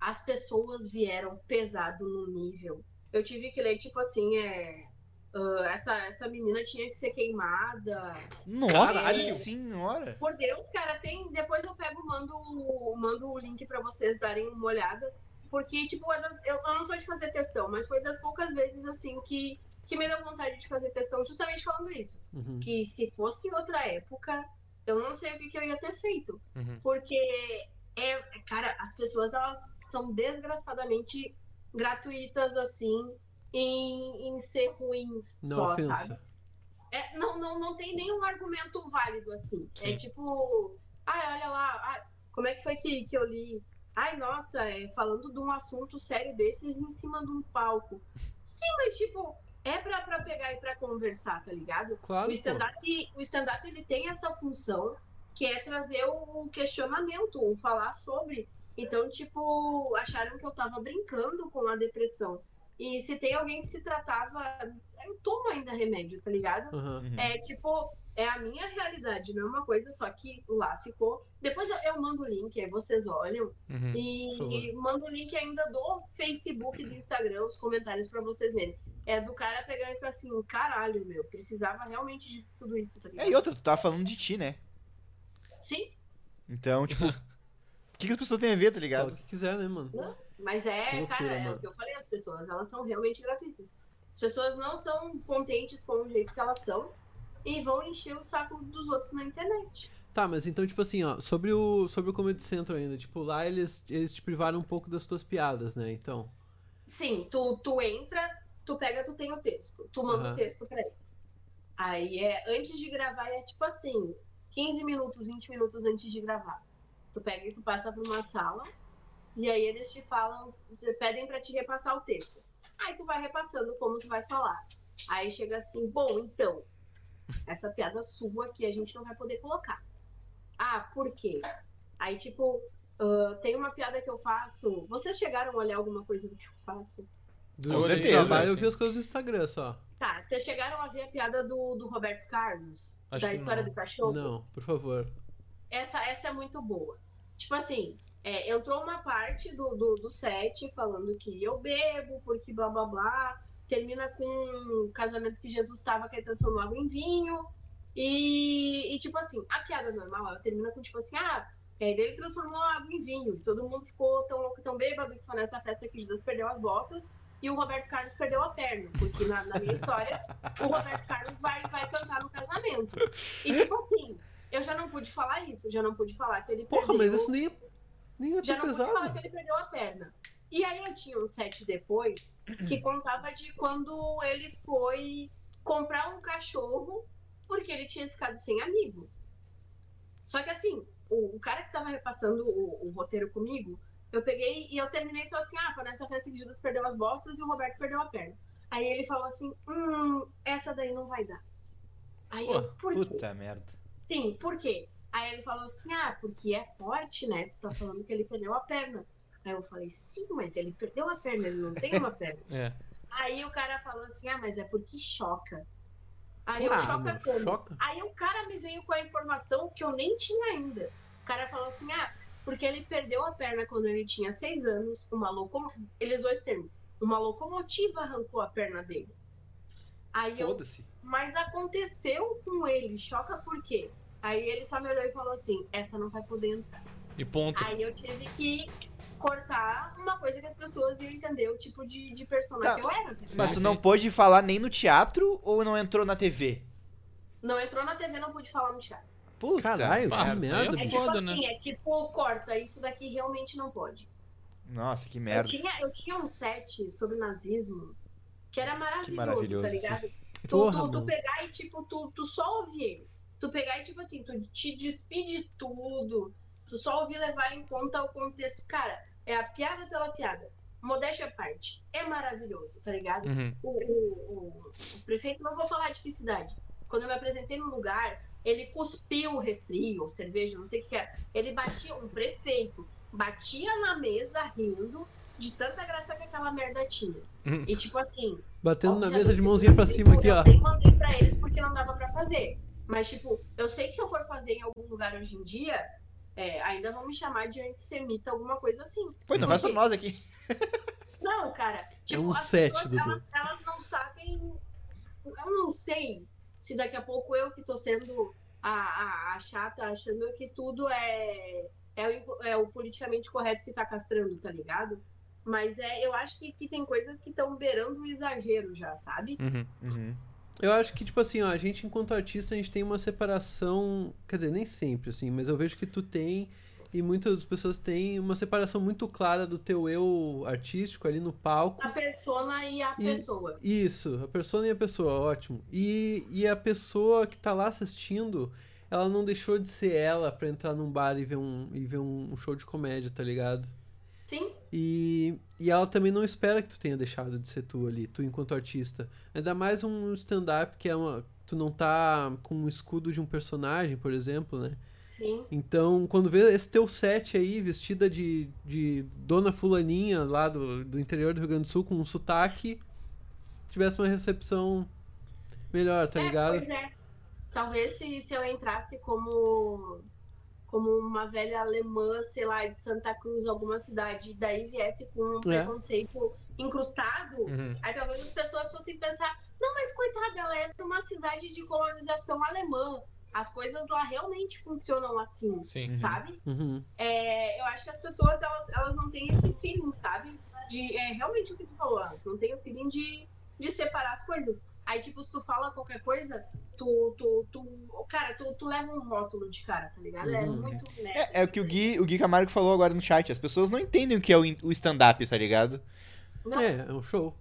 as pessoas vieram pesado no nível. Eu tive que ler, tipo assim, é. ah, essa, essa menina tinha que ser queimada.
Nossa
Caralho.
senhora!
Por Deus, cara, tem. Depois eu pego, mando, o- mando o link pra vocês darem uma olhada. Porque, tipo, é da- eu, eu não sou de fazer questão, mas foi das poucas vezes, assim, que, que me deu vontade de fazer questão, justamente falando isso.
Uhum.
Que se fosse em outra época, eu não sei o que, que eu ia ter feito.
Uhum.
Porque, é, cara, as pessoas, elas são desgraçadamente gratuitas, assim, em, em ser ruins
Não
só,
ofensa.
sabe? É, não, não, não tem nenhum argumento válido, assim.
Sim.
É tipo, ai, olha lá, ai, como é que foi que, que eu li? Ai, nossa, é, falando de um assunto sério desses em cima de um palco. Sim, mas tipo, é pra, pra pegar e pra conversar, tá ligado?
Claro,
o stand-up, o stand-up ele tem essa função que é trazer o questionamento, o falar sobre. Então, tipo, acharam que eu tava brincando com a depressão. E se tem alguém que se tratava, eu tomo ainda remédio, tá ligado?
Uhum.
É tipo, é a minha realidade, não é uma coisa só que lá ficou. Depois eu, eu mando o link, aí vocês olham.
Uhum,
Hum,
por favor.
E, e mando o link ainda do Facebook e do Instagram, os comentários pra vocês verem. É do cara pegar e ficar assim, caralho, meu, precisava realmente de tudo isso, tá ligado?
É, e outra, tu tá falando de ti, né?
Sim,
Então, tipo. O que, que as pessoas têm a ver, tá ligado?
o que quiser, né, mano?
Não, mas
Que
é,
loucura,
cara, é
mano.
o que eu falei, as pessoas, elas são realmente gratuitas. As pessoas não são contentes com o jeito que elas são e vão encher o saco dos outros na internet.
Tá, mas então, tipo assim, ó, sobre o, sobre o Comedy Central ainda, tipo, lá eles, eles te privaram um pouco das tuas piadas, né? Então.
Sim, tu, tu entra, tu pega, tu tem o texto, tu manda
Aham.
o texto pra eles. Aí é, antes de gravar, é tipo assim, 15 minutos, 20 minutos antes de gravar. Tu pega e tu passa pra uma sala, e aí eles te falam, te pedem pra te repassar o texto. Aí tu vai repassando como tu vai falar. Aí chega assim, bom, então, essa piada sua que a gente não vai poder colocar. Ah, por quê? Aí, tipo, ah, tem uma piada que eu faço. Vocês chegaram a olhar alguma coisa do que eu faço?
Durante
certeza,
o trabalho eu
sim.
vi as coisas do Instagram só.
Tá, vocês chegaram a ver a piada do, do Roberto Carlos?
Acho
da
que
história
não.
do cachorro?
Não, por favor.
Essa, essa é muito boa. Tipo assim, é, entrou uma parte do, do, do set falando que eu bebo, porque blá blá blá. Termina com um casamento que Jesus estava que ele transformou água em vinho. E, e, tipo assim, a piada normal, ela termina com tipo assim, ah, é, daí ele transformou a água em vinho. Todo mundo ficou tão louco, tão bêbado que foi nessa festa que Judas perdeu as botas e o Roberto Carlos perdeu a perna. Porque na, na minha história, o Roberto Carlos vai, vai cantar no casamento. E tipo assim, eu já não pude falar isso, eu já não pude falar que ele
Porra,
perdeu.
mas isso nem é, nem é
Já não pude falar
pesado.
que ele perdeu a perna. E aí eu tinha um set depois que contava de quando ele foi comprar um cachorro porque ele tinha ficado sem amigo. Só que assim, o, o cara que tava repassando o, o roteiro comigo, eu peguei e eu terminei só assim, ah, foi nessa festa que Judas perdeu as botas e o Roberto perdeu a perna. Aí ele falou assim, hum, essa daí não vai dar. Aí eu, por quê?
Puta merda.
Sim, por quê? Aí ele falou assim: ah, porque é forte, né? Tu tá falando que ele perdeu a perna. Aí eu falei: sim, mas ele perdeu a perna, ele não tem uma perna.
É.
Aí o cara falou assim: ah, mas é porque choca. Aí
Ah,
Claro,
eu choca como?
choca.
Aí o cara me veio com a informação que eu nem tinha ainda. O cara falou assim: ah, porque ele perdeu a perna quando ele tinha seis anos, uma locom... ele usou esse termo, uma locomotiva arrancou a perna dele. Aí eu,
Foda-se.
mas aconteceu com ele, choca por quê? Aí ele só me olhou e falou assim: essa não vai poder entrar.
E ponto.
Aí eu tive que cortar uma coisa que as pessoas iam entender o tipo de, de personagem que eu era. né?
Mas tu não pôde falar nem no teatro ou não entrou na TV?
Não entrou na TV, não pude falar no chat.
Puta.
Caralho, que
merda.
merda,
É tipo assim, é tipo, corta, isso daqui realmente não pode.
Nossa, que
Eu
merda.
tinha, eu tinha um set sobre nazismo que era maravilhoso,
maravilhoso,
tá ligado?
sim.
Tu,
Porra,
tu, tu
mano.
pegar e, tipo, tu, tu só ouvir ele. Tu pegar e, tipo assim, tu te despide tudo. Tu só ouvir levar em conta o contexto. Cara, é a piada pela piada. Modéstia à parte. É maravilhoso, tá ligado?
Uhum.
O, o- o- o prefeito, não vou falar de que cidade. Quando eu me apresentei num lugar, ele cuspiu o refri ou cerveja, não sei o que era. Ele batia, um prefeito, batia na mesa rindo de tanta graça que aquela merda tinha.
Hum.
E tipo assim,
Batendo na
Obviamente,
mesa de mãozinha pra cima aqui,
eu
ó.
nem mandei pra eles porque não dava pra fazer. Mas, tipo, eu sei que se eu for fazer em algum lugar hoje em dia, é, ainda vão me chamar de antissemita, alguma coisa assim.
Pô, não faz pra nós aqui.
Não, cara. Tipo,
um
as
set,
pessoas,
Dudu.
Elas, elas não sabem. Eu não sei se daqui a pouco eu que tô sendo a, a, a chata, achando que tudo é, é, o, impo- é o politicamente correto que tá castrando, tá ligado? Mas é, eu acho que, que tem coisas que estão beirando o exagero já, sabe?
Uhum.
Uhum.
Eu acho que, tipo assim, ó, a gente, enquanto artista, a gente tem uma separação. Quer dizer, nem sempre, assim, mas eu vejo que tu tem, e muitas pessoas têm, uma separação muito clara do teu eu artístico ali no palco.
A persona e a
E-
pessoa.
Isso, a persona e a pessoa, ótimo. E, e a pessoa que tá lá assistindo, ela não deixou de ser ela pra entrar num bar e ver um, e ver um show de comédia, tá ligado?
Sim.
E, e ela também não espera que tu tenha deixado de ser tu ali, tu enquanto artista. Ainda mais um stand-up que é uma. Tu não tá com o escudo de um personagem, por exemplo, né?
Sim.
Então, quando vê esse teu set aí, vestida de, de dona fulaninha lá do, do interior do Rio Grande do Sul, com um sotaque, tivesse uma recepção melhor, tá ligado?
Pois é. Talvez se, se eu entrasse como como uma velha alemã, sei lá, de Santa Cruz, alguma cidade, e daí viesse com um
É.
preconceito incrustado,
É.
Uhum.
aí talvez as pessoas fossem pensar, não, mas coitada, ela é de uma cidade de colonização alemã. As coisas lá realmente funcionam assim,
Sim.
sabe?
Uhum.
É, eu acho que as pessoas elas, elas não têm esse feeling, sabe? De é, realmente o que tu falou, elas não têm o feeling de, de separar as coisas. Aí, tipo, se tu fala qualquer coisa, tu, tu, tu, cara, tu, tu leva um rótulo de cara, tá ligado? É
Uhum.
muito merda.
É, é o que o Gui, o Gui Camargo falou agora no chat. As pessoas não entendem o que é o in- o stand-up, tá ligado?
É, é um show.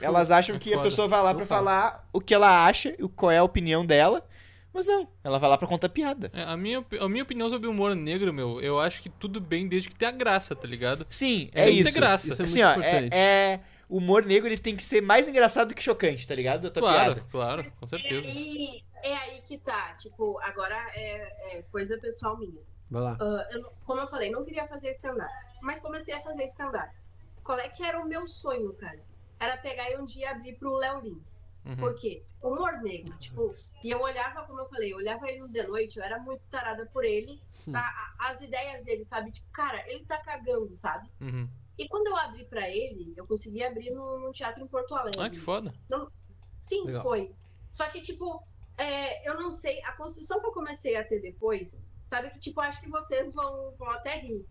Elas acham que a pessoa vai lá pra falar o que ela acha, o- qual é a opinião dela. Mas não, ela vai lá pra contar piada.
É, a, minha, opi- a minha opinião sobre o humor negro, meu, eu acho que tudo bem desde que tenha graça, tá ligado?
Sim,
Tem
é
que ter
isso.
graça.
assim, ó, é, é- o humor negro ele tem que ser mais engraçado que chocante, tá ligado? A tua
Claro,
piada.
claro, com certeza.
É aí, é aí que tá. Tipo, agora é, é coisa pessoal minha.
Vai lá.
Ah, eu não- como eu falei, não queria fazer stand-up. Mas comecei a fazer stand-up. Qual é que era o meu sonho, cara? Era pegar e um dia abrir pro Léo Lins.
Uhum.
Por quê? Humor negro,
Uhum.
tipo... E eu olhava, como eu falei, eu olhava ele no The Noite, eu era muito tarada por ele.
Hum.
a- a- as ideias dele, sabe? Tipo, cara, ele tá cagando, sabe?
Uhum.
E quando eu abri pra ele, eu consegui abrir num, num teatro em Porto Alegre.
Ah, que foda.
Não- Sim,
Legal.
foi. Só que, tipo, é, eu não sei, a construção que eu comecei a ter depois, sabe que, tipo, acho que vocês vão, vão até rir.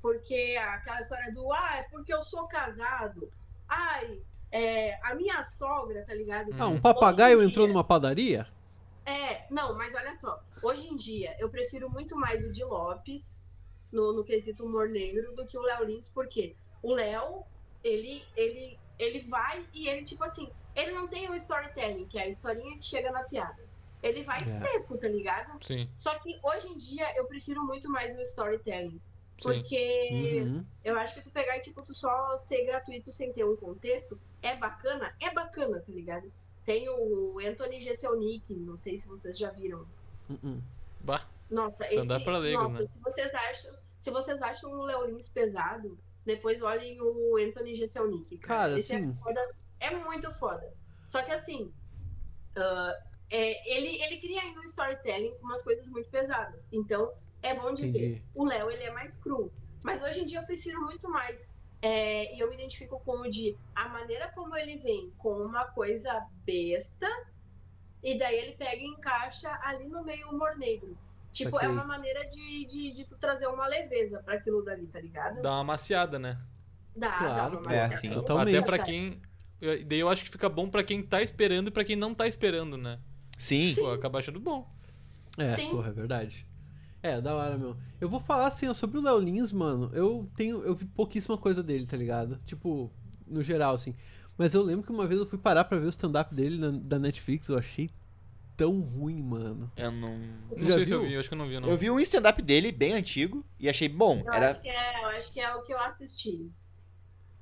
Porque aquela história do, ah, é porque eu sou casado. Ai, é, a minha sogra, tá ligado?
Ah, um papagaio
Hoje em
entrou
dia-
numa padaria?
É, não, mas olha só. Hoje em dia, eu prefiro muito mais o de Lopes no, no quesito humor negro do que o Léo Lins, porque o Léo, ele, ele, ele vai e ele, tipo assim, ele não tem o storytelling, que é a historinha que chega na piada. Ele vai
É.
seco, tá ligado?
Sim.
Só que hoje em dia eu prefiro muito mais o storytelling.
Sim.
Porque
Uhum.
eu acho que tu pegar e, tipo, tu só ser gratuito sem ter um contexto é bacana, é bacana, tá ligado? Tem o Anthony Jeselnik, não sei se vocês já viram.
Uhum.
Bah.
Nossa,
Stand-up
esse,
pra leigos,
nossa,
né?
se vocês acham, se vocês acham o Léo Lins pesado, depois olhem o Anthony Jeselnik.
Cara,
Esse
assim-
é, foda, é muito foda. Só que assim, ah, é, ele, ele cria ainda um storytelling com umas coisas muito pesadas. Então, é bom de
Entendi.
ver. O Léo, ele é mais cru. Mas hoje em dia eu prefiro muito mais. É, e eu me identifico como de a maneira como ele vem com uma coisa besta, e daí ele pega e encaixa ali no meio humor negro. Tipo,
Saquei.
é uma maneira de, de, de tu trazer uma leveza pra aquilo dali, tá ligado?
Dá É uma maciada, né?
Dá, dá uma maneira.
assim,
totalmente.
Até pra quem. eu- Daí eu acho que fica bom pra quem tá esperando e pra quem não tá esperando, né?
Sim.
Pô, acaba achando bom.
É,
Sim.
porra, é verdade. É, da hora, meu. Eu vou falar assim, ó, sobre o Léo Lins, mano, eu tenho. Eu vi pouquíssima coisa dele, tá ligado? Tipo, no geral, assim. Mas eu lembro que uma vez eu fui parar pra ver o stand-up dele na- da Netflix, eu achei tão ruim, mano.
Eu não.
Tu Não já sei se eu viu?
vi, eu acho que eu não vi, não.
Eu vi um stand-up dele, bem antigo, e achei bom.
Eu,
Era
acho que é, eu acho que é o que eu assisti.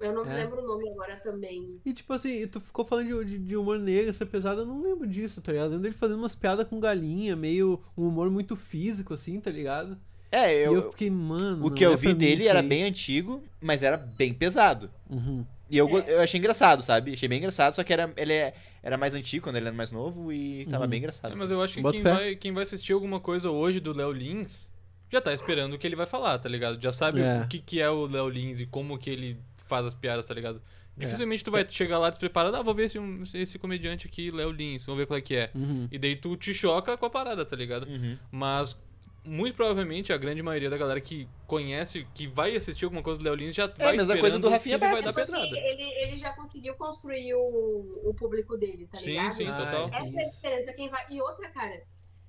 Eu não me
É.
lembro o nome agora também.
E tipo assim, e tu ficou falando de, de, de humor negro, essa pesada, eu não lembro disso, tá ligado? Eu lembro dele fazendo umas piadas com galinha, meio um humor muito físico, assim, tá ligado?
É, eu-
E eu fiquei, mano.
O que
não
eu
é
vi
pra mim
dele
isso
era
aí.
bem antigo, mas era bem pesado.
Uhum.
E eu, go- eu achei engraçado, sabe? Achei bem engraçado, só que era, ele é- era mais antigo quando ele era mais novo e tava
Uhum.
bem engraçado.
É, mas eu acho que
Bota
quem
fé.
vai, quem vai assistir alguma coisa hoje do Léo Lins já tá esperando o que ele vai falar, tá ligado? Já sabe
É.
o que, que é o Léo Lins e como que ele faz as piadas, tá ligado?
É.
Dificilmente tu vai chegar lá despreparado, ah, vou ver esse, um- esse comediante aqui, Léo Lins, vamos ver qual é que é.
Uhum.
E daí tu te choca com a parada, tá ligado?
Uhum.
Mas muito provavelmente a grande maioria da galera que conhece, que vai assistir alguma coisa do Léo Lins já vai
mesma É, coisa
esperando
do Rafinha é
que ele vai
Bastos.
dar
Porque
pedrada.
Ele, ele já conseguiu construir o, o público dele, tá
Sim,
ligado?
sim, total.
Essa é
Ah,
a diferença. Quem vai... E outra, cara,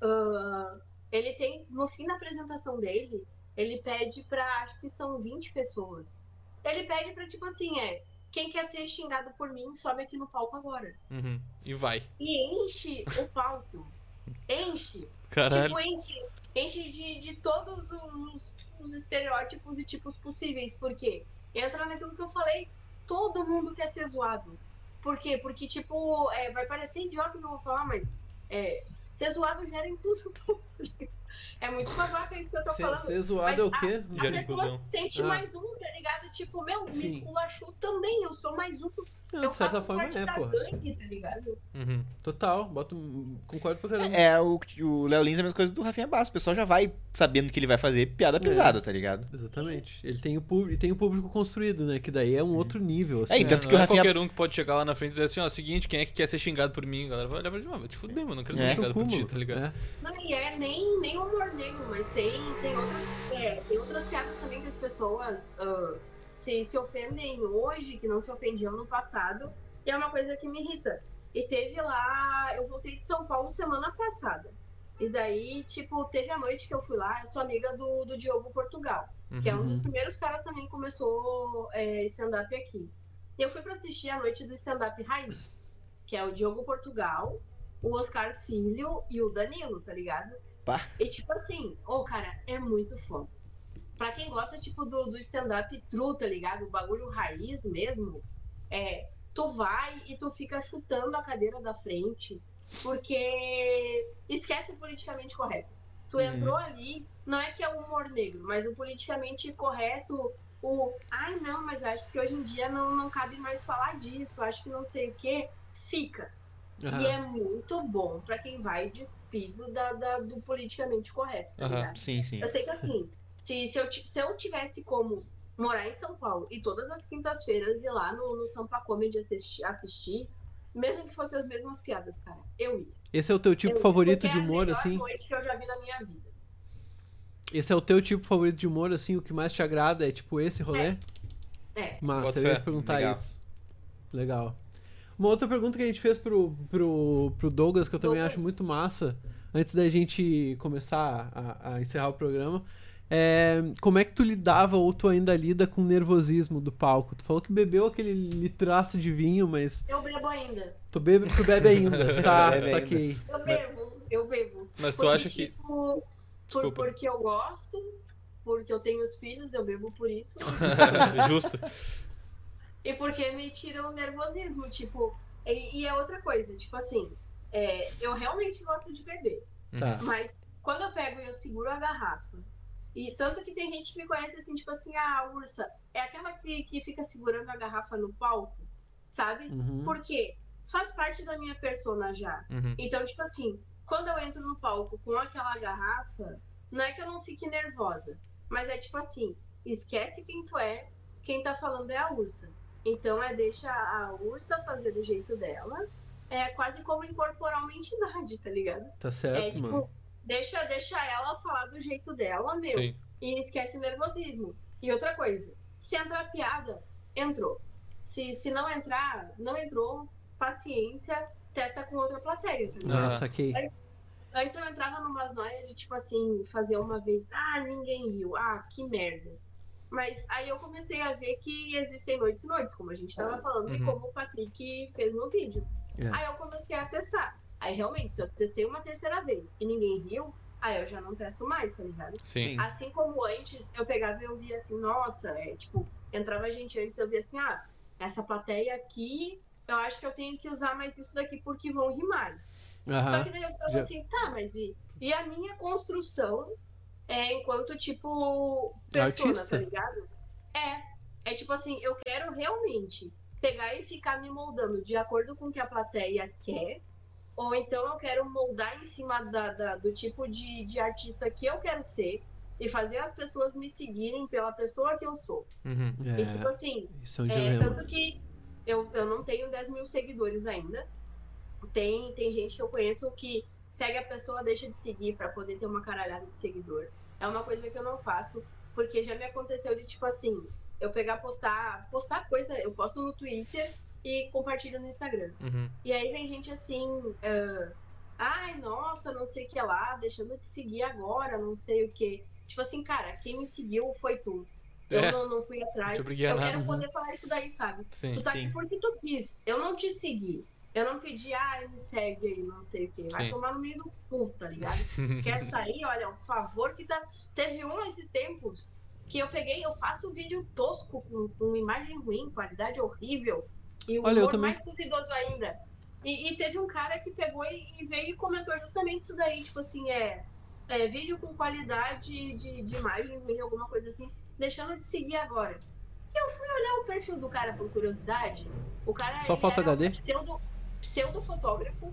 ah, ele tem, no fim da apresentação dele, ele pede pra, acho que são 20 pessoas. Ele pede pra, tipo assim, é, quem quer ser xingado por mim, sobe aqui no palco agora.
é.
Uhum. E vai.
E enche o palco. enche.
Caralho.
Tipo, enche, enche de, de todos os, os estereótipos e tipos possíveis. Porque entra naquilo que eu falei, todo mundo quer ser zoado. Por quê? Porque, tipo, é, vai parecer idiota o que eu vou falar, mas é, ser zoado gera impulso público. É muito babaca isso que eu tô
Ser-
falando.
ser zoado
mas
é o quê?
A, a
Gera
pessoa
inclusão.
se sente
Ah.
mais um, tá ligado? Tipo, meu, me
Sim.
esculachou também, eu sou mais um.
Não,
eu
de certa
faço
forma
parte
é,
da
porra.
gangue, tá ligado?
Uhum.
Total, boto, um, concordo pra caramba.
É, o, o Léo Lins é a mesma coisa do Rafinha Bastos. O pessoal já vai sabendo que ele vai fazer piada pesada, tá ligado?
Exatamente. Ele tem o, público, tem o público construído, né? Que daí é um outro nível, assim.
É, e tanto
não
que o
é
Rafinha-
qualquer um que pode chegar lá na frente e dizer assim, ó, seguinte, quem é que quer ser xingado por mim, galera? Vai olhar pra ti, "Ah, vai te fuder, mano, não quero ser
É.
xingado por ti,
Cúmulo,
tá ligado?
Não, e é nem, nem humor negro, mas tem, tem, outras, é, tem outras piadas também que as pessoas ah, se, se ofendem hoje, que não se ofendiam no passado, e é uma coisa que me irrita. E teve lá, eu voltei de São Paulo semana passada. E daí, tipo, teve a noite que eu fui lá, eu sou amiga do, do Diogo Portugal, que é um dos
Uhum.
primeiros caras também que começou é, stand-up aqui. E eu fui pra assistir a noite do stand-up raiz, que é o Diogo Portugal, o Oscar Filho e o Danilo, tá ligado?
Pá.
E tipo assim, ô cara, é muito foda. Pra quem gosta, tipo, do, do stand-up true, tá ligado? O bagulho raiz mesmo, é, tu vai e tu fica chutando a cadeira da frente, porque esquece o politicamente correto. Tu
Uhum.
entrou ali, não é que é o humor negro, mas o politicamente correto, o ai não, mas acho que hoje em dia não, não cabe mais falar disso, acho que não sei o que, fica.
Aham.
E é muito bom pra quem vai despido da, da- do politicamente correto, tá
Aham,
ligado?
sim, sim.
Eu sei que assim, se, se, eu, ti- se eu tivesse como morar em São Paulo e todas as quintas-feiras ir lá no, no Sampa Comedy assisti- assistir, mesmo que fossem as mesmas piadas, cara, eu ia.
Esse é o teu tipo
Eu ia,
favorito
porque
de
é a
humor,
melhor
assim?
noite que eu já vi na minha vida.
Esse é o teu tipo favorito de humor, assim, o que mais te agrada é tipo esse rolê?
É.
Mas
Boto
eu ia
fé.
te perguntar
Legal.
isso. Legal. Uma outra pergunta que a gente fez pro, pro, pro Douglas, que eu também acho muito massa, antes da gente começar a, a encerrar o programa, é como é que tu lidava ou tu ainda lida com o nervosismo do palco? Tu falou que bebeu aquele litraço de vinho, mas
Eu bebo ainda.
tu bebe, tu bebe ainda. tá,
Bebe ainda.
saquei.
Eu bebo, eu bebo.
Mas tu
Porque,
acha que-
tipo, por,
Desculpa.
porque eu gosto, porque eu tenho os filhos, eu bebo por isso.
É, Justo.
E porque me tira o nervosismo, tipo. E, e é outra coisa, tipo assim, é, eu realmente gosto de beber.
Tá.
Mas quando eu pego e eu seguro a garrafa, e tanto que tem gente que me conhece assim, tipo assim, ah, a ursa, é aquela que, que fica segurando a garrafa no palco, sabe?
Uhum.
Porque faz parte da minha persona já.
Uhum.
Então, tipo assim, quando eu entro no palco com aquela garrafa, não é que eu não fique nervosa, mas é tipo assim, esquece quem tu é, quem tá falando é a ursa. Então é deixa a ursa fazer do jeito dela. É quase como incorporar uma entidade, tá ligado?
Tá certo,
é, tipo,
mano.
Deixa, deixa ela falar do jeito dela, meu.
Sim.
E esquece o nervosismo. E outra coisa, se entrar piada, entrou. Se, se não entrar, não entrou, paciência, testa com outra plateia, tá ligado?
Ah, saquei.
Aí- Antes eu entrava numas noias de tipo assim, fazer uma vez, ah, ninguém riu, ah, que merda. Mas aí eu comecei a ver que existem noites e noites, como a gente tava falando, e
Uhum.
como o Patrick fez no vídeo.
É.
Aí eu comecei a testar. Aí realmente, se eu testei uma terceira vez e ninguém riu, aí eu já não testo mais, tá ligado?
Sim.
Assim como antes, eu pegava e eu via assim, nossa, é tipo, entrava gente antes, eu via assim, ah, essa plateia aqui, eu acho que eu tenho que usar mais isso daqui porque vão rir mais. Só
Aham.
que daí eu tava
Já-
assim, tá, mas e, e a minha construção é enquanto, tipo, persona,
Artista.
tá ligado? É. É tipo assim, eu quero realmente pegar e ficar me moldando de acordo com o que a plateia quer. Ou então eu quero moldar em cima da, da- do tipo de, de artista que eu quero ser e fazer as pessoas me seguirem pela pessoa que eu sou.
Uhum,
E tipo assim,
isso é um
é,
dilema.
tanto que eu, eu não tenho 10 mil seguidores ainda. Tem, tem gente que eu conheço que segue a pessoa, deixa de seguir pra poder ter uma caralhada de seguidor. É uma coisa que eu não faço, porque já me aconteceu de tipo assim, eu pegar postar, postar coisa, eu posto no Twitter e compartilho no Instagram.
uhum.
E aí vem gente assim, ah, ai, nossa, não sei o que lá, deixando de seguir agora, não sei o que. Tipo assim, cara, quem me seguiu foi tu. Eu
É.
não, não fui atrás.
Te obriguei a
eu
nada.
quero
Uhum.
poder falar isso daí, sabe?
Sim,
tu tá
sim.
aqui porque tu quis. Eu não te segui. Eu não pedi, ai, me segue aí, não sei o que. Vai
Sim.
tomar no meio do cu, tá ligado? Quer sair, olha, um favor que tá. Teve um esses tempos que eu peguei, eu faço um vídeo tosco, com, com imagem ruim, qualidade horrível. E o
Olha, eu
humor
também-
mais duvidoso ainda. E, e teve um cara que pegou e, e veio e comentou justamente isso daí, tipo assim, é, é, vídeo com qualidade de, de imagem ruim, alguma coisa assim, deixando de seguir agora. Eu fui olhar o perfil do cara por curiosidade. O cara
Só
ele
foto
era um
HD?
Pseudo, pseudo-fotógrafo.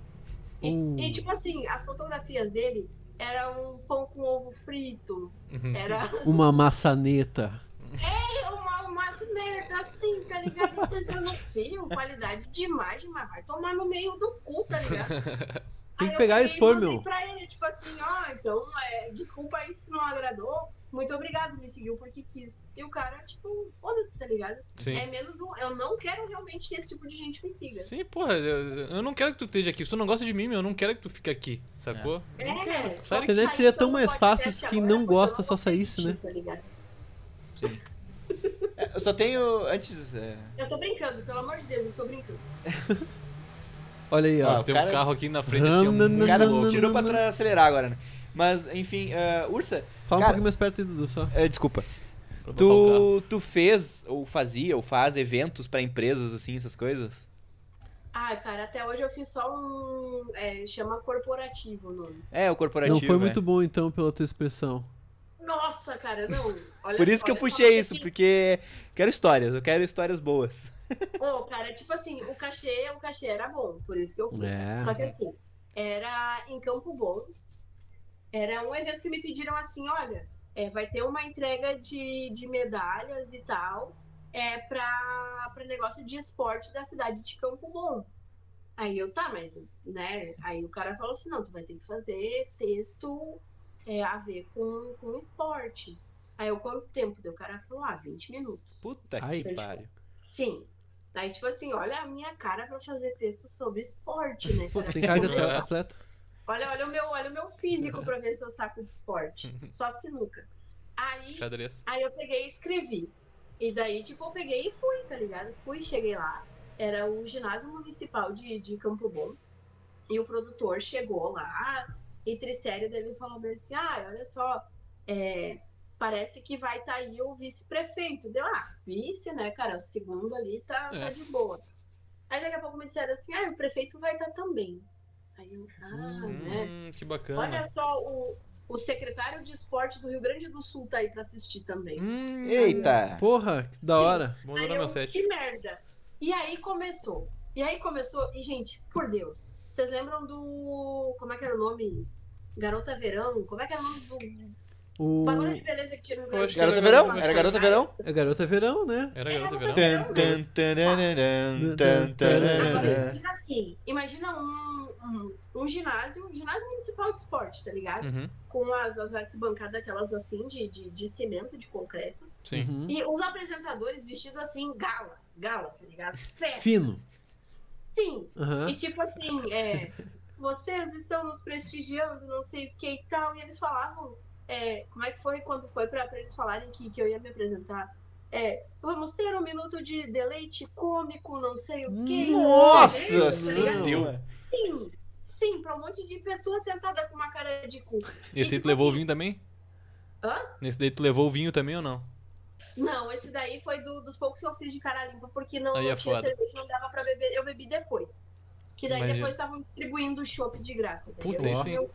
Uh.
E, tipo assim, as fotografias dele eram um pão com ovo frito,
Uhum.
era
Uma maçaneta.
é uma, uma merda assim, tá ligado? Eu Pensando, filho, qualidade de imagem, mas vai tomar no meio do cu, tá ligado?
Tem
Aí
que
eu
pegar
peguei
e expor,
mandei
meu.
Pra ele, tipo assim, ó, então, é, desculpa aí se não agradou, muito obrigado, me seguiu porque quis. E o cara, tipo, foda-se, tá ligado?
Sim.
É menos um. Eu não quero realmente que esse tipo de gente me siga.
Sim, porra, eu, eu não quero que tu esteja aqui. Se tu não gosta de mim, meu, eu não quero que tu fique aqui, sacou?
É.
Eu não quero.
É.
Sai
A
daqui.
internet seria tão mais fácil se quem não gosta só saísse, né?
Tá ligado?
É, Eu só tenho. Antes. é,
Eu tô brincando, pelo amor de Deus, eu tô brincando.
Olha aí, ó.
o
tem um carro aqui na frente, assim, é muito
O cara
louco.
tirou pra tra- acelerar agora, né? Mas, enfim, eh, Ursa.
Fala um
cara,
pouquinho mais perto aí, Dudu, só.
É, desculpa.
Pra abafar o carro.
Tu, tu fez, ou fazia, ou faz eventos pra empresas, assim, essas coisas?
Ah, cara, até hoje eu fiz só um. é, chama corporativo o nome.
É, o corporativo.
Não foi
né?
muito bom, então, pela tua expressão.
Nossa, cara, não. Olha
Por isso que eu
olha só,
puxei isso, porque quero histórias, eu quero histórias boas.
Ô, cara, tipo assim, o cachê, o cachê era bom, por isso que eu fui.
É.
Só que assim, era em Campo Bom. Era um evento que me pediram assim, olha, é, vai ter uma entrega de, de medalhas e tal, é para negócio de esporte da cidade de Campo Bom. Aí eu, tá, mas, né? Aí o cara falou assim, não, tu vai ter que fazer texto é, a ver com, com esporte. Aí eu, quanto tempo? Daí o cara falou, ah, 20 minutos.
Puta
Ai,
que
tipo,
pariu.
Sim. Aí, tipo assim, olha a minha cara pra fazer texto sobre esporte, né?
Pô,
cara?
tem cara de atle- atleta.
Olha, olha, o meu, olha o meu físico pra ver se eu saco de esporte. Só sinuca. Aí,
Xadrez.
aí eu peguei e escrevi. E daí, tipo, eu peguei e fui, tá ligado? Fui, cheguei lá. Era o ginásio municipal de, de Campo Bom. E o produtor chegou lá, entre série, daí ele falou bem assim, ah, olha só, é, parece que vai estar aí o vice-prefeito. Deu, ah, vice, né, cara? O segundo ali tá, tá
É.
de boa. Aí daqui a pouco me disseram assim, ah, o prefeito vai estar também. Aí eu, ah, né?
Hum, que bacana.
Olha só, o, o secretário de esporte do Rio Grande do Sul tá aí pra assistir também.
Eita!
Porra, que da hora.
Vou
Aí
adorar
eu,
Hum, meu set.
Que merda. E aí começou. E aí começou. E, gente, por Deus. Vocês lembram do. Como é que era o nome? Garota Verão? Como é que era o nome do.
O...
Bagulho de beleza que tinha no
Garota
Grande do Sul?
Verão? Era Garota Verão?
É Garota Verão, né?
Era Garota Verão.
Tan, tan, tararã, tan, tararã.
Imagina assim, imagina um, um, um ginásio, um ginásio municipal de esporte, tá ligado?
Uhum.
Com as, as arquibancadas, aquelas assim, de, de, de cimento, de concreto.
Sim.
Uhum.
E os apresentadores vestidos assim, gala, gala, tá ligado? Festa.
Fino.
Sim.
Aham.
E tipo assim, é, vocês estão nos prestigiando, não sei o que e tal. E eles falavam, é, como é que foi quando foi pra, pra eles falarem que, que eu ia me apresentar? É, vamos ter um minuto de deleite cômico, não sei o que.
Fudeu.
Nossa senhora!
Sim, sim, pra um monte de pessoa sentada com uma cara de cu.
Esse aí tu levou o vinho também?
tipo assim. Hã?
Nesse daí tu levou o vinho também ou não?
Não, esse daí foi do- dos poucos que eu fiz de cara limpa, porque não,
Aí
não
é
tinha
foda.
cerveja, não dava pra beber. Eu bebi depois. Que daí
Imagina.
depois estavam distribuindo o chopp de graça. daí
Puta,
eu-
aí sim.
eu-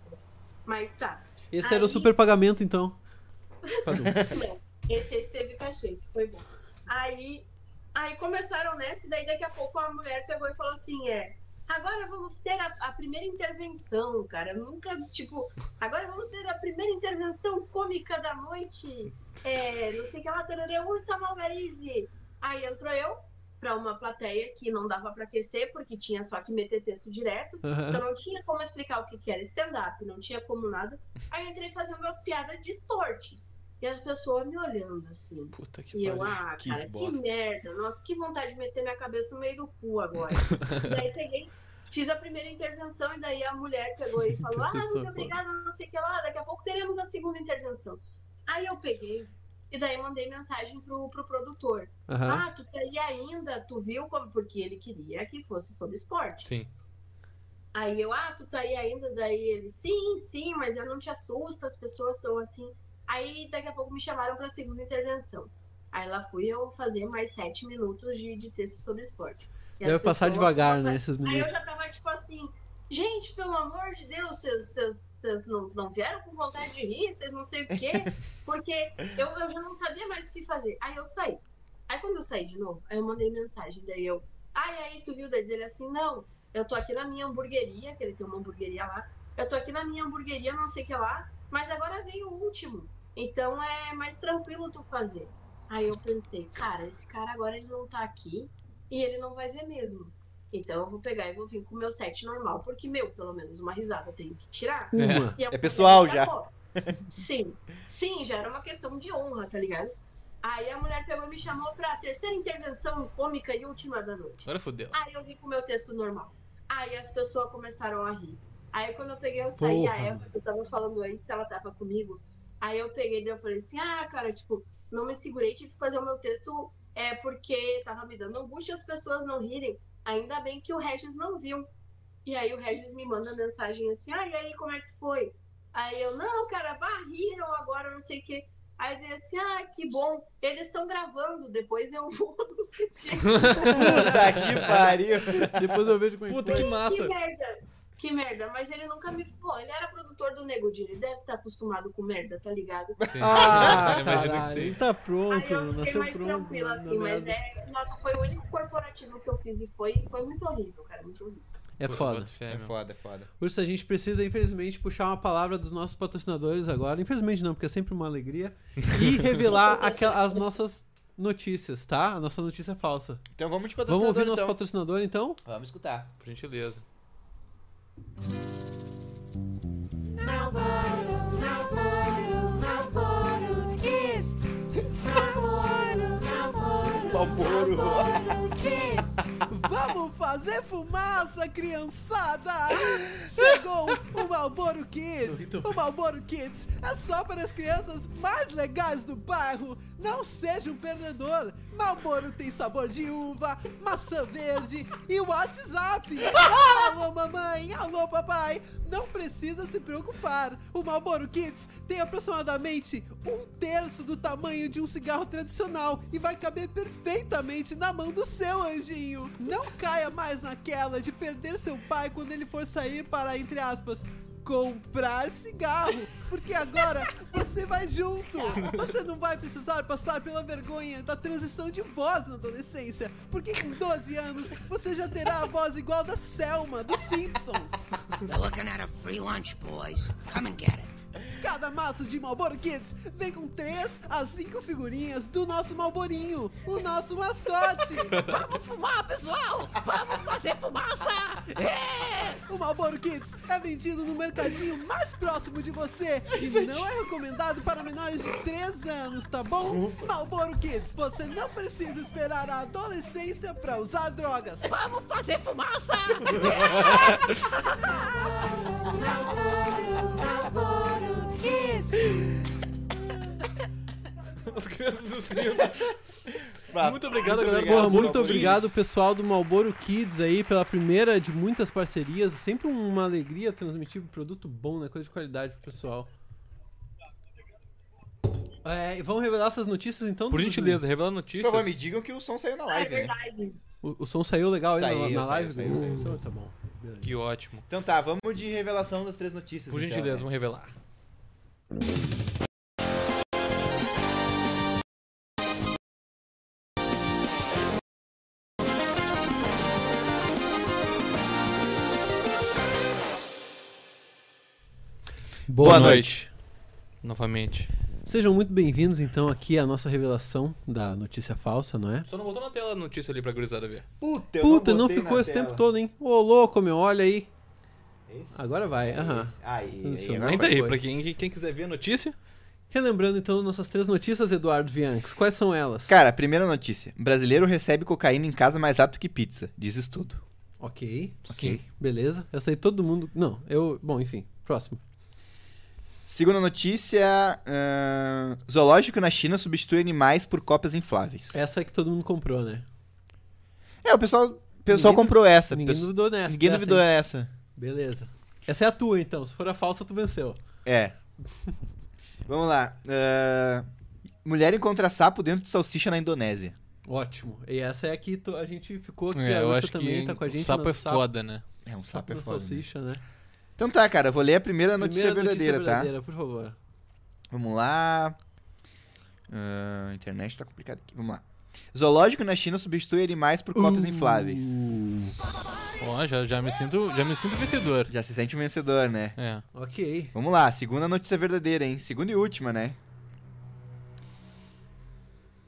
Mas tá.
Esse era o super pagamento, então. Padu.
Não, esse, esse teve cachê, esse foi bom. Aí, aí começaram nessa, e daí daqui a pouco a mulher pegou e falou assim: é. Agora vamos ter a, a primeira intervenção, cara. Eu Nunca, tipo, agora vamos ter a primeira intervenção cômica da noite. É, não sei o que ela tarará, Ursa Malvarise. Aí entrou eu pra uma plateia que não dava pra aquecer, porque tinha só que meter texto direto.
Aham.
Então não tinha como explicar o que, que era stand-up, não tinha como nada. Aí eu entrei fazendo umas piadas de esporte. E as pessoas me olhando assim.
Puta que
E eu,
pariu.
ah,
Tipo, Que
cara, que
bosta.
merda. Nossa, que vontade de meter minha cabeça no meio do cu agora. e daí peguei, fiz a primeira intervenção e daí a mulher pegou e falou, ah, muito
Intervenção,
obrigada, não sei o que lá, daqui a pouco teremos a segunda intervenção. Aí eu peguei e daí mandei mensagem pro, pro produtor.
Aham.
Ah, tu tá aí ainda, tu viu como? Porque ele queria que fosse sobre esporte.
Sim.
Aí eu, ah, tu tá aí ainda? Daí ele, sim, sim, mas eu não te assusta, as pessoas são assim. Aí daqui a pouco me chamaram pra segunda intervenção. Aí lá fui eu fazer mais sete minutos de, de texto sobre esporte. E as
Deve passar
pessoas-
devagar, né, esses
Aí eu
minutos.
já tava tipo assim, gente, pelo amor de Deus, vocês- vocês vocês não, não vieram com vontade de rir, vocês não sei o quê, porque eu, eu já não sabia mais o que fazer. Aí eu saí. Aí quando eu saí de novo, aí eu mandei mensagem, daí eu, ai, aí tu viu, daí diz ele assim, não, eu tô aqui na minha hamburgueria, que ele tem uma hamburgueria lá, eu tô aqui na minha hamburgueria, não sei o que lá, mas agora veio o último, então é mais tranquilo tu fazer. Aí eu pensei, cara, esse cara agora ele não tá aqui e ele não vai ver mesmo. Então eu vou pegar e vou vir com o meu set normal, porque meu, pelo menos uma risada eu tenho que tirar.
Uma.
E a
É pessoal
mulher
já.
sacou. Sim. Sim, já era uma questão de honra, tá ligado? Aí a mulher pegou e me chamou pra terceira intervenção cômica e última da noite.
Agora fodeu.
Aí eu vim com o meu texto normal. Aí as pessoas começaram a rir. Aí quando eu peguei, eu saí,
Porra,
a Eva,
mano.
que eu tava falando antes, ela tava comigo. Aí eu peguei e daí eu falei assim, ah, cara, tipo, não me segurei, tive que fazer o meu texto é porque tava me dando angústia as pessoas não rirem. Ainda bem que o Regis não viu. E aí o Regis me manda mensagem assim, ah, e aí, como é que foi? Aí eu, não, cara, barriram agora, não sei o quê. Aí dizia assim, ah, que bom, eles estão gravando, depois eu vou. não sei o quê.
Puta que pariu.
Depois eu vejo como é
Puta que massa.
Que merda, que merda, mas ele nunca me. Bom, ele era produtor do Nego Di, ele deve estar acostumado com merda, tá ligado?
Sim.
Ah,
Eu imagino que
caralho,
sim.
ele tá
Aí
pronto,
eu fiquei
mano, nasceu
mais
pronto. né,
tranquila,
na-
assim,
na
mas
merda.
é, nossa, foi o único corporativo que eu fiz e foi, foi muito horrível, cara, muito horrível.
É
Pô,
foda.
boto fé, É meu. foda, é foda.
Urso, a gente precisa, infelizmente, puxar uma palavra dos nossos patrocinadores agora. Infelizmente não, porque é sempre uma alegria. E revelar aquela- as nossas notícias, tá? A nossa notícia falsa.
Então vamos de
Vamos
patrocinador,
ouvir nosso
então.
patrocinador, então?
Vamos escutar.
Por gentileza.
Namoro, namoro, namoro, kiss. Namoro, namoro,
então.
Namoro.
Vamos fazer fumaça, criançada! Chegou o Malboro Kids! O Malboro Kids é só para as crianças mais legais do bairro! Não seja um perdedor! Malboro tem sabor de uva, maçã verde e WhatsApp! Alô, mamãe! Alô, papai! Não precisa se preocupar! O Malboro Kids tem aproximadamente um terço do tamanho de um cigarro tradicional e vai caber perfeitamente na mão do seu anjinho! Não caia mais naquela de perder seu pai quando ele for sair para, entre aspas, comprar cigarro, porque agora você vai junto. Você não vai precisar passar pela vergonha da transição de voz na adolescência, porque com 12 anos você já terá a voz igual da Selma dos Simpsons.
They're looking at a free lunch, boys. Come and get it.
Cada maço de Malboro Kids vem com 3 a 5 figurinhas do nosso Malborinho, o nosso mascote. Vamos fumar, pessoal! Vamos fazer fumaça! É! O Malboro Kids é vendido no mercadinho mais próximo de você e não é recomendado para menores de 3 anos, tá bom? Malboro Kids, você não precisa esperar a adolescência para usar drogas. Vamos fazer fumaça! É!
namoro, kiss.
As crianças do cinema. Muito
Muito
obrigado, galera.
obrigado, Porra,
Malboro
muito
Kids.
obrigado pessoal do Malboro Kids aí pela primeira de muitas parcerias. É Sempre uma alegria transmitir produto bom, né? Coisa de qualidade pro pessoal. É, e vamos revelar essas notícias então?
Por
Dudu?
gentileza, revela notícias.
Por favor, me digam que o som saiu na
É
live, né?
O, o som saiu legal aí na-
Saiu,
na,
saiu,
live?
saiu,
Gugu?
saiu,
Então Tá bom.
Que ótimo.
Então tá, vamos de revelação das três notícias.
Por
então,
gentileza,
né?
vamos revelar.
Boa,
Novamente.
Sejam muito bem-vindos então aqui à nossa revelação da notícia falsa, não é?
Só não botou na tela a notícia ali pra gurizada ver.
Puta,
Puta, não ficou esse tempo todo, hein? Ô louco, meu, olha aí. Agora vai, aham.
Aí,
é
Isso, agora
Aumenta aí,
foi.
pra quem, quem quiser ver a notícia.
Relembrando então nossas três notícias, Eduardo Vianques, quais são elas?
Cara, primeira notícia. Brasileiro recebe cocaína em casa mais rápido que pizza. Diz estudo.
Ok, ok, beleza. Essa aí todo mundo. Não, eu. Bom, enfim, próximo.
Segunda notícia. ahn, zoológico na China substitui animais por cópias infláveis.
Essa é que todo mundo comprou, né?
É, o pessoal, o pessoal
Ninguém-
comprou essa.
Ninguém
pessoal-
duvidou nessa.
Ninguém
dessa,
duvidou
hein?
essa.
Beleza. Essa é a tua então, se for a falsa, tu venceu.
É. Vamos lá. ahn, mulher encontra sapo dentro de salsicha na Indonésia.
Ótimo. E essa é a que tu- a gente ficou aqui.
É,
a
eu
Ursa
acho que
também tá com a
o
gente.
sapo
no
é foda, né?
É, um sapo é
na
foda, né?
salsicha, né?
Então tá, cara, eu vou ler a primeira notícia
Primeira
verdadeira,
notícia
tá?
verdadeira, por favor.
Vamos lá. Ah, a internet tá complicada aqui. Vamos lá. Zoológico na China substitui animais por cópias infláveis.
Ó, já, já me sinto, já me sinto vencedor.
Já se sente um vencedor, né?
É.
Ok.
Vamos lá, segunda notícia verdadeira, hein? Segunda e última, né?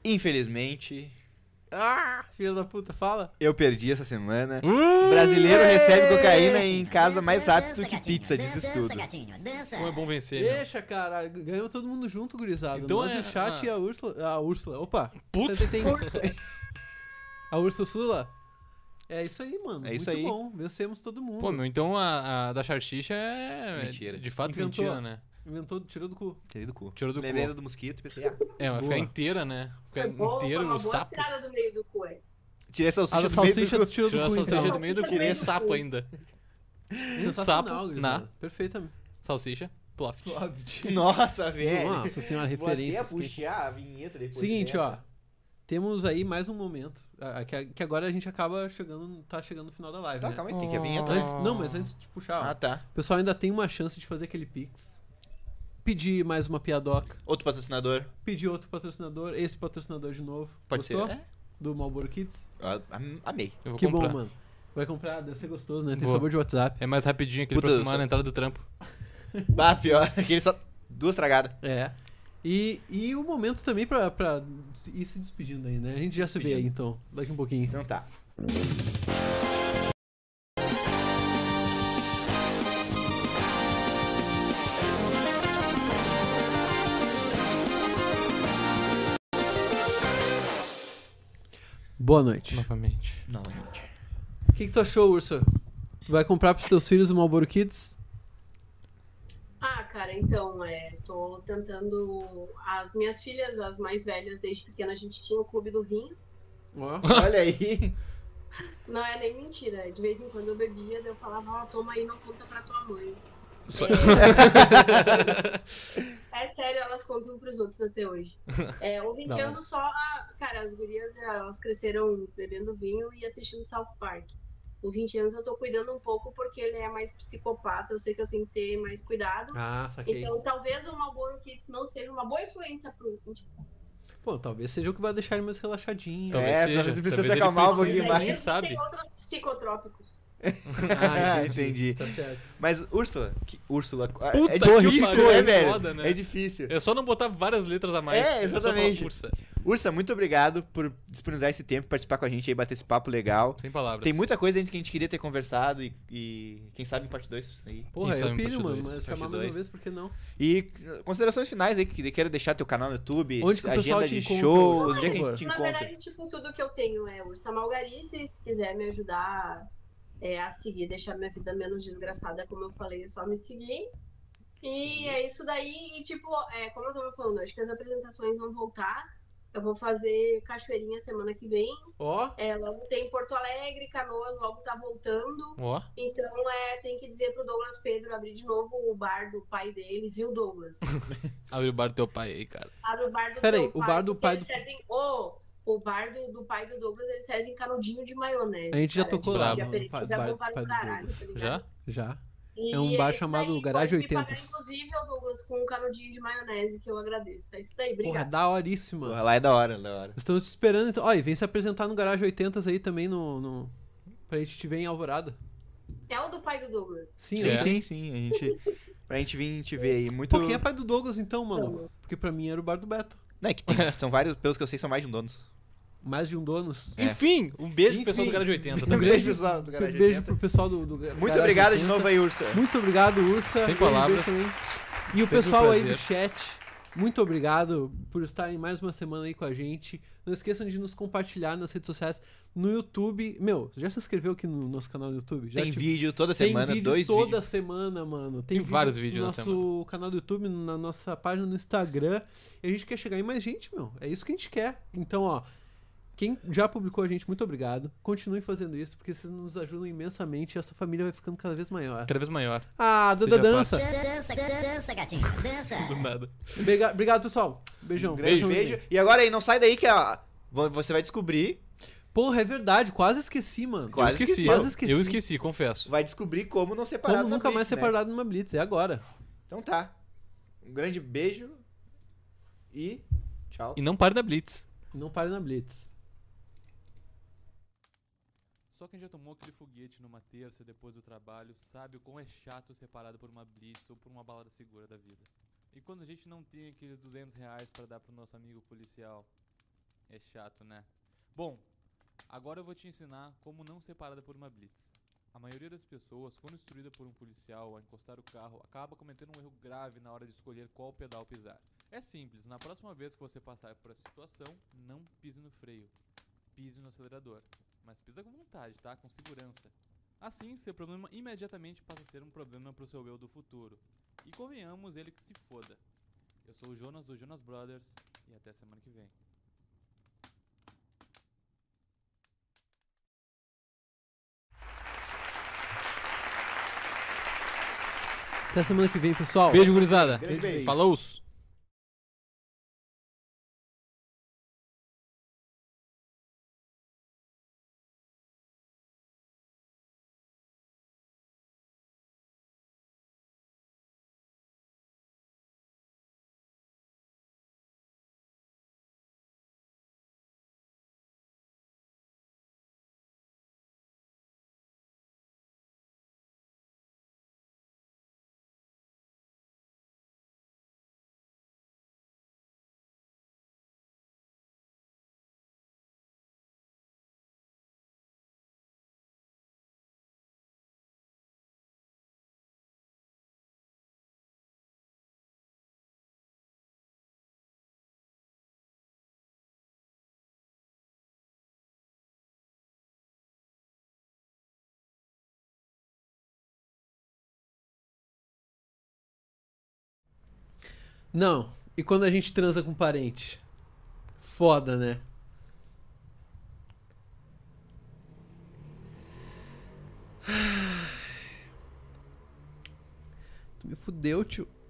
Infelizmente,
Ah, filho da puta, fala.
Eu perdi essa semana.
Uh!
Brasileiro recebe
Ei!
cocaína em casa mais rápido que pizza, diz estudo.
Como é bom vencer, né?
Deixa, caralho. Ganhou todo mundo junto, gurizada.
Então
Nós,
é-
o chat
ah.
e a Úrsula. A Úrsula. Opa.
Puta.
Você tem- a Úrsula Sula. É isso aí, mano.
É isso
Muito
aí.
bom. Vencemos todo mundo.
Pô, meu, então a, a da Charchicha é.
Mentira.
De fato,
Inventou.
mentira, né?
Inventou, tirou do cu.
Tirei do cu.
Tirou do
Lembrei
cu.
do mosquito e pensei, ah.
É, vai ficar
Boa.
inteira, né? Ficar
Foi boa,
inteiro
foi uma
no
boa
sapo.
tirada do meio do é coisa.
Tirei a salsicha
A da
do meio
salsicha
do
tu tirou do cu,
salsicha
então.
do meio do cu.
Tirei sapo ainda.
Sensacional,
sapo né?
gurizada.
na-
Perfeitamente.
Salsicha, ploft.
Nossa, velho.
Nossa senhora,
Vou até
referências. que-
puxar a vinheta depois.
né?
Seguinte,
dessa.
ó. Temos aí mais um momento. a- a- Que a- que agora a gente acaba chegando. Tá chegando no final da live.
Tá,
né?
calma aí, tem que a vinheta, né?
Antes, não, mas antes de puxar. ó,
Ah, tá.
O pessoal ainda tem uma chance de fazer aquele Pix. Pedir mais uma piadoca.
Outro patrocinador.
Pedir outro patrocinador. Esse patrocinador de novo.
Pode ser.
Gostou?
É.
Do Malboro Kids.
Ah, am- Amei.
Eu vou
que
comprar.
bom, mano. Vai comprar, deve ser gostoso, né? Tem
Vou.
sabor de WhatsApp.
É mais rapidinho aquele
Puta,
pra filmar
eu sou-
na entrada do trampo.
Bah, pior. Aquele só. Duas tragadas.
É. E, e o momento também pra, pra se- ir se despedindo aí, né? A gente já se vê aí, então. Daqui um pouquinho.
Então tá.
Boa noite.
Novamente.
Novamente.
O que, que tu achou, Ursa? Tu vai comprar pros teus filhos o Malboro Kids?
Ah, cara, então, é, tô tentando. As minhas filhas, as mais velhas, desde pequena, a gente tinha o clube do vinho.
Olha aí.
Não é nem mentira. De vez em quando eu bebia, daí eu falava, ó, toma aí, não conta pra tua mãe.
Só-
É, é sério, elas contam pros outros até hoje. É, o 20
Da hora.
anos só, a- cara, as gurias elas cresceram bebendo vinho e assistindo South Park. O 20 anos eu tô cuidando um pouco porque ele é mais psicopata, eu sei que eu tenho que ter mais cuidado.
Ah, saquei.
Então talvez o Marlboro Kids não seja uma boa influência pro 20
Pô, talvez seja o que vai deixar ele mais relaxadinho.
Talvez É, seja. talvez ele precisa se Talvez ele acalmar um precise, pouquinho mais. ninguém sabe.
Tem outros psicotrópicos.
Ah,
entendi.
entendi. Tá certo.
Mas Úrsula. Que, Úrsula.
Puta
é
que pariu,
difícil, né,
é
velho?
foda, né?
É difícil.
É só não botar várias letras a mais.
É,
só falar
exatamente.
Ursa.
Ursa, muito obrigado por disponibilizar esse tempo, participar com a gente aí, bater esse papo legal.
Sem palavras.
Tem muita coisa ainda que a gente queria ter conversado e, e quem sabe em parte 2 aí.
Porra,
Quem
eu
sabe em
pilho,
é um parte
mano,
dois,
mas
parte
chamar mais uma
dois.
vez, por que não?
E eh, considerações finais aí, que queira deixar teu canal no YouTube,
Onde que o
agenda
pessoal te
de
encontra,
shows,
Ursa, por
onde é que a
favor?
gente te
Na
encontra.
verdade, tipo, tudo que eu tenho é Ursa Malgarice. Se quiser me ajudar é, a seguir, deixar minha vida menos desgraçada, como eu falei, é só me seguir. E é isso daí. E, tipo, é, como eu tava falando, acho que as apresentações vão voltar. Eu vou fazer Cachoeirinha semana que vem.
Ó.
É, logo tem Porto Alegre, Canoas, logo tá voltando.
Ó.
Então, é, tem que dizer pro Douglas Pedro abrir de novo o bar do pai dele, viu, Douglas?
Abre o bar do teu pai aí, cara.
Abre o bar Ah, do
Peraí,
teu
o
pai,
bar do
porque
pai
eles
do-
servem- Ô, o bar do, do pai do Douglas, eles servem canudinho de maionese.
A gente já tocou lá,
Já,
mano, no pai- bar-
bom para
pai
o
do
caralho,
Douglas.
tá ligado?
Já?
Já.
E
É um bar
isso
chamado
aí,
Garagem
pode me pagar,
80s.
Inclusive, ô Douglas, com um canudinho de maionese, que eu agradeço. É isso daí,
Porra,
obrigado.
da horíssima.
Lá é da hora, da hora.
Estamos te esperando, então. Ó, e vem se apresentar no Garagem 80 aí também, no, no... pra gente te ver em Alvorada.
É o do pai do Douglas.
Sim,
sim,
é.
sim, sim, a gente... Pra gente vir te ver aí, muito...
Pô, quem é pai do Douglas então, mano? Porque pra mim era o bar do Beto.
Não, é que tem- são vários, pelos que eu sei, são mais de um dono.
Mais de um donos.
É.
Enfim, um beijo pro pessoal do
Enfim,
Garage 80
um
também.
beijo, Um
Beijo, pessoal do Garage
Beijo
80.
pro pessoal do, do Ga-
Muito
Garage
obrigado de
80.
novo aí, Ursa.
Muito obrigado, Ursa.
Sem
Beijo,
palavras.
beijo também. E o
Sempre um
pessoal aí
prazer.
do chat, muito obrigado por estarem mais uma semana aí com a gente. Não esqueçam de nos compartilhar nas redes sociais, no YouTube. Meu, já se inscreveu aqui no nosso canal do YouTube? Já tipo,
Tem vídeo toda
Tem
semana,
vídeo
dois
toda
vídeos.
semana, mano.
Tem vários vídeos
no
na
nosso canal do YouTube, na nossa página no Instagram. E a gente quer chegar em mais gente, meu. É isso que a gente quer. Então, ó, quem já publicou a gente, muito obrigado. Continue fazendo isso, porque vocês nos ajudam imensamente e essa família vai ficando cada vez maior.
Cada vez maior.
Ah, Duda
Seja
tá
parte.
dança.
Dança, dança, gatinho, dança.
Do nada.
Obriga- Obrigado, pessoal. Beijão.
Um grande beijo. E agora aí, não sai daí que ó, vo- você vai descobrir.
Porra, é verdade. Quase esqueci, mano.
eu esqueci.
Quase esqueci.
Eu esqueci, confesso.
Vai descobrir como não separar
Como
numa
nunca mais
blitz, né?
separado numa Blitz. É agora.
Então tá. Um grande beijo e tchau.
E não pare da Blitz.
Não pare na Blitz.
Só quem já tomou aquele foguete numa terça depois do trabalho sabe o quão é chato ser parado por uma blitz ou por uma balada segura da vida. E quando a gente não tem aqueles 200 reais pra dar pro nosso amigo policial, é chato, né? Bom, agora eu vou te ensinar como não ser parada por uma blitz. A maioria das pessoas, quando instruída por um policial a encostar o carro, acaba cometendo um erro grave na hora de escolher qual pedal pisar. É simples, na próxima vez que você passar por essa situação, não pise no freio, pise no acelerador. Mas pisa com vontade, tá? Com segurança. Assim, seu problema imediatamente passa a ser um problema pro seu eu do futuro. E convenhamos, ele que se foda. Eu sou o Jonas do Jonas Brothers e até semana que vem.
Até semana que vem, pessoal.
Beijo, gurizada.
Grande beijo.
Falou!
Não. E quando a gente transa com parente? Foda, né? Tu me fudeu, tio.